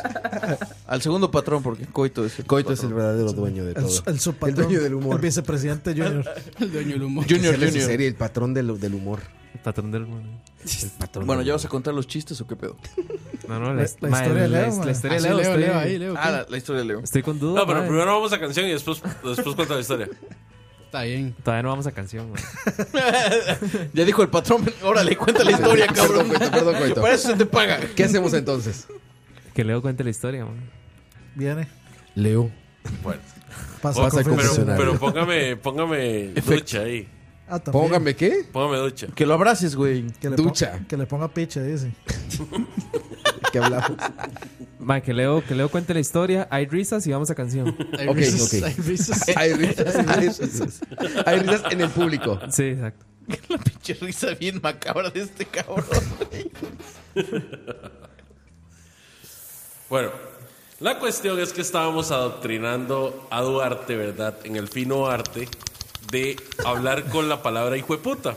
Al segundo patrón, porque Coito es el Coito es el patrón. verdadero dueño de El, todo. el subpatrón, El dueño del humor. El vicepresidente Junior. El dueño del humor. Junior, Sale esa Junior. serie, el patrón del, del humor. El patrón del mundo. El patrón Bueno, del ¿ya humor. vas a contar los chistes o qué pedo? No, no, La- la, la ma, historia de la- Leo, la ma. historia de Ah, sí, Leo. Leo, estoy, Leo, ahí, Leo. Ah, la, la historia de Leo. estoy con dudas. No, pero ma. primero vamos a canción y después, después cuenta la historia. Está bien. Todavía no vamos a canción, güey. ya dijo el patrón, órale, cuenta la historia, cabrón. Perdón, Coito, perdón, Coito. Para eso se te paga. ¿Qué hacemos entonces? Que Leo cuente la historia, man. Viene. Leo. Bueno. Pasa Ponga- al pero, confesionario. pero póngame, póngame ducha ahí. Ah, también. Póngame qué? Póngame ducha. Que lo abraces, güey. Que le Ducha. ponga- que le ponga picha, dice. Que hablamos. Man, que Leo, que Leo cuente la historia. Hay risas y vamos a canción. Hay Ok, risas, ok. hay risas. Hay risas, hay risas. Hay risas en el público. Sí, exacto. La pinche risa bien macabra de este cabrón. Bueno, la cuestión es que estábamos adoctrinando a Duarte, ¿verdad? En el fino arte de hablar con la palabra hijo de puta.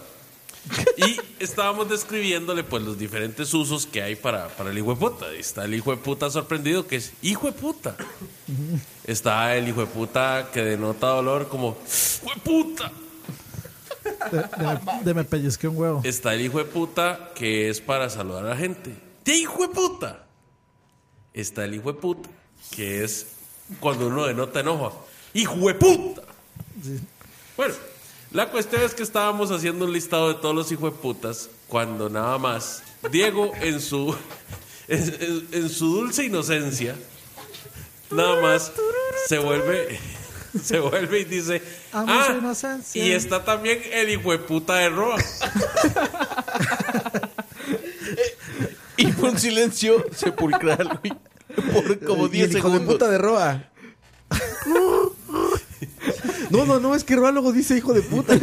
Y estábamos describiéndole pues los diferentes usos que hay para, para el hijo de puta. Está el hijo de puta sorprendido que es hijo de puta. Está el hijo de puta que denota dolor como hijo de puta. De, de- de me pellizqué un huevo. Está el hijo de puta que es para saludar a la gente. ¡De hijo de puta! Está el hijo de puta que es cuando uno denota enojo. ¡Hijo de puta! Bueno, la cuestión es que estábamos haciendo un listado de todos los hijos de putas cuando nada más Diego en su, en, en- en su dulce inocencia nada más se vuelve... Se vuelve y dice, Amo ah, su inocencia". y está también el hijo de puta de Roa. Y fue un silencio sepulcral, güey. Por como Y el 10 hijo de segundos. puta de Roa. No, no, no, es que Roa luego dice hijo de puta.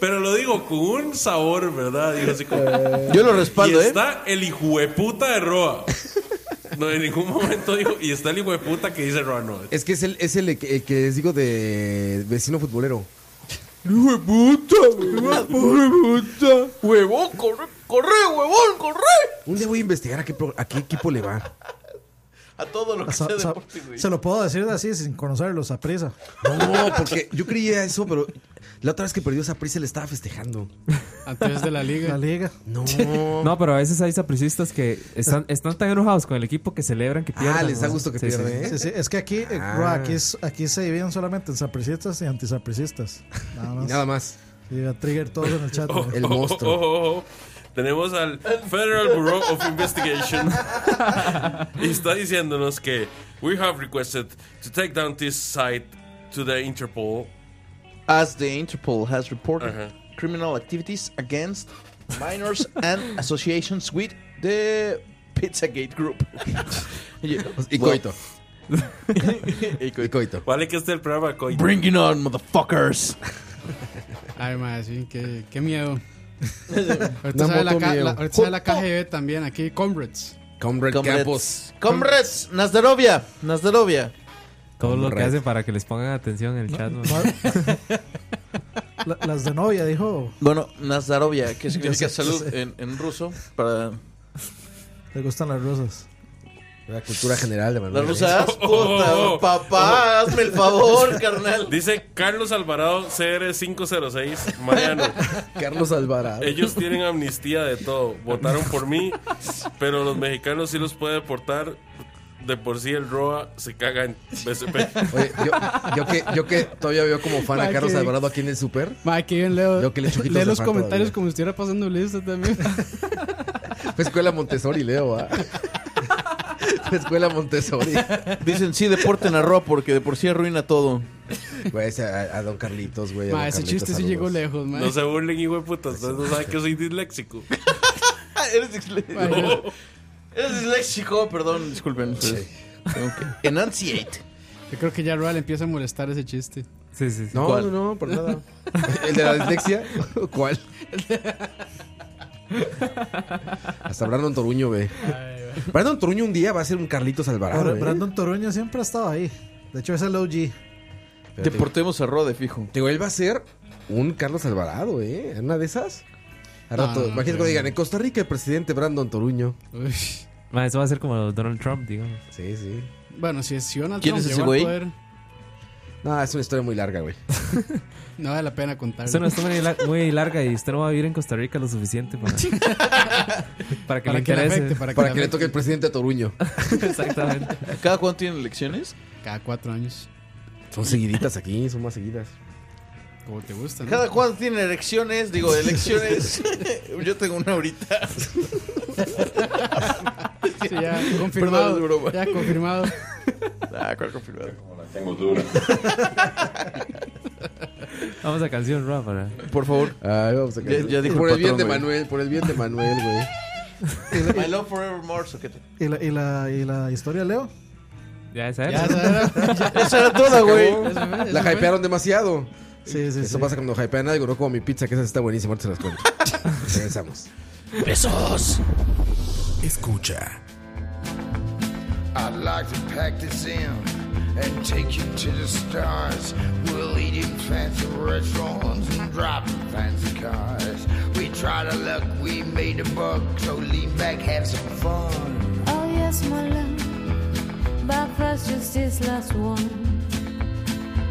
Pero lo digo con un sabor, ¿verdad? Digo así como, Yo lo y respaldo, ¿eh? está el hijueputa de Roa. No, en ningún momento dijo, y está el hijueputa que dice Roa, no. Es que es el, es el, el que les digo de vecino futbolero. Hijo de puta, hijo de puta. ¡Huevón, corre, corre, huevón, corre! Un día voy a investigar a qué, pro- a qué equipo le va. A todo lo que sea Sa- sa- deporte, güey. se lo puedo decir de así sin conocerlos a prisa. No, porque yo creía eso, pero la otra vez que perdió esa prisa le estaba festejando. Antes de la La liga. liga. No. No, pero a veces hay sapricistas que están, están tan enojados con el equipo que celebran que pierden. Ah, les da man. gusto que Sí, pierda, sí. ¿eh? Sí, sí, es que aquí, eh, Ah. bro, aquí, es- aquí se dividen solamente en sapricistas y antisapricistas. Nada Y más. nada más. Y a Trigger todos en el chat. güey. El Ojo, monstruo. ojo, ojo. Tenemos al Federal Bureau of Investigation y está diciéndonos que we have requested to take down this site to the Interpol. As the Interpol has reported Ajá. criminal activities against minors and associations with the Pizzagate Group. Y- Y Well, coito. y coito. Y coito. Vale que este el programa coito. Bring it on, motherfuckers. Ay, madre, sí, qué, qué miedo. Una Ahorita sale la, moto ca- miedo. la- ahorita sale la KGB también aquí, Comrades. Comrade Campos. Comrades, comrades, Nazdarovia, Nazdarovia. Todo lo que Correcto. hacen para que les pongan atención en el chat, man. La- las de novia, dijo. Bueno, Nazdarovia, que significa Ya sé, ya salud sé. en, en ruso. Para Le gustan las rosas. La cultura general de Manuel. las rusas, Oh, oh, puta, oh, oh. papá, hazme el favor, carnal. Dice Carlos Alvarado, CR506, Mariano. Carlos Alvarado. Ellos tienen amnistía de todo. Votaron por mí, pero los mexicanos sí los puede deportar. De por sí el ROA se caga en BCP. Oye, yo, yo que, yo que todavía veo como fan a Ay, Carlos qué- Alvarado aquí en el super. Madre, qué bien, Leo. Yo que le echo ojitos Lee de los fan comentarios todavía. como si estuviera pasando lista también. Fue escuela Montessori, Leo, ¿ah? Fue escuela Montessori. Dicen sí, deporten a Roa porque de por sí arruina todo. Güey, ese- a, a Don Carlitos, güey. a Madre, don ese chiste Carlitos, sí saludos. llegó lejos, madre. No se burlen, hijo de puta. Ustedes no saben que soy disléxico. Ah, eres, disle- Madre, eres disléxico, perdón, disculpen. pero- Tengo que- Enunciate. Yo creo que ya Roal empieza a molestar ese chiste. Sí, sí, sí. No, ¿Cuál? no, no, por nada. ¿El de la dislexia? ¿Cuál? Hasta Brandon Toruño, güey. Brandon Toruño un día va a ser un Carlitos Alvarado. Ahora, eh. Brandon Toruño siempre ha estado ahí. De hecho, es el OG. Pero te- Deportemos a Roa de fijo. Digo, él va a ser un Carlos Alvarado, ¿eh? En Una de esas. A No, rato, no, no, imagínate no. que digan, en Costa Rica el presidente Brandon Toruño. Uy. Man, eso va a ser como Donald Trump, digamos. Sí, sí. Bueno, si es Donald ¿Quién Trump es ese llegó al güey? poder, No, es una historia muy larga, güey. no vale la pena contar. Esto no está muy, lar- muy larga y usted no va a vivir en Costa Rica lo suficiente para, para que le para que le interese. afecte, para que, Para le que le afecte. toque el presidente a Toruño. Exactamente. ¿Cada cuánto tienen elecciones? Cada cuatro años. Son seguiditas aquí, son más seguidas. Como te gusta, Cada cuánto tienen elecciones, digo, elecciones. Yo tengo una ahorita. Sí, ya, confirmado. Perdón, es broma. Ya, confirmado. Ah, ¿cuál confirmado? Tengo dura. Vamos a canción, Rafa. Por favor. Ay, vamos a Ya- ya dijo por el el, bien patrón, de güey. Manuel, por el bien de Manuel, güey. My love forevermore, soquete. ¿Y la, y la, y la historia, Leo? Ya, esa era. Eso era toda, güey. La Eso fue. hypearon demasiado. Sí, sí, Eso sí. pasa cuando hypean algo, no como mi pizza, que esa está buenísima, ahorita se las cuento. Regresamos. Besos. Escucha. I'd like to pack this in and take you to the stars. We'll eat in fancy restaurants and drive in fancy cars. We tried our luck, we made a buck, so lean back, have some fun. Oh yes, my love, but first just this last one.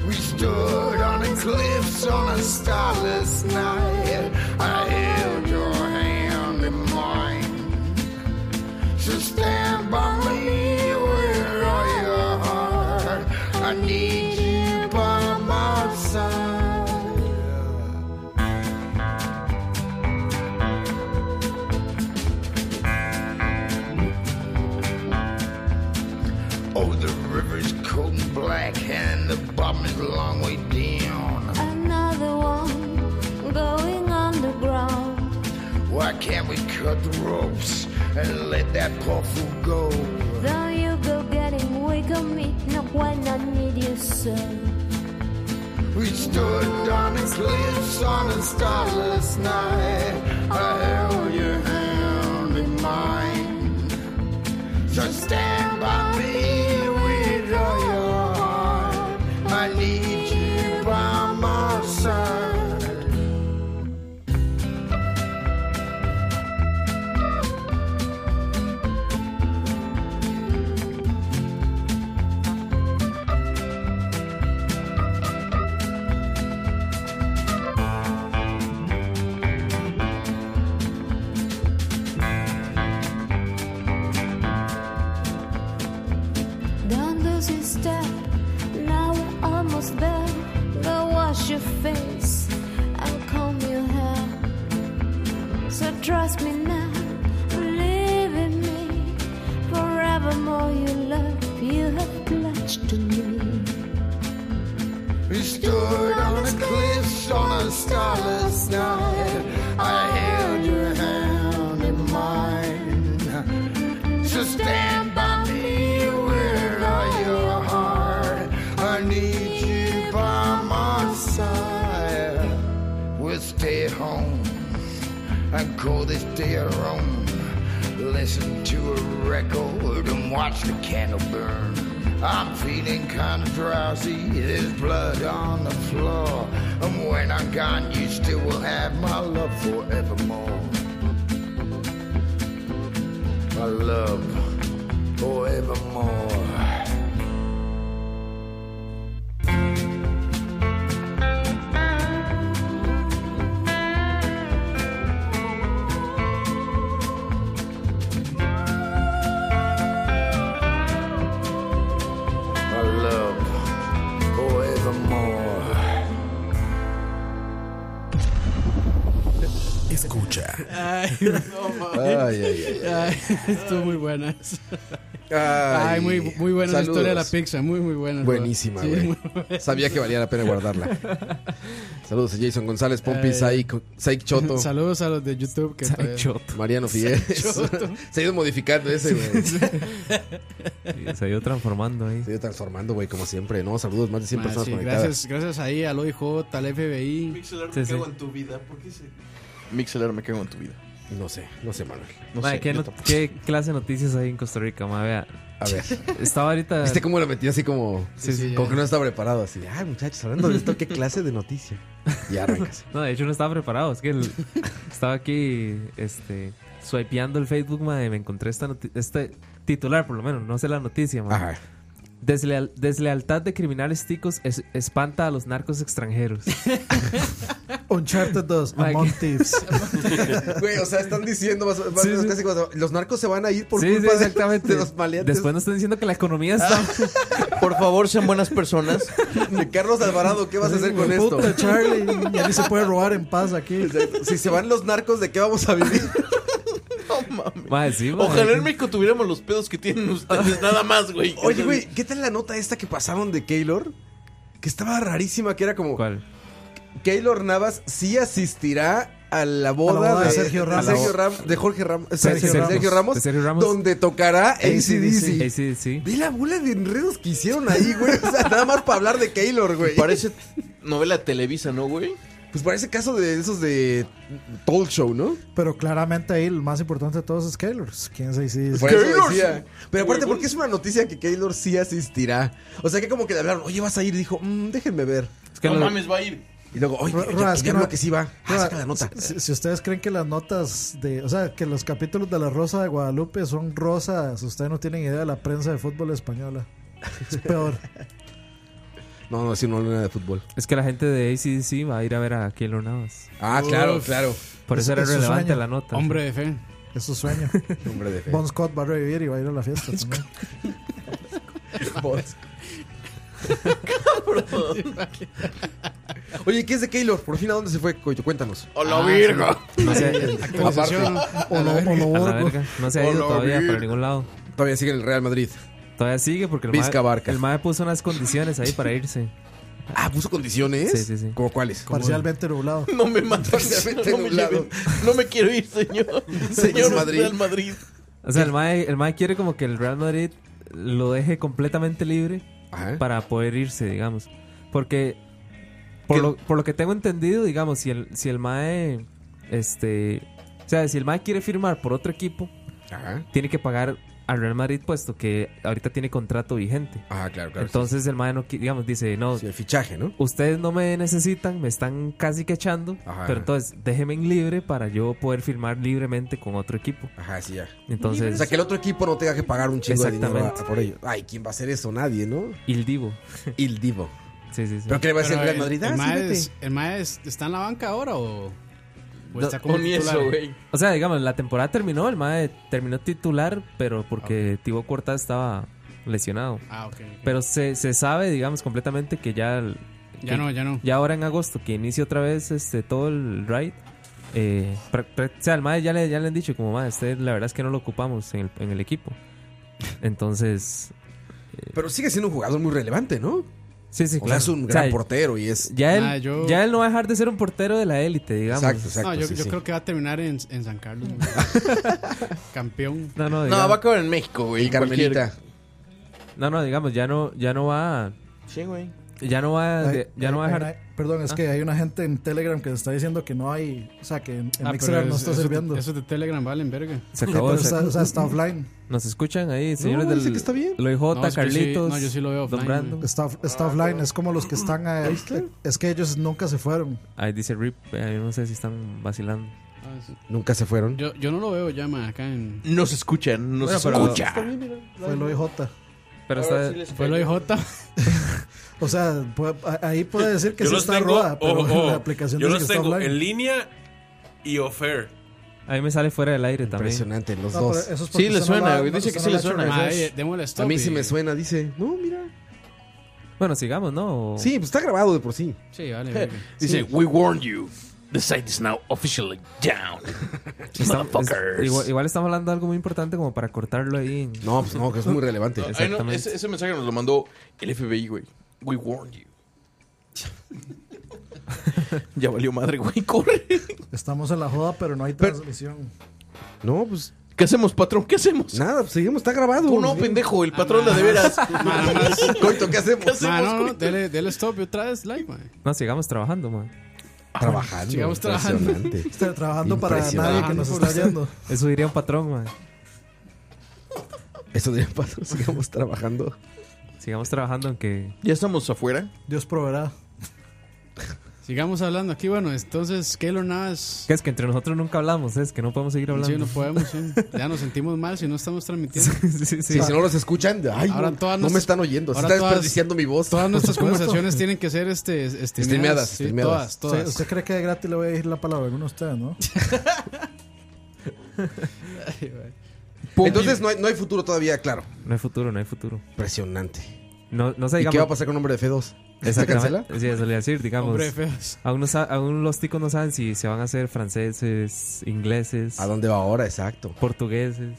We stood on the cliffs on a starless night. I held your hand in mine. So stand by me with all your heart. I need you by my side. Oh, the river's cold and black, and the bottom is a long way down. Another one going underground. Why can't we cut the ropes and let that poor fool go? Though you go getting weak on me, no when I need you so. We stood on the cliffs on a starless night. I held your hand in mine. So stand by me with all your heart. I need you by my side. Don't lose your step, now we're almost there. Go wash your face and comb your hair. So trust me now, believe in me. Forevermore, you love, you have pledged to me. We stood on the cliffs on a starless night. I held your hand in mine. So stand by me, where are your heart? I need you by my side. We'll stay at home and call this day our own. Listen to a record and watch the candle burn. I'm feeling kinda drowsy, there's blood on the floor. And when I'm gone, you still will have my love forevermore. My love forevermore. My love forevermore. Escucha. Ay, no, mames. Ay, ay, ay, ay. Ay, Estuvo muy buena. esa. Ay, Ay, muy, muy buena la saludos. historia de la pizza. Muy, muy buena. bro. Buenísima, Sí, güey. muy buena. Sabía que valía la pena guardarla. Saludos a Jason González, Pompi, Ay. Saik, Saik Choto. Saludos a los de YouTube. Que todavía- Mariano Figueres. Choto. Se ha ido modificando ese, güey. Se ha ido transformando ahí. Se ha ido transformando, güey, como siempre, ¿no? Saludos, más de 100 Ah, personas sí, conectadas. gracias, gracias ahí al OIJ, al FBI. Sí, sí. en tu vida. ¿Por qué se.? Mixeler, me cago en tu vida. No sé, no sé, Manuel. Mae, ¿qué, no- qué clase de noticias hay en Costa Rica? mae? vea. A ver. Estaba ahorita. ¿Viste cómo lo metí así como... Sí, sí, como ya. que no estaba preparado, así. de, Ay, muchachos, hablando de esto, ¿qué clase de noticia? Y arrancas. No, de hecho no estaba preparado. Es que el- estaba aquí, este, swipeando el Facebook, madre, y me encontré esta noti- este titular, por lo menos, no sé la noticia, madre. Desleal- deslealtad de criminales ticos es- espanta a los narcos extranjeros. Uncharted 2, Among Thieves. Güey, o sea, están diciendo más- más- Sí, sí. casi como, los narcos se van a ir por Sí, culpa sí, de- exactamente. de los maleantes. Después nos están diciendo que la economía está. Ah. Por favor, sean buenas personas. De Carlos Alvarado, ¿qué vas a hacer con esto? Puta, Charlie, ya ni se puede robar en paz aquí. Si se van los narcos, ¿de qué vamos a vivir? Mae, sí, mae. Ojalá en México tuviéramos los pedos que tienen ustedes, nada más, güey. Oye, güey, ¿qué tal la nota esta que pasaron de Keylor? Que estaba rarísima, que era como. ¿Cuál? Keylor Navas sí asistirá a la boda, A la boda de, de Sergio Ramos. Sergio Ram- de Jorge Ram- o sea, de Sergio Sergio Ramos. Ramos. De Sergio Ramos. Donde tocará ACDC. ACDC. Ve la bola de enredos que hicieron ahí, güey. O sea, nada más para hablar de Keylor, güey. Parece novela de Televisa, ¿no, güey? Pues parece caso de esos de Talk Show, ¿no? Pero claramente ahí lo más importante de todos es Keylor. ¿Quién se dice? Por eso decía. Pero aparte, porque es una noticia que Keylor sí asistirá. O sea, que como que le hablaron, oye, vas a ir. Dijo, "Mm, déjenme ver. no mames, va a ir. Y luego, oye, Ra- ya- Ra, ya, es que veo no- que sí va. Ah, Ra, saca la nota. Si, si ustedes creen que las notas de, o sea, que los capítulos de La Rosa de Guadalupe son rosas, ustedes no tienen idea de la prensa de fútbol española. Es peor. No, no, sí, no hablan de fútbol. Es que la gente de ACDC va a ir a ver a Keylor Navas. Ah, claro, claro. Por eso era Es su relevante sueño. la nota. Hombre de fe. Es su sueño. Hombre de fe. Bon Scott va a revivir y va a ir a la fiesta también. Oye, ¿qué es de Keylor? Por fin, ¿a dónde se fue, Coito? Cuéntanos. Ah, sí. No sé. Actualización. O lo- o lo A la borgo. verga. No se ha ido Hola, todavía Virgo. para ningún lado. Todavía sigue en el Real Madrid. Todavía sigue porque el Vizca mae, Barca. el mae puso unas condiciones ahí para irse. Ah, puso condiciones. Sí, sí, sí. ¿Cómo cuáles? Parcialmente nublado. No me mates, Parcialmente no me, nublado. lleven. no me quiero ir, señor. Señor Madrid. Real Madrid. O sea, el mae, el mae quiere como que el Real Madrid lo deje completamente libre Ajá. para poder irse, digamos. Porque, por ¿Qué? lo, por lo que tengo entendido, digamos, si el, si el mae, este, o sea, si el mae quiere firmar por otro equipo, Ajá. tiene que pagar al Real Madrid puesto que ahorita tiene contrato vigente. Ajá, claro, claro. Entonces el mae no, qui- digamos, dice, no, Sí, el fichaje, ¿no? ustedes no me necesitan, me están casi que echando, Ajá. pero entonces déjenme en libre para yo poder firmar libremente con otro equipo. Ajá, sí, ya. Entonces, O sea, que el otro equipo no tenga que pagar un chingo de dinero Exactamente. a- por ello. Ay, ¿quién va a hacer eso? Nadie, ¿no? Il Divo. Il Divo. Sí, sí, sí. ¿Pero qué le va a hacer Pero el Real Madrid? ¿El Ah, sí, vete. Maes el Maes está en la banca ahora o.? o Pues está como Con titular? eso, güey. O sea, digamos, la temporada terminó, el mae terminó titular, pero porque Tibo Corta estaba lesionado. Ah, ok. ok. Pero se, se sabe, digamos, completamente que ya... el- Ya que- no, ya no. Ya ahora en agosto, que inicia otra vez este todo el ride. eh, pra- pra- o sea, al mae ya le, ya le han dicho, como, mae, usted la verdad es que no lo ocupamos en el, en el equipo. Entonces... Pero sigue siendo un jugador muy relevante, ¿no? Sí, sí, O sea, claro. es un O gran sea, portero y es. Ya él, Ah, yo- ya él no va a dejar de ser un portero de la élite, digamos. Exacto, exacto. no, yo, sí, yo sí. creo que va a terminar en, en San Carlos. güey. Campeón. No, no, No, digamos, va a acabar en México, güey. El Carmelita. no, no, digamos, ya no, ya no va... a- Cualquier- Sí, güey. Ya no va, Hay- ya no va a hay dejar... una- perdón, es que hay una gente en Telegram que está diciendo que no hay, o sea, que en, en Ah, Mixer pero no es- está esos de- sirviendo. Esos de Telegram valen verga. Se Pero acabó. se- está, o sea, está offline. Nos escuchan ahí, señores dice del. que está bien. Lo IJ, No, es que yo sí- Carlitos. no, yo sí lo veo Don offline, Brando. güey. Está, está offline, es como los que están. eh, es que ellos nunca se fueron. Ahí dice Rip. eh, no sé si están vacilando. Ah, sí. Nunca se fueron. Yo, yo no lo veo ya, ma, acá en. Nos escuchan, nos Bueno, pero- escucha. Fue el OIJ. Pero está. Fue lo IJ. O sea, puede- a- ahí puede decir que yo sí los está tengo, roda, pero ojo, ojo, la aplicación yo dice los que está tengo offline. en línea y offer. A mí me sale fuera del aire también. Impresionante, los No, pero dos. eso es Sí, porque le usted no suena, la- güey, no- dice usted que no sí la le ha hecho suena. refresh. Ma, eh, démosle stop. A mí y- sí me suena, dice. No, mira. Bueno, sigamos, ¿no? O- Sí, pues está grabado de por sí. Sí, vale. verga. Dice, we warn you. The site is now officially down. Estamos- es- Motherfuckers. igual, igual estamos hablando de algo muy importante como para cortarlo ahí. en- No, pues no, que es muy relevante. Ay, Ah, no, Exactamente. ese, ese mensaje nos lo mandó el FBI, güey. We warn you. ya valió madre, güey. Corre. Estamos en la joda, pero no hay Pero- transmisión. No, pues ¿Qué hacemos, patrón? ¿Qué hacemos? nada, pues seguimos, está grabado. Tú no, Sí. pendejo. El patrón la de veras. Ma, Ah, nada más. Coito, ¿qué hacemos? ¿Qué hacemos, Ma, no, no, güey? dele, dele stop y otra vez like, ma. No, sigamos trabajando, man. Trabajando. Sigamos trabajando. impresionante. Está trabajando para Impresionante. nadie que nos está yendo. Eso diría un patrón, man. Eso diría Pato, sigamos trabajando. Sigamos trabajando, aunque. Ya estamos afuera. Dios proveerá. Sigamos hablando aquí. Bueno, entonces, Keylor Navas. Que es que entre nosotros nunca hablamos, es que no podemos seguir hablando. Sí, no podemos. sí. Ya nos sentimos mal si no estamos transmitiendo. Sí, si no los escuchan, ay, no, todas no me nuestras- están oyendo, se ahora está todas- desperdiciando mi voz. Todas nuestras conversaciones tienen que ser este, este, Streameadas, sí, Todas, streameadas. todas. Sí, ¿Usted cree que de gratis le voy a decir la palabra a alguno de ustedes, no? Entonces no hay, no hay futuro todavía, claro. No hay futuro, no hay futuro. Impresionante. No, no sé, ¿Y digamos. qué va a pasar con Hombre de F2? ¿Se cancela? Exactamente. Sí, eso le iba a decir, digamos. Hombre de feos. Aún, no sa- aún los ticos no saben si se van a hacer franceses, ingleses. ¿A dónde va ahora? Exacto. Portugueses.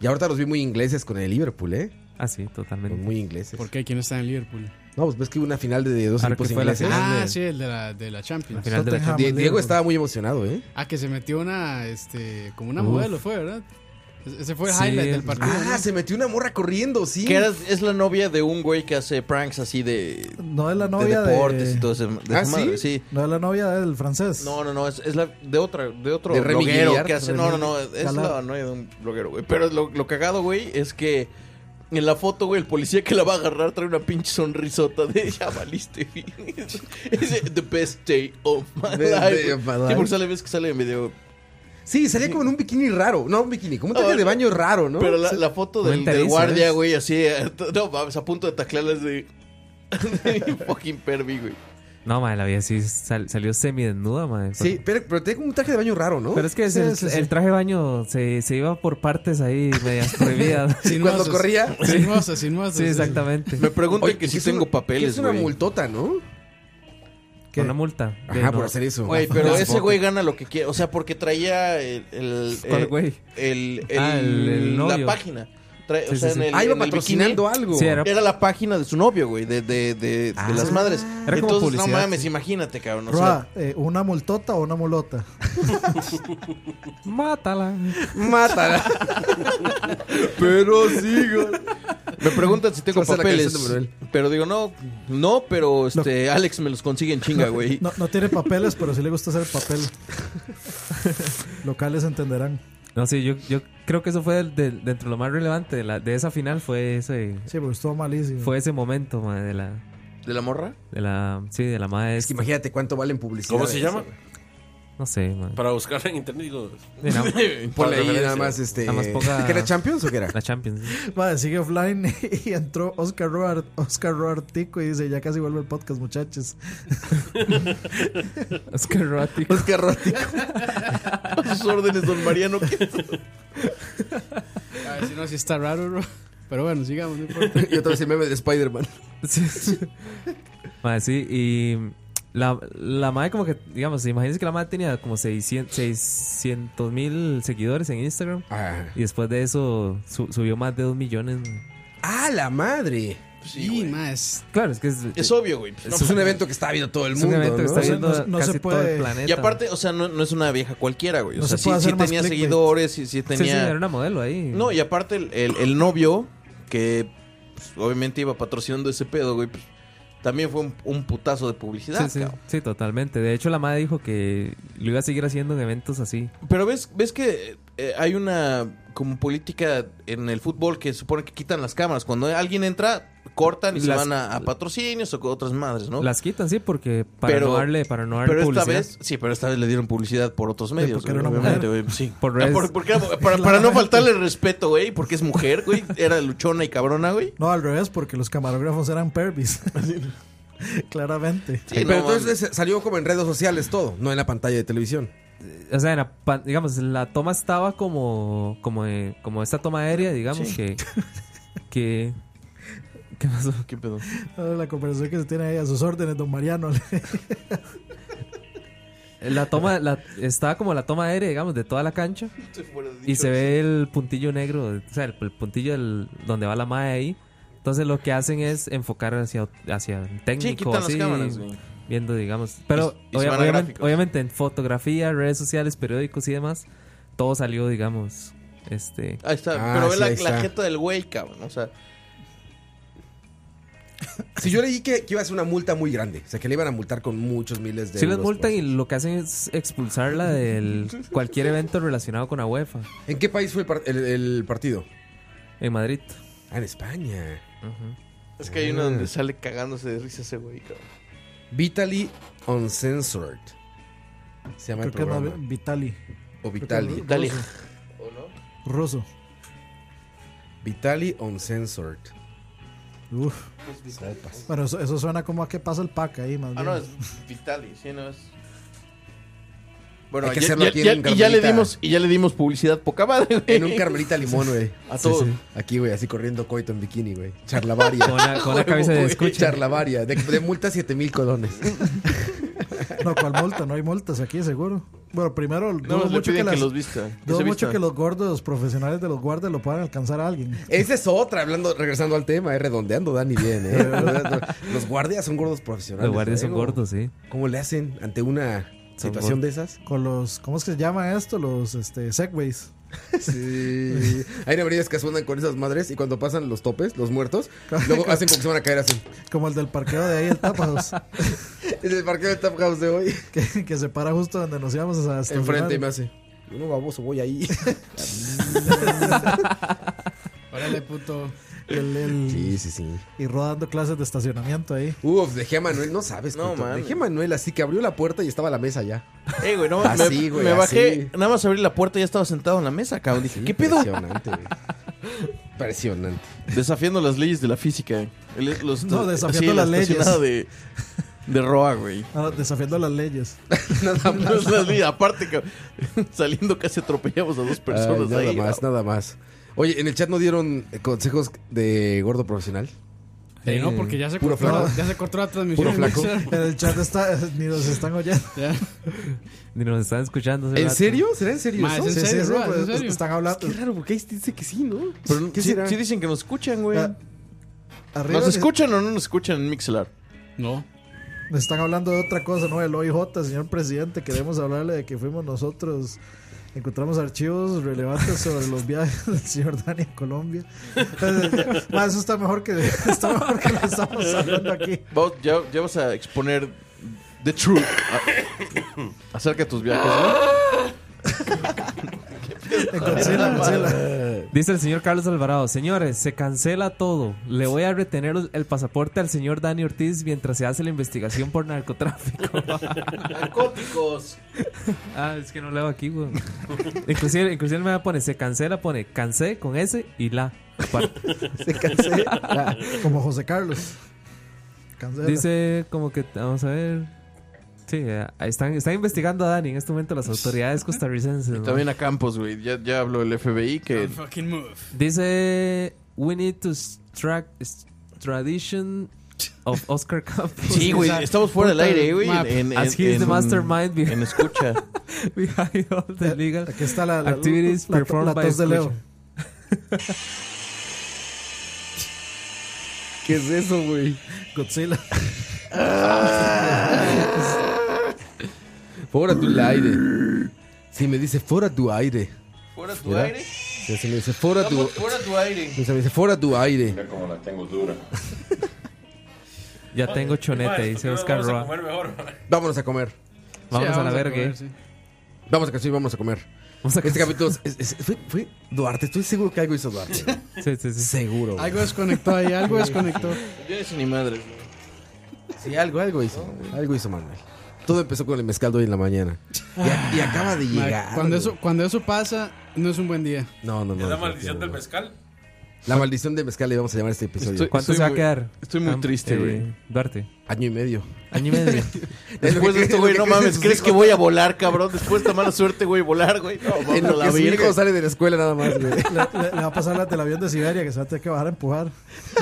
Y ahorita los vi muy ingleses con el Liverpool, ¿eh? Ah, sí, totalmente. Muy ingleses. ¿Por qué? ¿Quién está en Liverpool? No, pues ves que hubo una final de dos Ahora equipos que fue la ingleses. final Ah, sí, el de la, de la Champions. Die- Diego estaba muy emocionado, ¿eh? Ah, que se metió una, este, como una Uf. modelo, fue, ¿verdad? E-, Ese fue el highlight del partido. Ah, se metió una morra corriendo, sí. Que era- es la novia de un güey que hace pranks así de. No es la novia de. deportes y todo ese- de ¿Ah, esa madre, sí? No es la novia del francés. No, no, no, es, es la de otra, de otro De Remy bloguero Guillard. que hace. No, no, no, es Galán. la novia de un bloguero, güey. Pero lo, lo cagado, güey, es que en la foto, güey, el policía que la va a agarrar trae una pinche sonrisota de ya valiste, güey". Dice, The best day of my The day life. of my güey. life. Sí, porque sale ves que sale en video. Sí, salía como en un bikini raro. No, un bikini, como un traje Ah, de baño raro, ¿no? Pero la, Sí. la foto del, del guardia, güey, así. eh, No mames, a punto de taclearla es de. de fucking pervi, güey. No, madre, la vida sí sal- salió semidesnuda, madre. Sí, pero, pero tiene como un traje de baño raro, ¿no? Pero es que es el, el traje de baño se, se iba por partes ahí, medias prohibidas. Cuando corría. Sinuosas, Sí, exactamente. Me preguntan Oye, que si es una- tengo papeles, es una güey. multota, ¿no? Una multa. Ajá, Ah, por hacer eso. Güey, pero Las ese fotos. güey gana lo que quiere. O sea, porque traía el. el ¿Cuál eh, güey? El, el- Ah, el- el la novio. página. Trae- o Sí, sea, sí, en sí. el, Ah, iba en el patrocinando bikini. algo. Sí, era- Ah, era... la página de su novio, güey, de, de, de, de las madres. Era como Entonces, no publicidad, mames, sí. imagínate, cabrón. O sea, Roa, eh, ¿una multota o una mulota? Mátala. Mátala. pero sigo. me preguntan si tengo Esa es la canción papeles. de Manuel. Pero digo, no, no, pero este, Alex me los consigue en chinga, güey. No, no tiene papeles, pero sí le gusta hacer papel. Locales entenderán. No, sí, yo, yo creo que eso fue del- del- dentro de lo más relevante de, la- de esa final fue ese Sí, pero estuvo malísimo. fue ese momento, madre, de la ¿De la morra? de la sí, de la madre. Es que imagínate cuánto vale en publicidad. ¿Cómo se eso, llama? güey. No sé, madre. Para buscarla en internet, digo. Sí, no. Ponle ahí nada más este. Nada más ponga- ¿Qué era Champions o qué era? La Champions. Vale, sigue offline y entró Oscar Roar, Oscar Roar Tico y dice, ya casi vuelve el podcast, muchachos. Oscar Rotico. Oscar Rotico. A sus órdenes, don Mariano. ¿qué? A ver si no, si está raro, bro. Pero bueno, sigamos, no importa. Y otra vez el meme de Spider-Man. Madre, sí, y la, la madre como que, digamos, imagínense que la madre tenía como 600 mil seguidores en Instagram. Y después de eso su- subió más de 2 millones. ¡Ah, la madre! Sí, más. Claro, es que es, Es obvio, güey. Eso es un evento que está viendo todo el Es un mundo. evento que ¿no? está O sea, viendo casi todo el planeta. Y aparte, o sea, no, no es una vieja cualquiera, güey. O No sea, se sí, puede sí hacer más tenía clickbait. seguidores, sí, sí tenía. Sí, sí, era una modelo ahí. No, y aparte el, el- el novio, que pues, obviamente iba patrocinando ese pedo, güey, pues, también fue un, un putazo de publicidad, Sí, sí, cabrón. sí, totalmente. De hecho, la madre dijo que lo iba a seguir haciendo en eventos así. Pero ves, ves que eh, hay una como política en el fútbol que supone que quitan las cámaras. Cuando alguien entra, cortan y se Las- van a, a patrocinios o con otras madres, ¿no? Las quitan, sí, porque para Pero- no darle, para no darle pero esta publicidad. vez, sí, pero esta vez le dieron publicidad por otros medios. porque era güey, una obviamente, mujer. güey, sí. Por Ah, redes. por- porque era- para, para no faltarle el respeto, güey, porque es mujer, güey. Era luchona y cabrona, güey. No, al revés, porque los camarógrafos eran pervis. Claramente. Sí, Pero entonces salió como en redes sociales todo, no en la pantalla de televisión. O sea, en la pan- digamos, la toma estaba como como, eh, como esta toma aérea, digamos, Sí. que, que... ¿Qué pasó? ¿Qué pedo? Ah, La conversación que se tiene ahí a sus órdenes, don Mariano. La toma, la, estaba como la toma aérea, digamos, de toda la cancha. Y se ve el puntillo negro, o sea, el, el puntillo del- donde va la madre ahí. Entonces lo que hacen es enfocar hacia, hacia el técnico. quitan las así, cámaras, güey. Viendo, digamos. Pero Y- y se obvia- van a obviamente, gráficos. obviamente en fotografía, redes sociales, periódicos y demás, todo salió, digamos, este... Ahí está. Ah, pero ve sí, la, ahí la está. jeta del güey, cabrón. O sea, Si yo leí que, que iba a ser una multa muy grande, o sea, que le iban a multar con muchos miles de Si los euros. multan y lo que hacen es expulsarla de cualquier evento relacionado con la UEFA. ¿En qué país fue el, par- el- el partido? En Madrid. Ah, en España. Ah. Mm. es que hay una donde sale cagándose de risa ese güey, cabrón. Vitally Uncensored. Se llama el Creo que es más programa. bien Vitali. O Vitali. Creo que es ruso. Ruso. Vitali Uncensored. Uf. Sopas. Bueno, eso, eso suena como a que pasa el pack ahí, más Mm. Ah, bien. no, es Vitali, sí, no es. Hay que ya- hacerlo ya- aquí ya- en y ya le Carmelita. dimos y ya le dimos publicidad poca madre. güey. En un Carmelita Limón, güey. A Sí, todos. sí. Aquí, güey, así corriendo coito en bikini, güey. Charlavaria. Con la- con la cabeza de Güey, escucha. Charlavaria. De, de multa 7 mil colones. No, ¿cuál multa? No hay multas aquí, seguro. Bueno, primero, dudo le mucho, piden que, que las- los vista, que dudo se mucho vista. que los gordos, los profesionales de los guardias, lo puedan alcanzar a alguien. Esa es otra, hablando, regresando al tema, eh, redondeando Dani bien, eh. Los guardias son gordos profesionales. Los guardias eh, son ¿no? gordos, sí. ¿Cómo le hacen ante una situación de esas? Con los, ¿cómo es que se llama esto? Los este, segways. Sí. Hay naverías que suenan con esas madres y cuando pasan los topes, los muertos, luego hacen como que se van a caer así. Como el del parqueo de ahí, el Tapados. Es el parqueo de Tap House de hoy. que, que se para justo donde nos íbamos a hasta el Enfrente y final. me hace. Yo no baboso, voy ahí. Órale, puto. El- el- Sí, sí, sí. Y rodando clases de estacionamiento ahí. Uf, dejé a Manuel, no sabes, No, no, mames. dejé a Manuel así que abrió la puerta y estaba la mesa ya. Eh, güey, no, Así, me, Ah, güey, me bajé, así. nada más abrí la puerta y ya estaba sentado en la mesa, cabrón. Dije, ¿qué pedo? Impresionante, güey. Impresionante. Desafiando las leyes de la física. eh. El- los- No, así, desafiando la las leyes. estacionada de, de Roa, güey. Ah, desafiando las leyes. Nada más las leyes. Aparte, cabrón, saliendo casi atropellamos a dos personas Ay, nada ahí. más, nada más. Oye, en el chat no dieron eh, consejos de gordo profesional. Eh, no, porque ya se, Puro cortó, flaco. ya se cortó la transmisión. Puro flaco. En el chat está, ni nos están oyendo. Ni nos están escuchando. hace ¿En rato. serio? ¿Será en serio Ma, eso? ¿es en Sí, sí, serio, sí, Roa? ¿Es pues, en serio? Están hablando. Qué raro, porque ahí dice que sí, ¿no? Pero ¿Qué sí, será? sí dicen que nos escuchan, güey. Ah, Arriba ¿Nos de- escuchan o no nos escuchan en Mixelar? No. Nos están hablando de otra cosa, ¿no? El OIJ, señor presidente. Queremos hablarle de que fuimos nosotros. Encontramos archivos relevantes sobre los viajes del señor Dani a Colombia. Entonces, ma, eso está mejor que está mejor que lo que estamos hablando aquí. Vos ya, ya vas a exponer The Truth a- acerca de tus viajes, ¿no? Pues, Cancela, cancela. Dice el señor Carlos Alvarado, señores, se cancela todo. Le voy a retener el pasaporte al señor Dani Ortiz mientras se hace la investigación por narcotráfico. Narcóticos. ah, es que no leo aquí, güey. Inclusive, inclusive me pone, se cancela, pone cancé con S y la. aparte. Se cancela. Como José Carlos. Cancela. Dice como que, vamos a ver. Sí, eh, están, están investigando a Dani en este momento las autoridades costarricenses. ¿no? También a Campos, güey. Ya, ya habló el FBI que... Fucking move. Dice, we need to track tradition of Oscar Campos. Sí, güey, O sea, estamos fuera del puta, aire, güey. map. En, en- As he is en- the mastermind behind- En escucha. behind all the legal Eh, Aquí está la, la, activities la- la- performed la by tos de Leo. Escucha. ¿Qué es eso, güey? Godzilla. Fuera tu aire. Sí, me dice fuera tu aire. este. ¿Fuera tu Mira. aire? Sí, sí, me dice fuera tu... Estamos fuera tu aire. Sí, sí, me dice fuera tu aire. como la tengo dura. Ya tengo chonete, Madre, dice ¿por qué Oscar no vamos a Roa. comer mejor? Vámonos a comer. Vamos a la vamos a verga. eh. comer, sí. Vamos a comer, sí, vamos a comer. este capítulo es- es- es- fue, fue Duarte. Estoy seguro que algo hizo Duarte. Sí, sí, sí. Seguro. güey. Algo desconectó ahí, algo desconectó. Yo no ni madres, güey. Sí, algo, algo hizo. Algo hizo Manuel. Todo empezó con el mezcal de hoy en la mañana. Y, a- y acaba de Ma, llegar. Cuando güey. eso, cuando eso pasa, no es un buen día. No, no, no. ¿Es la no, maldición no, del no. mezcal? La maldición de mezcal le vamos a llamar a este episodio. Estoy- ¿Cuánto estoy se va a muy- quedar? Estoy muy Am- triste, eh, güey. Duarte. Año y medio. Año y medio. Después de esto, güey, no mames. ¿Crees que voy a volar, cabrón? Después de esta mala suerte, güey, volar, güey. No, En mames, lo la que su hijo verga. sale de la escuela nada más, güey. Le, le- le va a pasar la del avión de Siberia que se va a tener que bajar a empujar.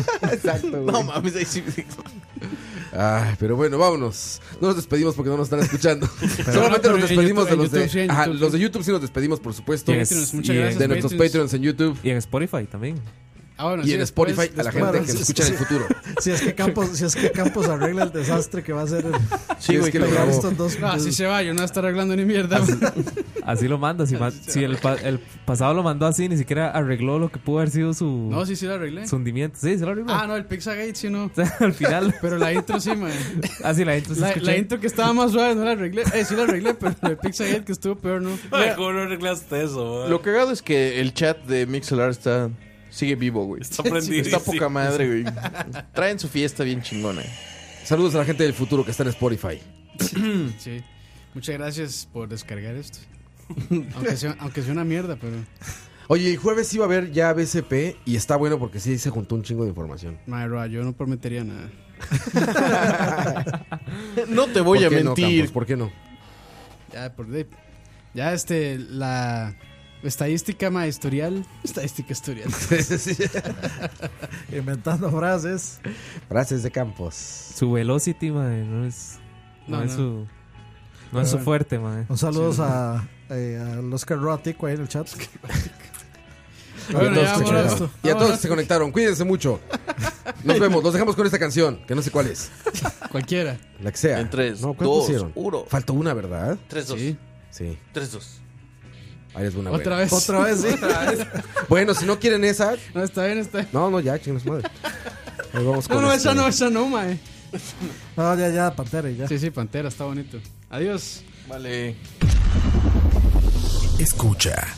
Exacto, No mames, ahí sí. Ay, pero bueno, vámonos. No nos despedimos porque no nos están escuchando. No, Solamente pero nos en despedimos YouTube- de en los de. YouTube, sí, en ajá, YouTube, los sí. de YouTube sí nos despedimos, por supuesto. Yes, Patreons, muchas y en- gracias, De nuestros Patreons en YouTube Y en Spotify también. Ah, bueno, y sí, en después- Spotify pues, a la después- gente que nos escucha en el futuro. Si es que Campos, si es que Campos arregla el desastre que va a ser Sí, güey, que lo pegar grabó. estos dos. No, así Ah, se va, yo no voy a estar arreglando ni mierda. Así lo manda. Si, ma- si el, pa- el pasado lo mandó así, ni siquiera arregló lo que pudo haber sido su, No, sí, sí lo arreglé. su hundimiento. Sí, se lo arregló. Ah, no, el Pizzagate sí no. Al final. Pero la intro sí, man. Así la intro se La, escuchó. la intro que estaba más suave no la arreglé. Eh, sí la arreglé, pero el Pizzagate que estuvo peor no. Ay, ¿Cómo no arreglaste eso? man? Lo cagado es que el chat de Mixelar está. Sigue vivo, güey. Está prendido. Está poca madre, güey. Traen su fiesta bien chingona. Saludos a la gente del futuro que está en Spotify. sí. Muchas gracias por descargar esto. Aunque sea, aunque sea una mierda, pero. Oye, el jueves iba a haber ya BCP y está bueno porque sí se juntó un chingo de información. Madre, Roa, yo no prometería nada. No te voy ¿Por a qué no, mentir. Campos? ¿Por qué no? Ya, por de- Ya, este, la estadística maestorial. Estadística historial. Inventando frases. Frases de Campos. Su velocity, madre, no es. No, No, es no. su. No Pero es su bueno, fuerte, madre. Ah, Un saludo Sí. a, eh, al Oscar Roa Tico ahí en el chat. y a todos, que se conectaron. Y a todos que se conectaron. Cuídense mucho. Nos vemos. Los dejamos con esta canción, que no sé cuál es. Cualquiera. La que sea. En tres, no, ¿cuál dos, pusieron? uno. Faltó una, ¿verdad? 3-2. Sí. 3-2. Ahí les va una Otra buena. vez. Otra vez, sí. Bueno, si no quieren esa. No, está bien, está bien. No, no, ya, chingados madre. Ahí vamos No, con no, este. esa no, esa no, mae. No, ya, ya, Pantera, ya. Sí, sí, Pantera, está bonito. Adiós. Vale. Escucha.